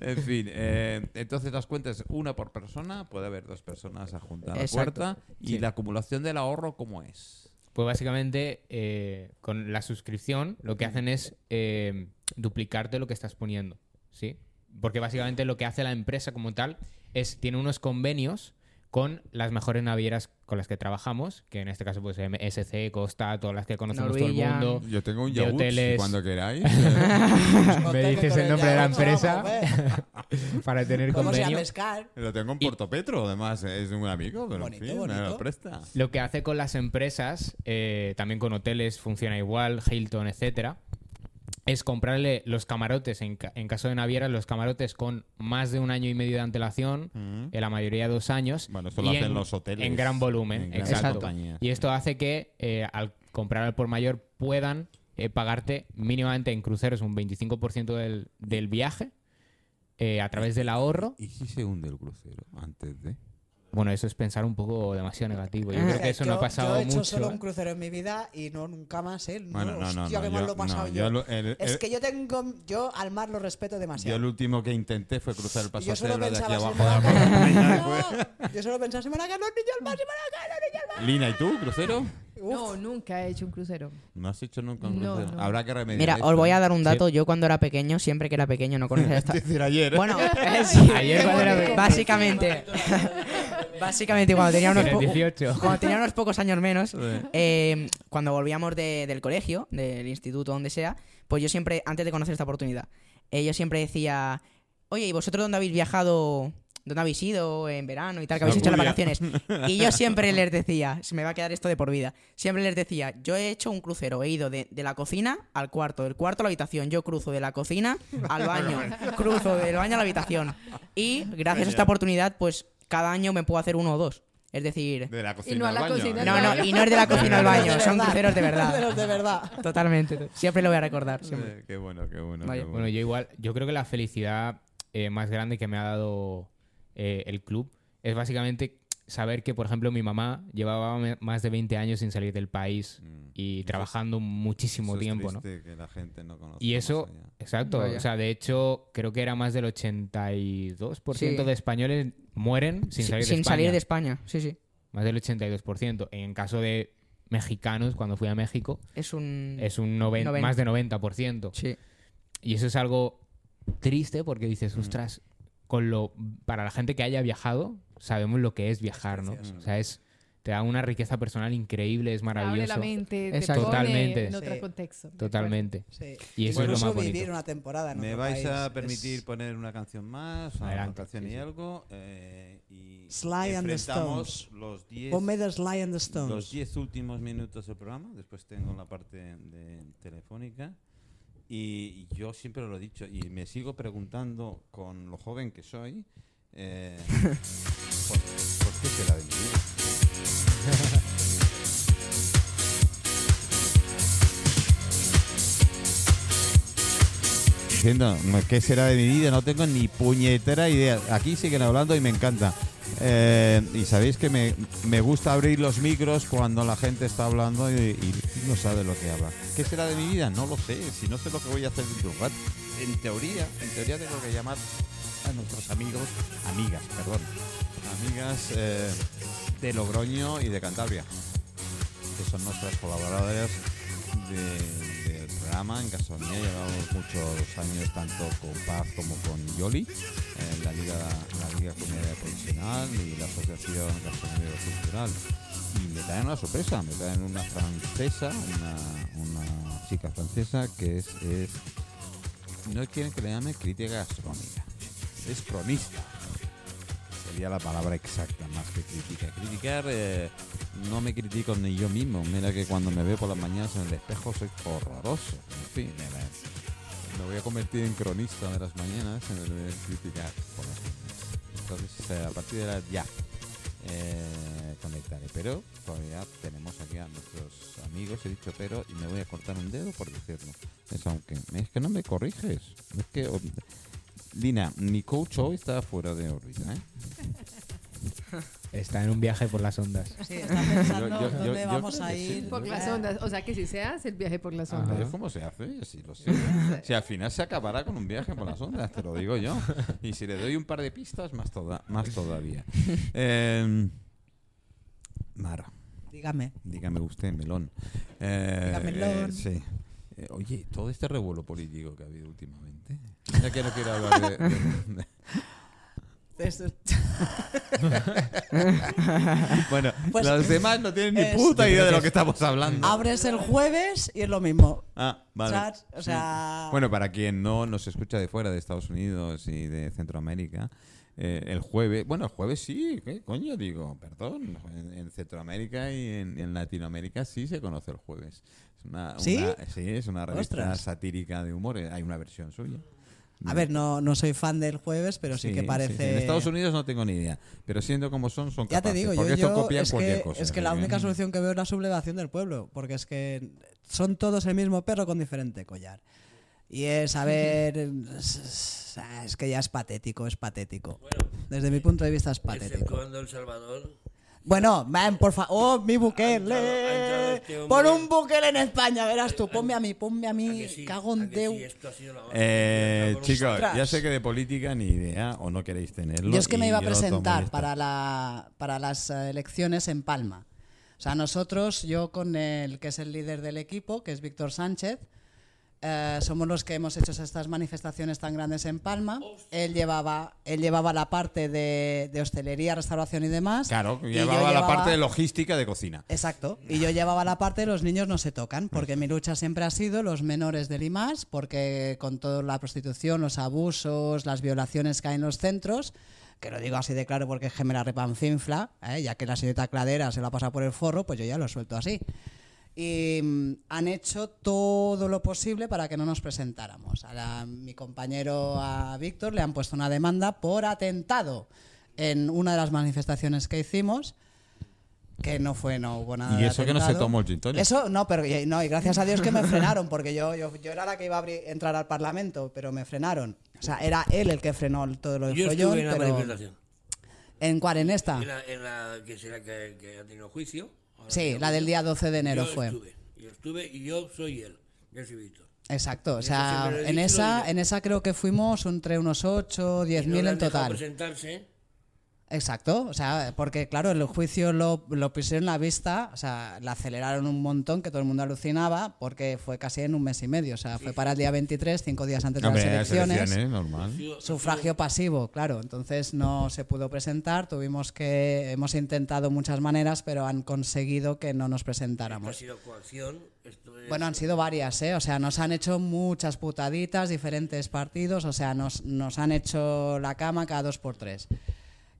Speaker 1: En fin, eh, entonces las cuentas, una por persona, puede haber dos personas a juntar a la
Speaker 4: Exacto.
Speaker 1: puerta. ¿Y
Speaker 3: Sí.
Speaker 1: la acumulación del ahorro cómo es?
Speaker 3: Pues básicamente eh, con la suscripción lo que hacen es eh, duplicarte lo que estás poniendo, ¿sí? Porque básicamente lo que hace la empresa como tal es, tiene unos convenios con las mejores navieras con las que trabajamos, que en este caso pues MSC, Costa, todas las que conocemos
Speaker 4: Norwegian.
Speaker 3: todo el mundo.
Speaker 9: Yo tengo un
Speaker 3: De
Speaker 9: yagut
Speaker 3: hoteles.
Speaker 9: cuando queráis. eh,
Speaker 3: *laughs* Me dices el nombre de la empresa
Speaker 5: pues.
Speaker 3: *laughs* para tener
Speaker 5: ¿eh? ¿Cómo se
Speaker 3: convenio.
Speaker 5: llama? Scar.
Speaker 9: Lo tengo en Porto Petro, además, eh, es de un amigo, pero
Speaker 5: Bonito,
Speaker 9: en fin, me
Speaker 5: bonito.
Speaker 9: lo presta.
Speaker 3: Lo que hace con las empresas, eh, también con hoteles funciona igual, Hilton, etcétera, es comprarle los camarotes, en, ca- en caso de navieras, los camarotes con más de un año y medio de antelación,
Speaker 9: Mm.
Speaker 3: en la mayoría dos años.
Speaker 9: Bueno, esto lo
Speaker 3: y
Speaker 9: hacen
Speaker 3: en-
Speaker 9: los hoteles.
Speaker 3: En gran volumen,
Speaker 9: en grandes
Speaker 3: exacto.
Speaker 9: compañías.
Speaker 3: Y esto hace que eh, al comprar al por mayor puedan eh, pagarte mínimamente en cruceros un 25% del, del viaje eh, a través del ahorro.
Speaker 9: ¿Y si se hunde el crucero antes de...?
Speaker 3: Bueno, eso es pensar un poco demasiado negativo. Yo creo que eso no ha pasado
Speaker 5: Yo he hecho
Speaker 3: mucho.
Speaker 5: solo
Speaker 3: ¿eh?
Speaker 5: un crucero en mi vida y no nunca más, ¿eh?
Speaker 9: Bueno, no, no,
Speaker 5: hostia,
Speaker 9: no,
Speaker 5: qué mal
Speaker 9: yo-
Speaker 5: lo he pasado
Speaker 9: no,
Speaker 5: yo.
Speaker 9: yo lo- el-
Speaker 5: es
Speaker 9: el-
Speaker 5: que yo tengo. Yo al mar lo respeto
Speaker 9: Yo
Speaker 5: demasiado.
Speaker 9: el último que intenté fue cruzar el
Speaker 5: Y
Speaker 9: paso
Speaker 5: yo solo
Speaker 9: Cebra de aquí
Speaker 5: pensaba
Speaker 9: abajo.
Speaker 5: si me
Speaker 9: de
Speaker 5: va
Speaker 9: la
Speaker 5: a *laughs*
Speaker 9: montaña y
Speaker 5: caer.
Speaker 9: fue-
Speaker 5: No, yo solo pensaba, se me van a ganar niño al mar, se me van a ganar niño al mar.
Speaker 9: Lina, ¿y tú, crucero?
Speaker 2: No, nunca he hecho un crucero.
Speaker 9: No has hecho nunca un
Speaker 2: No,
Speaker 9: crucero.
Speaker 2: no.
Speaker 9: Habrá que remediar
Speaker 4: Mira,
Speaker 9: esto,
Speaker 4: os voy a
Speaker 9: ¿eh?
Speaker 4: dar un dato. Yo cuando era pequeño, siempre que era pequeño,
Speaker 1: *laughs*
Speaker 4: no conocía esta...
Speaker 9: Es *laughs* decir, ayer. ¿eh?
Speaker 4: Bueno,
Speaker 3: *laughs*
Speaker 4: *laughs*
Speaker 3: Ayer cuando era pequeño.
Speaker 4: básicamente, *laughs* básicamente cuando tenía unos,
Speaker 3: Eres
Speaker 4: po- *laughs*
Speaker 3: 18.
Speaker 4: cuando tenía unos pocos años menos, eh, cuando volvíamos de- del colegio, del instituto, donde sea, pues yo siempre, antes de conocer esta oportunidad, eh, yo siempre decía, oye, ¿y vosotros dónde habéis viajado? ¿Dónde habéis ido en verano y tal? ¿Qué habéis hecho en las vacaciones? Y yo siempre les decía, se me va a quedar esto de por vida, siempre les decía, yo he hecho un crucero, he ido de, de la cocina al cuarto, del cuarto a la habitación, yo cruzo de la cocina al baño, cruzo del baño a la habitación. Y gracias a esta oportunidad, pues cada año me puedo hacer uno o dos. Es decir,
Speaker 9: De la cocina
Speaker 2: no a
Speaker 9: al
Speaker 2: la
Speaker 9: baño,
Speaker 2: cocina,
Speaker 9: ¿eh?
Speaker 4: no, no, y no es de la cocina al baño,
Speaker 5: De
Speaker 4: son
Speaker 5: verdad.
Speaker 4: cruceros
Speaker 5: *laughs*
Speaker 4: de
Speaker 5: De
Speaker 4: verdad.
Speaker 5: los de verdad.
Speaker 4: Totalmente, siempre lo voy a recordar. siempre.
Speaker 9: Eh, Qué bueno, qué bueno.
Speaker 4: Vaya.
Speaker 9: qué bueno.
Speaker 3: Bueno, yo igual, yo creo que la felicidad eh, más grande que me ha dado eh, el club es básicamente saber que, por ejemplo, mi mamá llevaba me- más de 20 años sin salir del país
Speaker 9: Mm.
Speaker 3: y
Speaker 9: Eso es-
Speaker 3: trabajando muchísimo
Speaker 9: Eso es
Speaker 3: tiempo, ¿no?
Speaker 9: triste que la gente no conozca
Speaker 3: Y
Speaker 9: más
Speaker 3: eso,
Speaker 9: allá.
Speaker 3: exacto,
Speaker 4: Vaya.
Speaker 3: o sea, de hecho, creo que era más del 82%
Speaker 4: Sí.
Speaker 3: de españoles mueren sin
Speaker 4: Sí,
Speaker 3: salir de
Speaker 4: sin
Speaker 3: España.
Speaker 4: salir de España, sí, sí.
Speaker 3: Más del 82%. En caso de mexicanos, cuando fui a México,
Speaker 4: Es un...
Speaker 3: es un noven-
Speaker 4: Noven-
Speaker 3: más de 90%.
Speaker 4: Sí.
Speaker 3: Y eso es algo triste porque dices, ostras, con lo, para la gente que haya viajado, sabemos lo que es viajar, ¿no? O sea, es, te da una riqueza personal increíble, es
Speaker 2: Te Abre
Speaker 3: maravilloso.
Speaker 2: la mente, pues. te
Speaker 3: Exacto. Totalmente.
Speaker 2: pone en otro
Speaker 5: Sí.
Speaker 2: contexto.
Speaker 3: Totalmente.
Speaker 5: Sí.
Speaker 3: Y eso es lo
Speaker 5: Incluso
Speaker 3: más
Speaker 5: vivir
Speaker 3: bonito.
Speaker 5: una temporada en
Speaker 9: ¿Me
Speaker 5: otro
Speaker 9: vais
Speaker 5: país
Speaker 9: a
Speaker 5: es-
Speaker 9: permitir poner una canción más? o Una
Speaker 3: Adelante,
Speaker 9: canción
Speaker 3: sí,
Speaker 9: y
Speaker 3: sí.
Speaker 9: algo. eh, y
Speaker 5: Sly and the
Speaker 9: enfrentamos
Speaker 5: Stones.
Speaker 9: los 10
Speaker 5: Ponme The Sly and the Stones.
Speaker 9: los 10 últimos minutos del programa. Después tengo la parte de telefónica. Y yo siempre lo he dicho y me sigo preguntando con lo joven que soy. eh, *laughs* ¿por, por qué será de mi vida? Diciendo, "No, ¿qué será de mi vida? No tengo ni puñetera idea. Aquí siguen hablando y me encanta. Eh, y sabéis que me, me gusta abrir los micros cuando la gente está hablando y, y no sabe lo que habla. ¿Qué será de mi vida? No lo sé. Si no sé lo que voy a hacer dentro de un rato. En teoría, en teoría tengo que llamar a nuestros amigos, amigas, perdón, amigas eh, de Logroño y de Cantabria, que son nuestras colaboradoras de- del programa. En Gasonía llevamos muchos años tanto con Paz como con Yoli, en la Liga, la Liga Comunidad Profesional y la Asociación Gasonera Cultural. Y me traen una sorpresa, me traen una francesa, una, una chica francesa que es, es- No quieren que le llame crítica gastronómica, es cronista. Sería la palabra exacta más que crítica. Criticar, eh, no me critico ni yo mismo. Mira que cuando me veo por las mañanas en el espejo soy horroroso. En fin, mira, me voy a convertir en cronista de las mañanas en vez de criticar por las mañanas. Entonces, eh, a partir de la ya eh, conectaré. Pero todavía tenemos aquí a nuestros amigos. He dicho pero y me voy a cortar un dedo por decirlo. Es aunque es que no me corriges. Es que o- Lina, mi coach hoy está fuera de órbita, ¿eh?
Speaker 3: Está en un viaje por las
Speaker 2: *laughs*
Speaker 3: ondas.
Speaker 5: Sí, está pensando
Speaker 9: Yo- yo- yo-
Speaker 5: dónde
Speaker 9: yo
Speaker 5: vamos
Speaker 9: creo
Speaker 5: a
Speaker 9: que sí.
Speaker 5: ir.
Speaker 2: Por las
Speaker 5: Eh,
Speaker 2: ondas. O sea, que si se hace el viaje por las
Speaker 3: Ajá.
Speaker 2: ondas.
Speaker 9: ¿Ves cómo se hace? Si
Speaker 3: *laughs*
Speaker 9: lo sé. Si al final se acabará con un viaje por las ondas, te lo digo yo. Y si le doy un par de pistas, más, toda, más
Speaker 3: *laughs*
Speaker 9: todavía. Eh, Mara,
Speaker 5: Dígame.
Speaker 9: dígame usted, melón. Eh,
Speaker 5: Dígame, melón.
Speaker 9: sí.
Speaker 1: Eh, Oye, todo este revuelo político que ha habido
Speaker 9: *laughs*
Speaker 1: últimamente. Ya que no quiero hablar de. de-
Speaker 5: Es-
Speaker 1: *laughs* bueno,
Speaker 5: Pues
Speaker 1: los demás no tienen
Speaker 5: es-
Speaker 1: ni puta
Speaker 5: yo creo
Speaker 1: idea de
Speaker 5: que
Speaker 1: lo
Speaker 5: es-
Speaker 1: que estamos hablando.
Speaker 5: Abres el jueves y es lo mismo.
Speaker 1: Ah, vale.
Speaker 5: Chats, o
Speaker 1: Sí.
Speaker 5: sea-
Speaker 1: Bueno, para quien no nos escucha de fuera de Estados Unidos y de Centroamérica, eh, el jueves, bueno, el jueves sí, ¿qué coño digo? Perdón, en, en Centroamérica y en, en Latinoamérica sí se conoce el jueves. Es una,
Speaker 5: ¿Sí?
Speaker 1: una- sí, es una revista
Speaker 5: Ostras.
Speaker 1: satírica de humor, eh, hay una versión suya.
Speaker 5: A ver, no, no soy fan del jueves, pero sí, que parece.
Speaker 1: En Estados Unidos no tengo ni idea, pero siendo como son, son
Speaker 5: Ya te
Speaker 1: capaces,
Speaker 5: digo, yo,
Speaker 1: porque esto
Speaker 5: yo-
Speaker 1: copian
Speaker 5: es,
Speaker 1: cualquier
Speaker 5: que,
Speaker 1: cosa. ¿eh?
Speaker 5: es que
Speaker 1: así
Speaker 5: la única solución que veo es la sublevación del pueblo, porque es que son todos el mismo perro con diferente collar. Y es, a ver, *laughs* es, es que ya es patético, es patético. Desde mi punto de vista es patético.
Speaker 6: Exceptuando El Salvador.
Speaker 5: Bueno, man, por favor, oh, mi
Speaker 6: entrado
Speaker 5: Bukele.
Speaker 6: este hombre.
Speaker 5: Pon un Bukele en España, verás tú, ponme a mí, ponme a
Speaker 6: ¿a
Speaker 5: mí,
Speaker 6: que sí?
Speaker 5: cago
Speaker 6: ¿A
Speaker 5: en
Speaker 6: que
Speaker 5: Deu.
Speaker 6: sí? Esto ha sido la hostia.
Speaker 1: Eh,
Speaker 6: Con un-
Speaker 1: chicos,
Speaker 5: Ostras.
Speaker 1: ya sé que de política ni idea o no queréis tenerlo.
Speaker 5: Yo es que me
Speaker 1: y
Speaker 5: iba a
Speaker 1: yo lo tomo y ya
Speaker 5: presentar
Speaker 1: está.
Speaker 5: para, la, para las eh, elecciones en Palma. O sea, nosotros, yo con el que es el líder del equipo, que es Víctor Sánchez, eh, somos los que hemos hecho estas manifestaciones tan grandes en Palma. Él llevaba, él llevaba la parte de, de hostelería, restauración y demás.
Speaker 1: Claro,
Speaker 5: y yo
Speaker 1: llevaba, la parte de logística de cocina.
Speaker 5: Exacto. Y yo llevaba la parte de los niños no se tocan, porque mi lucha siempre ha sido los menores del IMAS, porque con toda la prostitución, los abusos, las violaciones que hay en los centros, que lo digo así de claro porque es que me la repancinfla, ¿eh? ya que la señorita Cladera se la pasa por el forro, pues yo ya lo suelto así. Y mm, han hecho todo lo posible para que no nos presentáramos. A la- mi compañero a Víctor le han puesto una demanda por atentado en una de las manifestaciones que hicimos. Que no fue, no hubo nada.
Speaker 1: Y
Speaker 5: de
Speaker 1: eso que no se
Speaker 5: Ah, atentado.
Speaker 1: tomó el gin tonic.
Speaker 5: Eso, no, pero y- no, y gracias a Dios que me frenaron, porque yo, yo, yo era la que iba a abrir- entrar al Parlamento, pero me frenaron. O sea, era él el que frenó el- todo lo de
Speaker 6: Yo
Speaker 5: follón,
Speaker 6: estuve en la
Speaker 5: pero-
Speaker 6: manifestación.
Speaker 5: ¿En cuál? ¿En esta?
Speaker 6: En la, en la que será que, que ha tenido juicio. ahora
Speaker 5: Ah. Sí,
Speaker 6: que-
Speaker 5: la del día 12 de enero
Speaker 6: yo
Speaker 5: fue.
Speaker 6: Estuve, yo estuve y yo soy él. Yo soy Víctor.
Speaker 5: Exacto, o
Speaker 6: Eso
Speaker 5: sea,
Speaker 6: siempre lo he
Speaker 5: en
Speaker 6: dicho y
Speaker 5: esa,
Speaker 6: ya.
Speaker 5: en esa creo que fuimos entre unos 8,
Speaker 6: Y
Speaker 5: 10
Speaker 6: no
Speaker 5: mil
Speaker 6: le han
Speaker 5: en
Speaker 6: dejado
Speaker 5: total.
Speaker 6: presentarse.
Speaker 5: Exacto, o sea, porque claro, el juicio lo, lo pusieron a la vista, o sea, la aceleraron un montón, que todo el mundo alucinaba, porque fue casi en un mes y medio, o sea, fue para el día 23, cinco días antes de
Speaker 1: Hombre,
Speaker 5: las
Speaker 1: las
Speaker 5: elecciones.
Speaker 9: ¿eh?
Speaker 1: elecciones, normal. Eh,
Speaker 6: Yo-
Speaker 5: Sufragio pasivo, claro, entonces no se pudo presentar, tuvimos que, hemos intentado muchas maneras, pero han conseguido que no nos
Speaker 6: Ha
Speaker 5: presentáramos.
Speaker 6: sido coacción. Esto es-
Speaker 5: Bueno, han sido varias, ¿eh? O sea, nos han hecho muchas putaditas, diferentes partidos, o sea, nos, nos han hecho la cama cada dos por tres.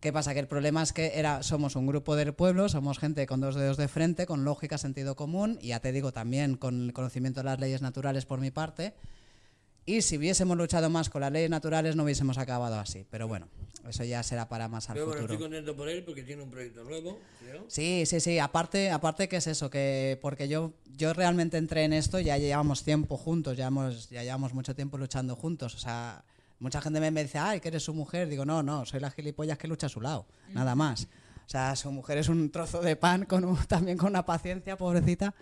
Speaker 5: ¿Qué pasa? Que el problema es que era, somos un grupo del pueblo, somos gente con dos dedos de frente, con lógica, sentido común, y ya te digo también con el conocimiento de las leyes naturales por mi parte. Y si hubiésemos luchado más con las leyes naturales no hubiésemos acabado así. Pero bueno, eso ya será para más al
Speaker 6: Pero bueno,
Speaker 5: futuro.
Speaker 6: estoy contento por él porque tiene un proyecto nuevo. creo.
Speaker 5: Sí, sí, sí. Aparte, aparte que es eso, que porque yo, yo realmente entré en esto, ya llevamos tiempo juntos, ya, hemos- ya llevamos mucho tiempo luchando juntos. O sea, mucha gente me dice, ay, que eres su mujer. Digo, no, no, soy la gilipollas que lucha a su lado, nada más. O sea, su mujer es un trozo de pan con un- *laughs* también con una paciencia, pobrecita.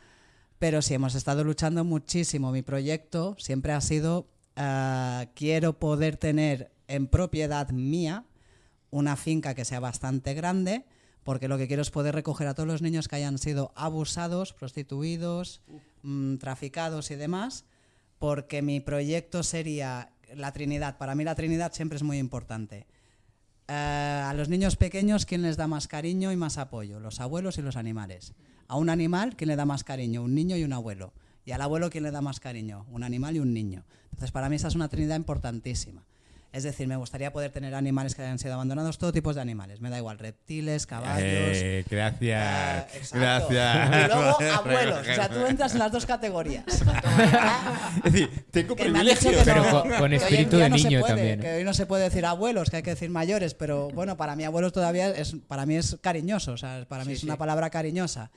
Speaker 5: Pero sí, hemos estado luchando muchísimo. Mi proyecto siempre ha sido, ah, quiero poder tener en propiedad mía una finca que sea bastante grande, porque lo que quiero es poder recoger a todos los niños que hayan sido abusados, prostituidos, mm, traficados y demás, porque mi proyecto sería la Trinidad. Para mí la Trinidad siempre es muy importante. Eh, a los niños pequeños, ¿quién les da más cariño y más apoyo? Los abuelos y los animales. A un animal, ¿quién le da más cariño? Un niño y un abuelo. Y al abuelo, ¿quién le da más cariño? Un animal y un niño. Entonces, para mí esa es una trinidad importantísima. Es decir, me gustaría poder tener animales que hayan sido abandonados, todo tipo de animales. Me da igual, reptiles, caballos.
Speaker 1: Eh,
Speaker 5: Ah,
Speaker 1: gracias.
Speaker 5: exacto.
Speaker 1: gracias.
Speaker 5: Y luego
Speaker 1: *laughs*
Speaker 3: *laughs*
Speaker 5: abuelos. O sea, tú entras en las dos categorías.
Speaker 1: Es decir, tengo
Speaker 5: Que me han dicho que
Speaker 1: privilegios.
Speaker 3: Pero con-
Speaker 5: no-
Speaker 3: con
Speaker 5: que hoy en
Speaker 3: espíritu
Speaker 5: día
Speaker 3: de
Speaker 5: no se
Speaker 3: niño
Speaker 5: puede,
Speaker 3: también, ¿eh?
Speaker 5: Que hoy no se puede decir abuelos, que hay que decir mayores, pero bueno, para mí abuelos todavía es para mí es cariñoso, o sea, para mí es una palabra cariñosa.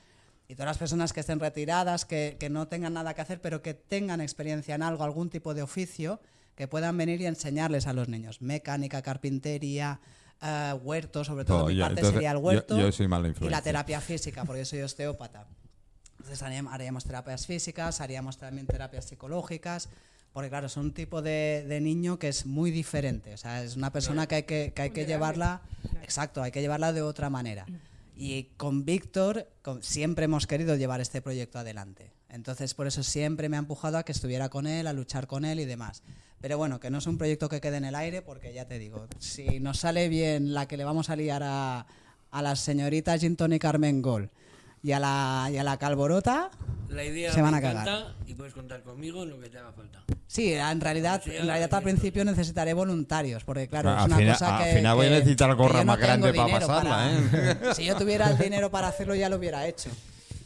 Speaker 5: Y todas las personas que estén retiradas, que, que no tengan nada que hacer, pero que tengan experiencia en algo, algún tipo de oficio, que puedan venir y enseñarles a los niños. Mecánica, carpintería, eh, huerto, sobre todo.
Speaker 1: Oh,
Speaker 5: mi
Speaker 1: ya,
Speaker 5: parte
Speaker 1: entonces,
Speaker 5: sería el
Speaker 1: yo-
Speaker 5: huerto.
Speaker 1: yo soy mala
Speaker 5: Y la
Speaker 1: influencia.
Speaker 5: terapia física, porque yo soy osteópata. Entonces haríam- haríamos terapias físicas, haríamos también terapias psicológicas, porque claro, es un tipo de, de niño que es muy diferente, o sea, es una persona que hay que, que, hay que llevarla, exacto, hay que llevarla de otra manera. Y con Víctor con- siempre hemos querido llevar este proyecto adelante. Entonces, por eso siempre me ha empujado a que estuviera con él, a luchar con él y demás. Pero bueno, que no es un proyecto que quede en el aire, porque ya te digo, si nos sale bien la que le vamos a liar a, a la señorita Gintoni Carmen Gol y a la, y a la Calborota,
Speaker 6: La idea
Speaker 5: Se van
Speaker 6: me
Speaker 5: a cagar.
Speaker 6: encanta y puedes contar conmigo en lo que te haga falta.
Speaker 5: sí, en realidad, en realidad al principio necesitaré voluntarios, porque claro,
Speaker 9: Ah,
Speaker 5: es
Speaker 9: al
Speaker 5: una
Speaker 9: final-
Speaker 5: cosa
Speaker 9: al
Speaker 5: que.
Speaker 9: final voy a
Speaker 5: que-
Speaker 9: necesitar
Speaker 5: que
Speaker 9: gorra
Speaker 5: yo no
Speaker 9: más
Speaker 5: tengo
Speaker 9: grande pa'
Speaker 5: dinero *laughs*
Speaker 9: pasarla, ¿eh?
Speaker 5: para- Si yo tuviera el dinero para hacerlo, ya lo hubiera hecho.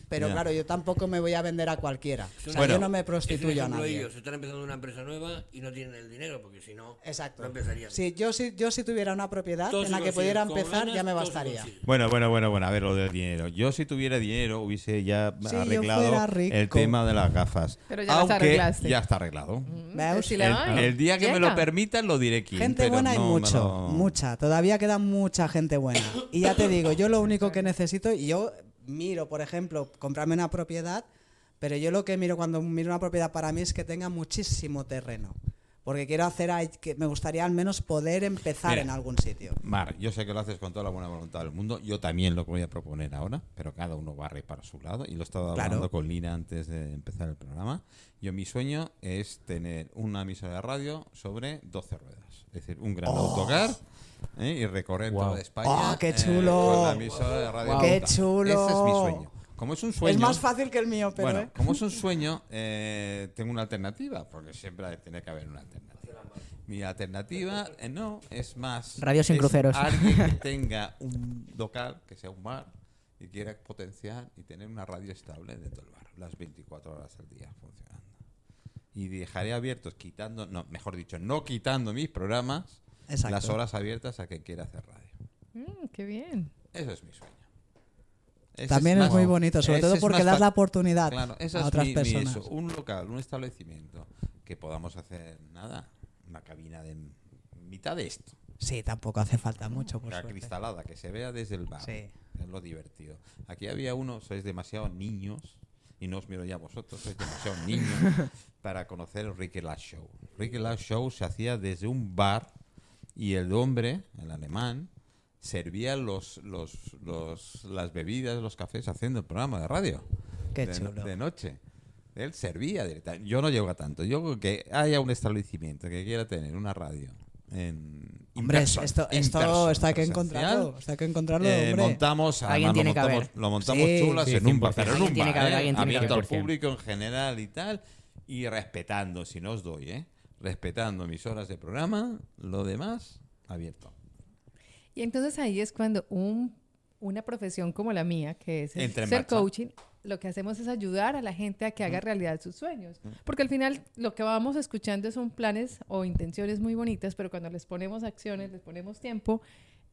Speaker 5: Pero
Speaker 9: Ya.
Speaker 5: claro, yo tampoco me voy a vender a cualquiera. O sea,
Speaker 9: Bueno.
Speaker 5: yo no me
Speaker 6: Es un
Speaker 5: prostituyo a
Speaker 6: ejemplo
Speaker 5: nadie.
Speaker 6: ellos, están empezando una empresa nueva y no tienen el dinero porque si no,
Speaker 5: Exacto.
Speaker 6: no empezarían.
Speaker 5: Si yo, si yo si tuviera una propiedad
Speaker 6: Todo
Speaker 5: en
Speaker 6: se
Speaker 5: la que
Speaker 6: consigue,
Speaker 5: pudiera
Speaker 6: con
Speaker 5: empezar,
Speaker 6: ganas,
Speaker 5: ya me
Speaker 6: todo se
Speaker 5: bastaría.
Speaker 6: consigue.
Speaker 9: Bueno, bueno, bueno, bueno, a ver lo del dinero. Yo si tuviera dinero hubiese ya
Speaker 5: Si yo fuera
Speaker 9: arreglado
Speaker 5: rico.
Speaker 9: el tema de las gafas.
Speaker 2: Pero ya las
Speaker 9: Aunque
Speaker 2: arreglaste. Mm.
Speaker 9: ya está arreglado.
Speaker 5: ¿Veus?
Speaker 2: Si le
Speaker 9: El,
Speaker 2: doy,
Speaker 9: el día que me lo
Speaker 2: llega.
Speaker 9: permitan lo diré quién.
Speaker 5: Gente
Speaker 9: pero
Speaker 5: buena hay
Speaker 9: no me
Speaker 5: mucho,
Speaker 9: lo-
Speaker 5: mucha. Todavía queda mucha gente buena. Y ya te digo, yo lo único que necesito, y yo miro, por ejemplo, comprarme una propiedad, pero yo lo que miro cuando miro una propiedad para mí es que tenga muchísimo terreno. Porque quiero hacer, ahí- que me gustaría al menos poder empezar
Speaker 9: Mira.
Speaker 5: en algún sitio.
Speaker 9: Mar, yo sé que lo haces con toda la buena voluntad del mundo. Yo también lo voy a proponer ahora, pero cada uno barre para su lado. Y lo estaba
Speaker 5: Claro.
Speaker 9: hablando con Lina antes de empezar el programa. Yo mi sueño es tener una emisora de radio sobre 12 ruedas. Es decir, un gran autocar ¿eh? y recorrer
Speaker 3: Guau.
Speaker 9: toda España.
Speaker 5: ¡Oh, qué
Speaker 9: eh,
Speaker 5: chulo!
Speaker 9: con la emisora de radio.
Speaker 5: ¡Qué
Speaker 9: montada.
Speaker 5: chulo!
Speaker 9: Ese es mi sueño. Como es un sueño...
Speaker 5: Es más fácil que el mío, pero...
Speaker 9: bueno,
Speaker 5: ¿eh?
Speaker 9: como es un sueño, eh, tengo una alternativa, porque siempre hay- tiene que haber una alternativa. Mi alternativa, eh, no, es más...
Speaker 4: Radios en
Speaker 9: es
Speaker 4: cruceros.
Speaker 9: Alguien que tenga un local, que sea un bar, y quiera potenciar y tener una radio estable dentro del bar, las 24 horas al día funcionando. Y dejaré abiertos, quitando, no, mejor dicho, no quitando mis programas,
Speaker 5: Exacto.
Speaker 9: las horas abiertas a quien quiera hacer radio.
Speaker 2: Mm, qué bien.
Speaker 9: Eso es mi sueño. Ese
Speaker 5: También es,
Speaker 9: más-
Speaker 5: muy bonito, sobre
Speaker 9: ese
Speaker 5: todo
Speaker 9: es
Speaker 5: porque
Speaker 9: más
Speaker 5: das la
Speaker 9: fac-
Speaker 5: oportunidad
Speaker 9: Claro, eso
Speaker 5: a
Speaker 9: es
Speaker 5: otras
Speaker 9: mi- mi
Speaker 5: personas.
Speaker 9: eso, un local, un establecimiento que podamos hacer nada, una cabina de m- mitad de esto,
Speaker 5: Sí, tampoco hace falta mucho, por
Speaker 9: la
Speaker 5: suerte.
Speaker 9: cristalada, que se vea desde el bar.
Speaker 5: Sí.
Speaker 9: Es lo divertido. Aquí había uno, sois demasiado niños, y no os miro ya a vosotros, sois
Speaker 5: *laughs*
Speaker 9: demasiado niños para conocer el Ricky Last Show. Ricky Last Show se hacía desde un bar y el hombre, el alemán, servía los, los, los- las bebidas, los cafés haciendo el programa de radio
Speaker 5: Qué
Speaker 9: de, no-
Speaker 5: chulo.
Speaker 9: de noche. Él servía directamente. Yo no llego a tanto. Yo creo que haya un establecimiento que quiera tener una radio. En in
Speaker 5: Hombre,
Speaker 9: person,
Speaker 5: esto,
Speaker 9: in
Speaker 5: esto,
Speaker 9: person,
Speaker 5: esto hay que
Speaker 9: presencial.
Speaker 5: encontrarlo. Esto hay que encontrarlo,
Speaker 9: Eh,
Speaker 5: hombre.
Speaker 9: montamos,
Speaker 4: Alguien
Speaker 9: además,
Speaker 4: tiene que
Speaker 9: lo montamos,
Speaker 4: haber.
Speaker 9: lo montamos
Speaker 5: Sí.
Speaker 9: chulas
Speaker 3: Sí,
Speaker 9: en un
Speaker 3: 100%.
Speaker 9: bar, pero en
Speaker 4: Alguien
Speaker 9: un
Speaker 4: tiene
Speaker 9: bar,
Speaker 4: que haber,
Speaker 9: ¿eh?
Speaker 4: alguien tiene que
Speaker 9: abierto al
Speaker 3: haber.
Speaker 9: público en general y tal, y respetando, si no os doy, ¿eh? respetando mis horas de programa, lo demás abierto.
Speaker 2: Y entonces ahí es cuando un, una profesión como la mía, que es el
Speaker 9: Entra en
Speaker 2: ser
Speaker 9: marcha.
Speaker 2: coaching, lo que hacemos es ayudar a la gente a que haga realidad sus sueños. Porque al final lo que vamos escuchando son planes o intenciones muy bonitas, pero cuando les ponemos acciones, les ponemos tiempo,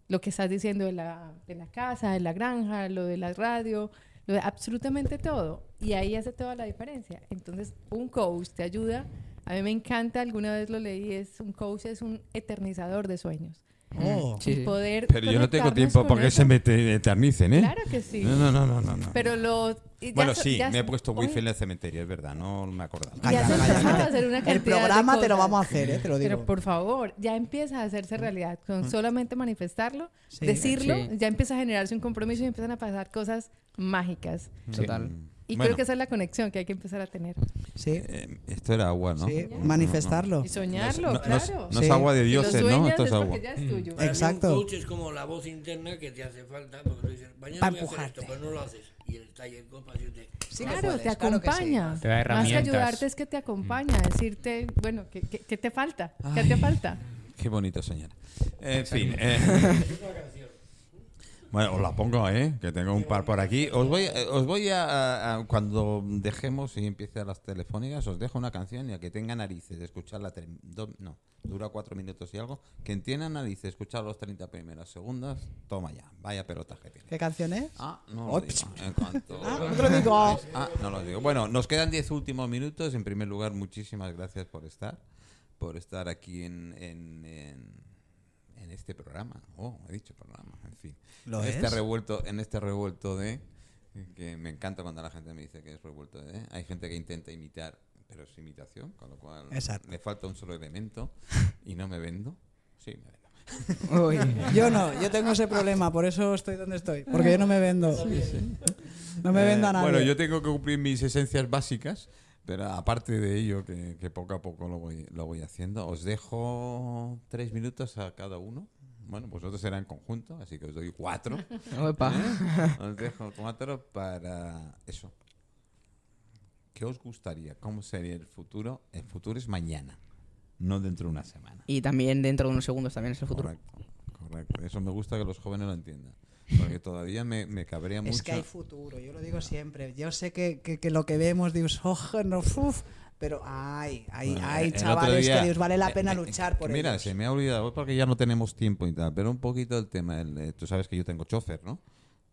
Speaker 2: lo que estás diciendo de la, de la casa, de la granja, lo de la radio, lo de absolutamente todo. Y ahí hace toda la diferencia. Entonces, un coach te ayuda. A mí me encanta, alguna vez lo leí, es un coach es un eternizador de sueños.
Speaker 5: Oh.
Speaker 9: Mm.
Speaker 4: Sí, sí.
Speaker 2: Poder
Speaker 9: Pero yo no tengo
Speaker 2: conectarnos
Speaker 9: tiempo
Speaker 2: con
Speaker 9: para que
Speaker 2: eso.
Speaker 9: se me eternicen, ¿eh?
Speaker 2: Claro que sí.
Speaker 9: No, no, no, no, no. no.
Speaker 2: Pero lo. y ya
Speaker 9: Bueno,
Speaker 2: so-
Speaker 9: sí,
Speaker 2: ya
Speaker 9: me he
Speaker 2: so-
Speaker 9: puesto wifi en
Speaker 2: Oye,
Speaker 9: el cementerio, es verdad, no me acordaba.
Speaker 2: Ya
Speaker 5: Calla,
Speaker 2: se
Speaker 5: calla,
Speaker 2: empezaba
Speaker 5: calla.
Speaker 2: a hacer una
Speaker 5: El
Speaker 2: cantidad de
Speaker 5: programa te lo
Speaker 2: cosas.
Speaker 5: vamos a hacer, ¿eh? te lo digo.
Speaker 2: Pero por favor, ya empieza a hacerse realidad con
Speaker 9: Mm.
Speaker 2: solamente manifestarlo, decirlo,
Speaker 4: Sí.
Speaker 2: ya empieza a generarse un compromiso y empiezan a pasar cosas mágicas.
Speaker 4: Total.
Speaker 2: *laughs* Y
Speaker 9: Bueno.
Speaker 2: creo que esa es la conexión que hay que empezar a tener.
Speaker 5: Sí,
Speaker 9: Eh, esto era agua, ¿no?
Speaker 5: sí,
Speaker 9: No, no,
Speaker 5: manifestarlo.
Speaker 2: Y soñarlo,
Speaker 9: No, no, no es-
Speaker 2: claro.
Speaker 9: no es
Speaker 5: Sí.
Speaker 9: agua de
Speaker 2: Si lo
Speaker 9: dioses,
Speaker 2: sueñas
Speaker 9: ¿no? ah, Esto es
Speaker 2: es
Speaker 9: agua.
Speaker 2: porque ya es tuyo.
Speaker 6: Para mí
Speaker 5: Exacto.
Speaker 6: un coach es como la voz interna que te hace falta porque tú dices, mañana
Speaker 5: Pa'
Speaker 6: voy a hacer
Speaker 5: empujarte.
Speaker 6: esto, pero no lo haces. Y el taller copa decirte,
Speaker 5: Sí que
Speaker 2: claro,
Speaker 5: puedes,
Speaker 2: te
Speaker 5: claro que sí.
Speaker 2: acompaña.
Speaker 3: Te da
Speaker 2: Más que
Speaker 3: herramientas.
Speaker 2: ayudarte es que te acompaña, decirte, bueno, ¿qué, qué- qué te falta? ¿Qué te falta?
Speaker 9: Qué bonito soñar. En fin. eh. *laughs* Bueno, os la pongo, ¿eh? Que tengo un par por aquí. Os voy, eh, os voy a, a- a- Cuando dejemos y empiecen las telefónicas, os dejo una canción y a que tenga narices de escucharla. tre- do- no, dura cuatro minutos y algo. Quien tiene narices de escuchar los 30 primeras segundas, toma ya. Vaya pelotaje tiene.
Speaker 5: ¿Qué canción es?
Speaker 9: Ah, no
Speaker 5: Oh,
Speaker 9: lo digo. En cuanto-
Speaker 5: Ah, no te lo
Speaker 9: *laughs*
Speaker 5: digo.
Speaker 9: Ah, no lo digo. Bueno, nos quedan 10 últimos minutos. En primer lugar, muchísimas gracias por estar, por estar aquí en, en, en- en este programa. Oh, he dicho programa, en fin.
Speaker 5: ¿Lo
Speaker 9: en este
Speaker 5: es?
Speaker 9: revuelto, en este revuelto de que me encanta cuando la gente me dice que es revuelto de. Hay gente que intenta imitar, pero es imitación, con lo cual
Speaker 5: Exacto.
Speaker 9: le falta un solo elemento y no me vendo. Sí, me vendo.
Speaker 5: Yo no, yo tengo ese problema, por eso estoy donde estoy.
Speaker 2: Ah.
Speaker 5: Porque yo no me vendo. No me
Speaker 1: Eh,
Speaker 5: vendo a nadie.
Speaker 1: Bueno, yo tengo que cumplir mis esencias básicas, pero aparte de ello, que, que poco a poco lo voy, lo voy haciendo, os dejo tres minutos a cada uno. Bueno, vosotros será en conjunto, así que os doy cuatro.
Speaker 4: Opa.
Speaker 1: Os dejo cuatro para eso. ¿Qué os gustaría? ¿Cómo sería el futuro? El futuro es mañana, no dentro de una semana.
Speaker 4: Y también dentro de unos segundos también es el futuro.
Speaker 1: Correcto, correcto. Eso me gusta que los jóvenes lo entiendan. Porque todavía me, me cabrea mucho.
Speaker 5: Es que hay futuro, yo lo digo siempre. Yo sé que, que- que lo que vemos, Dios, ojo, no, uf, pero hay, hay,
Speaker 1: Bueno,
Speaker 5: hay
Speaker 1: el otro
Speaker 5: chavales
Speaker 1: día-
Speaker 5: que Dios vale la pena
Speaker 1: eh, eh,
Speaker 5: luchar por
Speaker 1: Mira,
Speaker 5: ellos.
Speaker 1: se me ha olvidado porque ya no tenemos tiempo y tal, pero un poquito el tema. el, eh, tú sabes que yo tengo chofer, ¿no?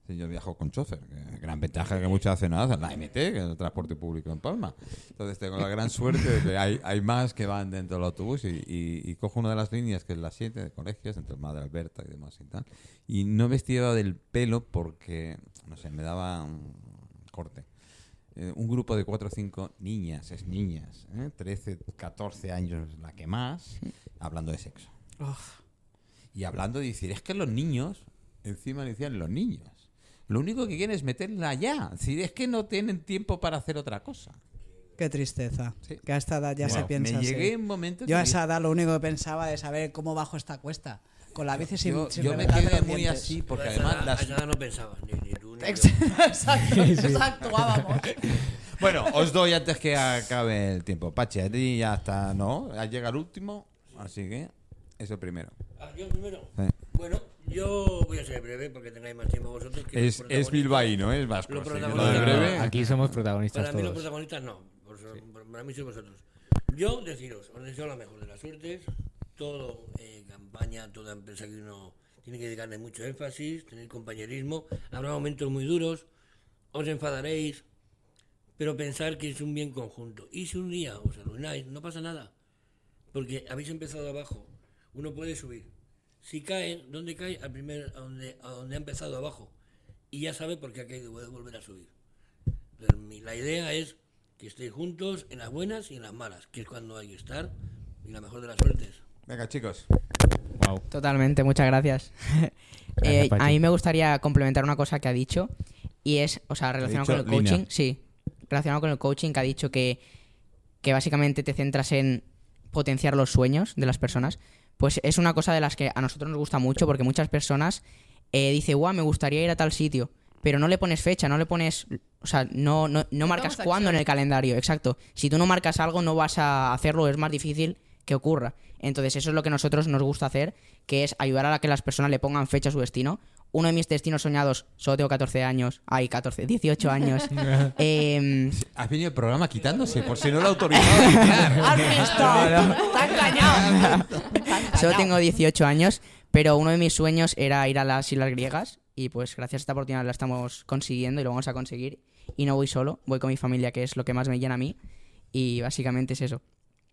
Speaker 1: Sí, yo viajo con chofer. que gran ventaja que muchas hacen nada, la MT, que es el transporte público en Palma. Entonces tengo la gran suerte de que hay, hay más que van dentro del autobús y, y- y cojo una de las líneas que es la 7 de colegios, entre Madre Alberta y demás y tal. Y no vestía del pelo porque, no sé, me daba un corte eh, un grupo de cuatro o cinco niñas, es niñas, ¿eh? 13, 14 años la que más, hablando de sexo. Y hablando de decir, es que los niños, encima decían los niños, lo único que quieren es meterla ya, es decir, es que no tienen tiempo para hacer otra cosa.
Speaker 5: Qué tristeza.
Speaker 1: Sí.
Speaker 5: Que a esta edad ya se
Speaker 1: Wow.
Speaker 5: piensa
Speaker 1: Me
Speaker 5: así.
Speaker 1: llegué un momento
Speaker 5: Yo a
Speaker 1: que
Speaker 5: esa edad lo único que pensaba es saber cómo bajo esta cuesta. Con la bici sin,
Speaker 1: yo,
Speaker 5: sin
Speaker 1: yo me
Speaker 5: reventarme
Speaker 1: quedé
Speaker 5: los
Speaker 1: muy
Speaker 5: dientes.
Speaker 1: así, porque
Speaker 6: A esa edad-
Speaker 1: además
Speaker 6: a
Speaker 1: las...
Speaker 6: esa edad no pensabas, ni, ni tú ni yo.
Speaker 1: *laughs*
Speaker 5: Exacto, exacto, actuábamos.
Speaker 1: Bueno, os doy antes que acabe el tiempo. Pache, a ti ya está, ¿no? Llega el último, así que es el primero.
Speaker 6: Ah, yo primero.
Speaker 1: Sí.
Speaker 6: Bueno, yo voy a ser breve porque tenéis más tiempo vosotros. Que
Speaker 1: Es,
Speaker 6: los
Speaker 1: es
Speaker 6: protagonistas.
Speaker 1: bilbaíno, ¿eh? es vasco.
Speaker 6: Lo
Speaker 1: así que
Speaker 6: protagonista-
Speaker 1: lo de
Speaker 6: No, no,
Speaker 1: breve.
Speaker 3: Aquí somos protagonistas
Speaker 6: Para mí los
Speaker 3: todos.
Speaker 6: protagonistas no. por- Para mí sois vosotros. Yo deciros, os deseo la mejor de las suertes. Todo eh, campaña, toda empresa que uno tiene que dedicarle mucho énfasis, tener compañerismo. Habrá momentos muy duros, os enfadaréis, pero pensar que es un bien conjunto. Y si un día os arruináis, no pasa nada. Porque habéis empezado abajo. Uno puede subir. Si cae, ¿dónde cae? Al primer, a, donde, a donde ha empezado abajo. Y ya sabe por qué ha caído, puede volver a subir. Entonces, mi- La idea es que estéis juntos en las buenas y en las malas, que es cuando hay que estar y la mejor de las suertes.
Speaker 1: Venga, chicos.
Speaker 3: Wow.
Speaker 4: Totalmente,
Speaker 3: *laughs*
Speaker 4: muchas gracias. Eh,
Speaker 3: Pachi.
Speaker 4: a mí me gustaría complementar una cosa que ha dicho y es, o sea, relacionado con el
Speaker 1: dicho línea.
Speaker 4: coaching, sí, relacionado con el coaching que ha dicho que, que básicamente te centras en potenciar los sueños de las personas, pues es una cosa de las que a nosotros nos gusta mucho porque muchas personas eh, dicen, guau, me gustaría ir a tal sitio, pero no le pones fecha, no le pones, o sea, no, no, no marcas
Speaker 2: tomas
Speaker 4: cuándo en
Speaker 2: acción.
Speaker 4: el calendario, exacto. Si tú no marcas algo, no vas a hacerlo, es más difícil que ocurra. Entonces, eso es lo que a nosotros nos gusta hacer, que es ayudar a la que las personas le pongan fecha a su destino. Uno de mis destinos soñados, solo tengo 14 años, ay, 14, 18 años. em,
Speaker 1: Has venido el programa quitándose, por si no *laughs* lo autorizaba.
Speaker 5: ¿Has visto? Tan callado. Tan
Speaker 3: Ah,
Speaker 4: Solo
Speaker 5: callado.
Speaker 4: tengo 18 años, pero uno de mis sueños era ir a las Islas Griegas y pues gracias a esta oportunidad la estamos consiguiendo y lo vamos a conseguir. Y no voy solo, voy con mi familia, que es lo que más me llena a mí. Y básicamente es eso.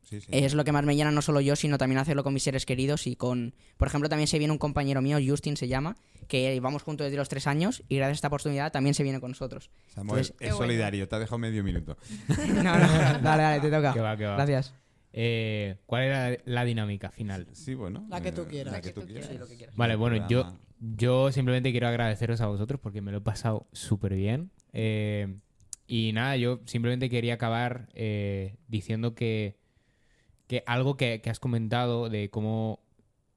Speaker 1: Sí, sí.
Speaker 4: Es lo que más me llena no solo yo, sino también hacerlo con mis seres queridos y con... Por ejemplo, también se viene un compañero mío, Justin se llama, que vamos juntos desde los tres años y gracias a esta oportunidad también se viene
Speaker 3: *laughs*
Speaker 4: con nosotros.
Speaker 1: Samuel,
Speaker 4: Entonces-
Speaker 1: es solidario, te ha dejado medio minuto.
Speaker 4: No, no, dale, dale, te toca.
Speaker 3: Que va, que va.
Speaker 4: Gracias.
Speaker 3: Eh, ¿Cuál era la dinámica final?
Speaker 1: Sí, bueno. eh,
Speaker 5: La que tú quieras.
Speaker 1: La que tú quieras.
Speaker 4: Sí, lo que quieras.
Speaker 3: Vale, bueno, yo,
Speaker 1: Programa.
Speaker 3: yo simplemente quiero agradeceros a vosotros porque me lo he pasado súper bien. Eh, y nada, yo simplemente quería acabar eh, diciendo que, que algo que, que has comentado de cómo,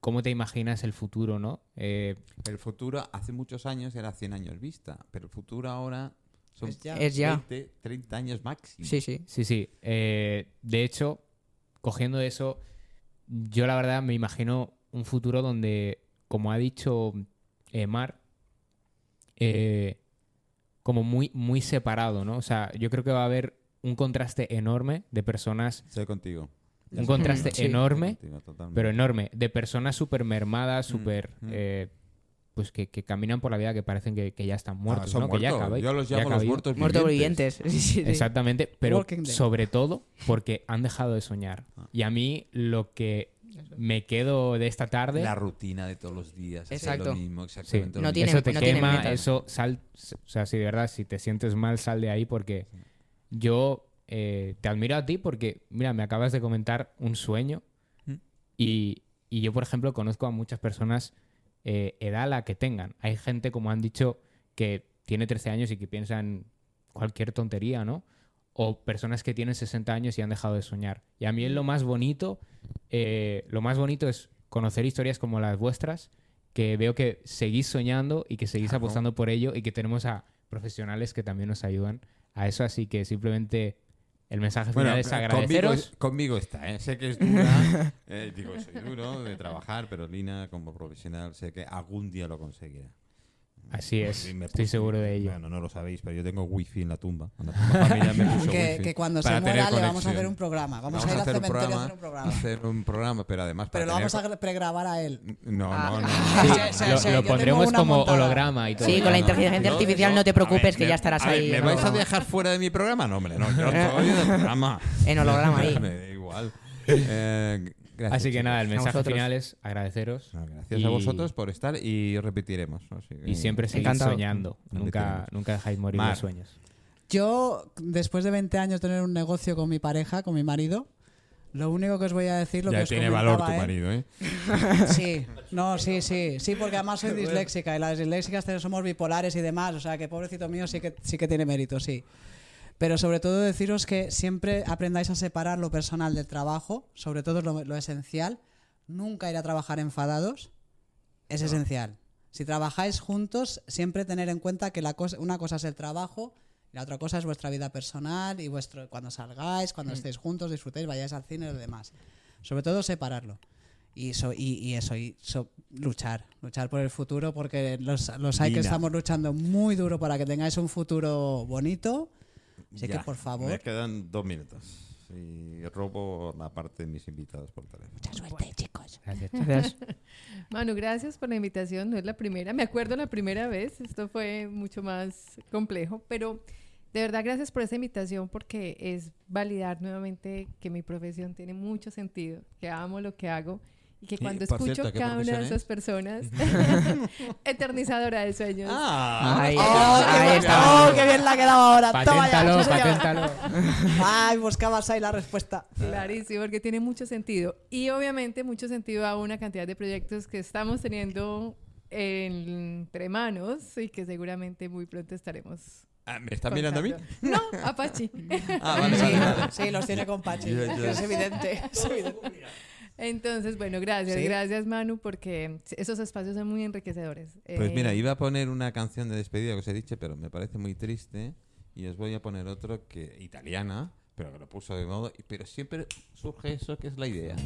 Speaker 3: cómo te imaginas el futuro, ¿no? Eh,
Speaker 1: El futuro hace muchos años era 100 años vista, pero el futuro ahora son
Speaker 5: Es Pues ya.
Speaker 4: Es ya.
Speaker 1: 20, 30 años máximo.
Speaker 4: Sí, sí.
Speaker 3: Sí, sí. Eh, de hecho, cogiendo eso, yo la verdad me imagino un futuro donde, como ha dicho eh, Mar, eh, como muy, muy separado, ¿no? O sea, yo creo que va a haber un contraste enorme de personas,
Speaker 1: Estoy contigo.
Speaker 3: un contraste
Speaker 4: Sí.
Speaker 3: enorme,
Speaker 1: Estoy contigo totalmente.
Speaker 3: pero enorme, de personas súper mermadas, súper...
Speaker 1: mm.
Speaker 3: eh, pues que, que caminan por la vida que parecen que, que ya están
Speaker 1: Ah,
Speaker 3: muertos,
Speaker 1: son
Speaker 3: ¿no? Que ya
Speaker 1: muertos.
Speaker 3: acabáis-
Speaker 1: Yo los
Speaker 3: ya
Speaker 1: llamo los
Speaker 3: acabáis.
Speaker 1: muertos
Speaker 4: Muertos
Speaker 3: pues.
Speaker 1: vivientes.
Speaker 4: vivientes. *laughs* Sí, sí, sí.
Speaker 3: Exactamente, pero
Speaker 5: Walking Dead.
Speaker 3: sobre todo porque han dejado de soñar. Y a mí lo que me quedo de esta tarde,
Speaker 1: La rutina de todos los días. hacer
Speaker 4: Exacto.
Speaker 1: Lo mismo,
Speaker 3: ¿eh? sí,
Speaker 1: exactamente. lo
Speaker 4: No
Speaker 1: mismo.
Speaker 4: tienen-
Speaker 3: eso te
Speaker 4: no tienen
Speaker 3: quema,
Speaker 4: metas.
Speaker 3: eso sal, o sea, si de verdad si te sientes mal sal de ahí porque yo eh, te admiro a ti porque mira me acabas de comentar un sueño
Speaker 1: Mm.
Speaker 3: y Y yo, por ejemplo, conozco a muchas personas eh, edad la que tengan. Hay gente, como han dicho, que tiene 13 años y que piensa en cualquier tontería, ¿no? O personas que tienen 60 años y han dejado de soñar. Y a mí es lo más bonito, eh, lo más bonito es conocer historias como las vuestras, que veo que seguís soñando y que seguís
Speaker 1: Claro.
Speaker 3: apostando por ello y que tenemos a profesionales que también nos ayudan a eso. Así que simplemente el mensaje final es
Speaker 1: eh, conmigo,
Speaker 3: pues, agradeceros.
Speaker 1: conmigo está, ¿eh? sé que
Speaker 3: *laughs*
Speaker 1: es dura, eh, digo, soy duro de trabajar, pero Lina, como profesional, sé que algún día lo conseguirá.
Speaker 3: Así es,
Speaker 1: Y me
Speaker 3: estoy
Speaker 1: puso-
Speaker 3: seguro de ello.
Speaker 1: Bueno, no lo sabéis, pero yo tengo wifi en la tumba. En la tumba familiar me puso
Speaker 5: Que,
Speaker 1: wifi
Speaker 5: que cuando
Speaker 1: para
Speaker 5: se
Speaker 1: tener
Speaker 5: muera le vamos a
Speaker 1: conexión.
Speaker 5: hacer un programa. Vamos, a ir al
Speaker 1: hacer un
Speaker 5: cementerio
Speaker 1: programa,
Speaker 5: a hacer un
Speaker 1: *laughs*
Speaker 5: programa.
Speaker 1: hacer un programa, pero además
Speaker 5: Pero lo
Speaker 1: para
Speaker 5: vamos
Speaker 1: tener-
Speaker 5: a pregrabar a él.
Speaker 1: No, no,
Speaker 4: Ah,
Speaker 1: no.
Speaker 5: *laughs* Sí,
Speaker 3: Sí,
Speaker 5: sí,
Speaker 3: lo
Speaker 5: sí,
Speaker 3: lo
Speaker 5: yo
Speaker 3: pondremos
Speaker 5: tengo una
Speaker 3: como
Speaker 5: montada.
Speaker 3: holograma y todo.
Speaker 4: Sí, con la inteligencia
Speaker 1: Yo,
Speaker 4: artificial
Speaker 1: yo-
Speaker 4: no te
Speaker 1: a ver,
Speaker 4: preocupes, que
Speaker 1: me-
Speaker 4: ya estarás
Speaker 1: a ver,
Speaker 4: ahí.
Speaker 1: ¿Me
Speaker 4: en
Speaker 1: vais a
Speaker 4: holograma.
Speaker 1: dejar fuera de mi programa? No, hombre, no. Yo estoy del programa. *laughs*
Speaker 4: En holograma ahí.
Speaker 1: Me da igual. Eh, gracias,
Speaker 3: Así que nada, el
Speaker 1: chicos.
Speaker 3: mensaje
Speaker 4: vosotros.
Speaker 3: final es agradeceros
Speaker 1: No, gracias
Speaker 3: Y-
Speaker 1: a vosotros por estar y repetiremos. así que-
Speaker 3: y siempre seguid
Speaker 4: Encantado.
Speaker 3: soñando.
Speaker 1: Donde
Speaker 3: Nunca,
Speaker 1: queremos.
Speaker 3: nunca dejáis morir
Speaker 1: Mar.
Speaker 3: los sueños.
Speaker 5: Yo, después de 20 años de tener un negocio con mi pareja, con mi marido, lo único que os voy a decir, lo que
Speaker 1: Ya
Speaker 5: os
Speaker 1: tiene valor tu
Speaker 5: comentaba él-
Speaker 1: marido, ¿eh?
Speaker 5: *laughs* Sí, no, sí, sí, sí, porque además soy disléxica y las disléxicas te- somos bipolares y demás, o sea que pobrecito mío sí que, sí que tiene mérito, sí. Pero sobre todo deciros que siempre aprendáis a separar lo personal del trabajo, sobre todo es lo, lo esencial. Nunca ir a trabajar enfadados es esencial. Si trabajáis juntos, siempre tener en cuenta que la cosa- una cosa es el trabajo y la otra cosa es vuestra vida personal y vuestro cuando salgáis, cuando estéis juntos, disfrutéis, vayáis al cine y lo demás. Sobre todo separarlo. Y, so- y, y eso, y so- luchar, luchar por el futuro, porque los, los hay que
Speaker 1: Dina.
Speaker 5: estamos luchando muy duro para que tengáis un futuro bonito. Así
Speaker 1: Ya,
Speaker 5: que, por
Speaker 1: Me
Speaker 5: favor,
Speaker 1: quedan dos minutos. Y robo la parte de mis invitados por teléfono.
Speaker 5: mucha suerte, chicos.
Speaker 3: Gracias.
Speaker 4: Gracias.
Speaker 2: Manu, gracias por la invitación. No es la primera, me acuerdo la primera vez, esto fue mucho más complejo, pero de verdad gracias por esa invitación porque es validar nuevamente que mi profesión tiene mucho sentido, que amo lo que hago y que
Speaker 1: Y,
Speaker 2: cuando
Speaker 1: por
Speaker 2: escucho
Speaker 1: cierto, ¿qué
Speaker 2: cada una de
Speaker 1: profesión
Speaker 2: esas
Speaker 1: *laughs*
Speaker 2: personas, *laughs* eternizadora de sueños.
Speaker 1: ¡Ah!
Speaker 4: Ahí,
Speaker 5: ¡Oh, qué,
Speaker 4: ahí
Speaker 5: bueno!
Speaker 4: está.
Speaker 5: ¡Oh, qué bien la ha quedado ahora! Toma ya,
Speaker 3: Paténtalo,
Speaker 5: sí, señor.
Speaker 3: paténtalo.
Speaker 5: ¡Ay, buscabas ahí la respuesta!
Speaker 2: Clarísimo, porque tiene mucho sentido. Y obviamente mucho sentido a una cantidad de proyectos que estamos teniendo entre manos y que seguramente muy pronto estaremos.
Speaker 1: Ah, ¿Me estás mirando a mí?
Speaker 2: contando. No, Apache.
Speaker 1: Ah, vale, vale, vale.
Speaker 5: Sí, los tiene con Pachi.
Speaker 1: Yo- yo-
Speaker 5: Es evidente. es evidente.
Speaker 2: *laughs* Entonces, bueno, gracias,
Speaker 5: Sí.
Speaker 2: gracias Manu, porque esos espacios son muy enriquecedores.
Speaker 1: Pues
Speaker 2: Eh,
Speaker 1: mira, iba a poner una canción de despedida que os he dicho, pero me parece muy triste. Y os voy a poner otro que italiana, pero que lo puso de modo. y- Pero siempre surge eso que es la idea.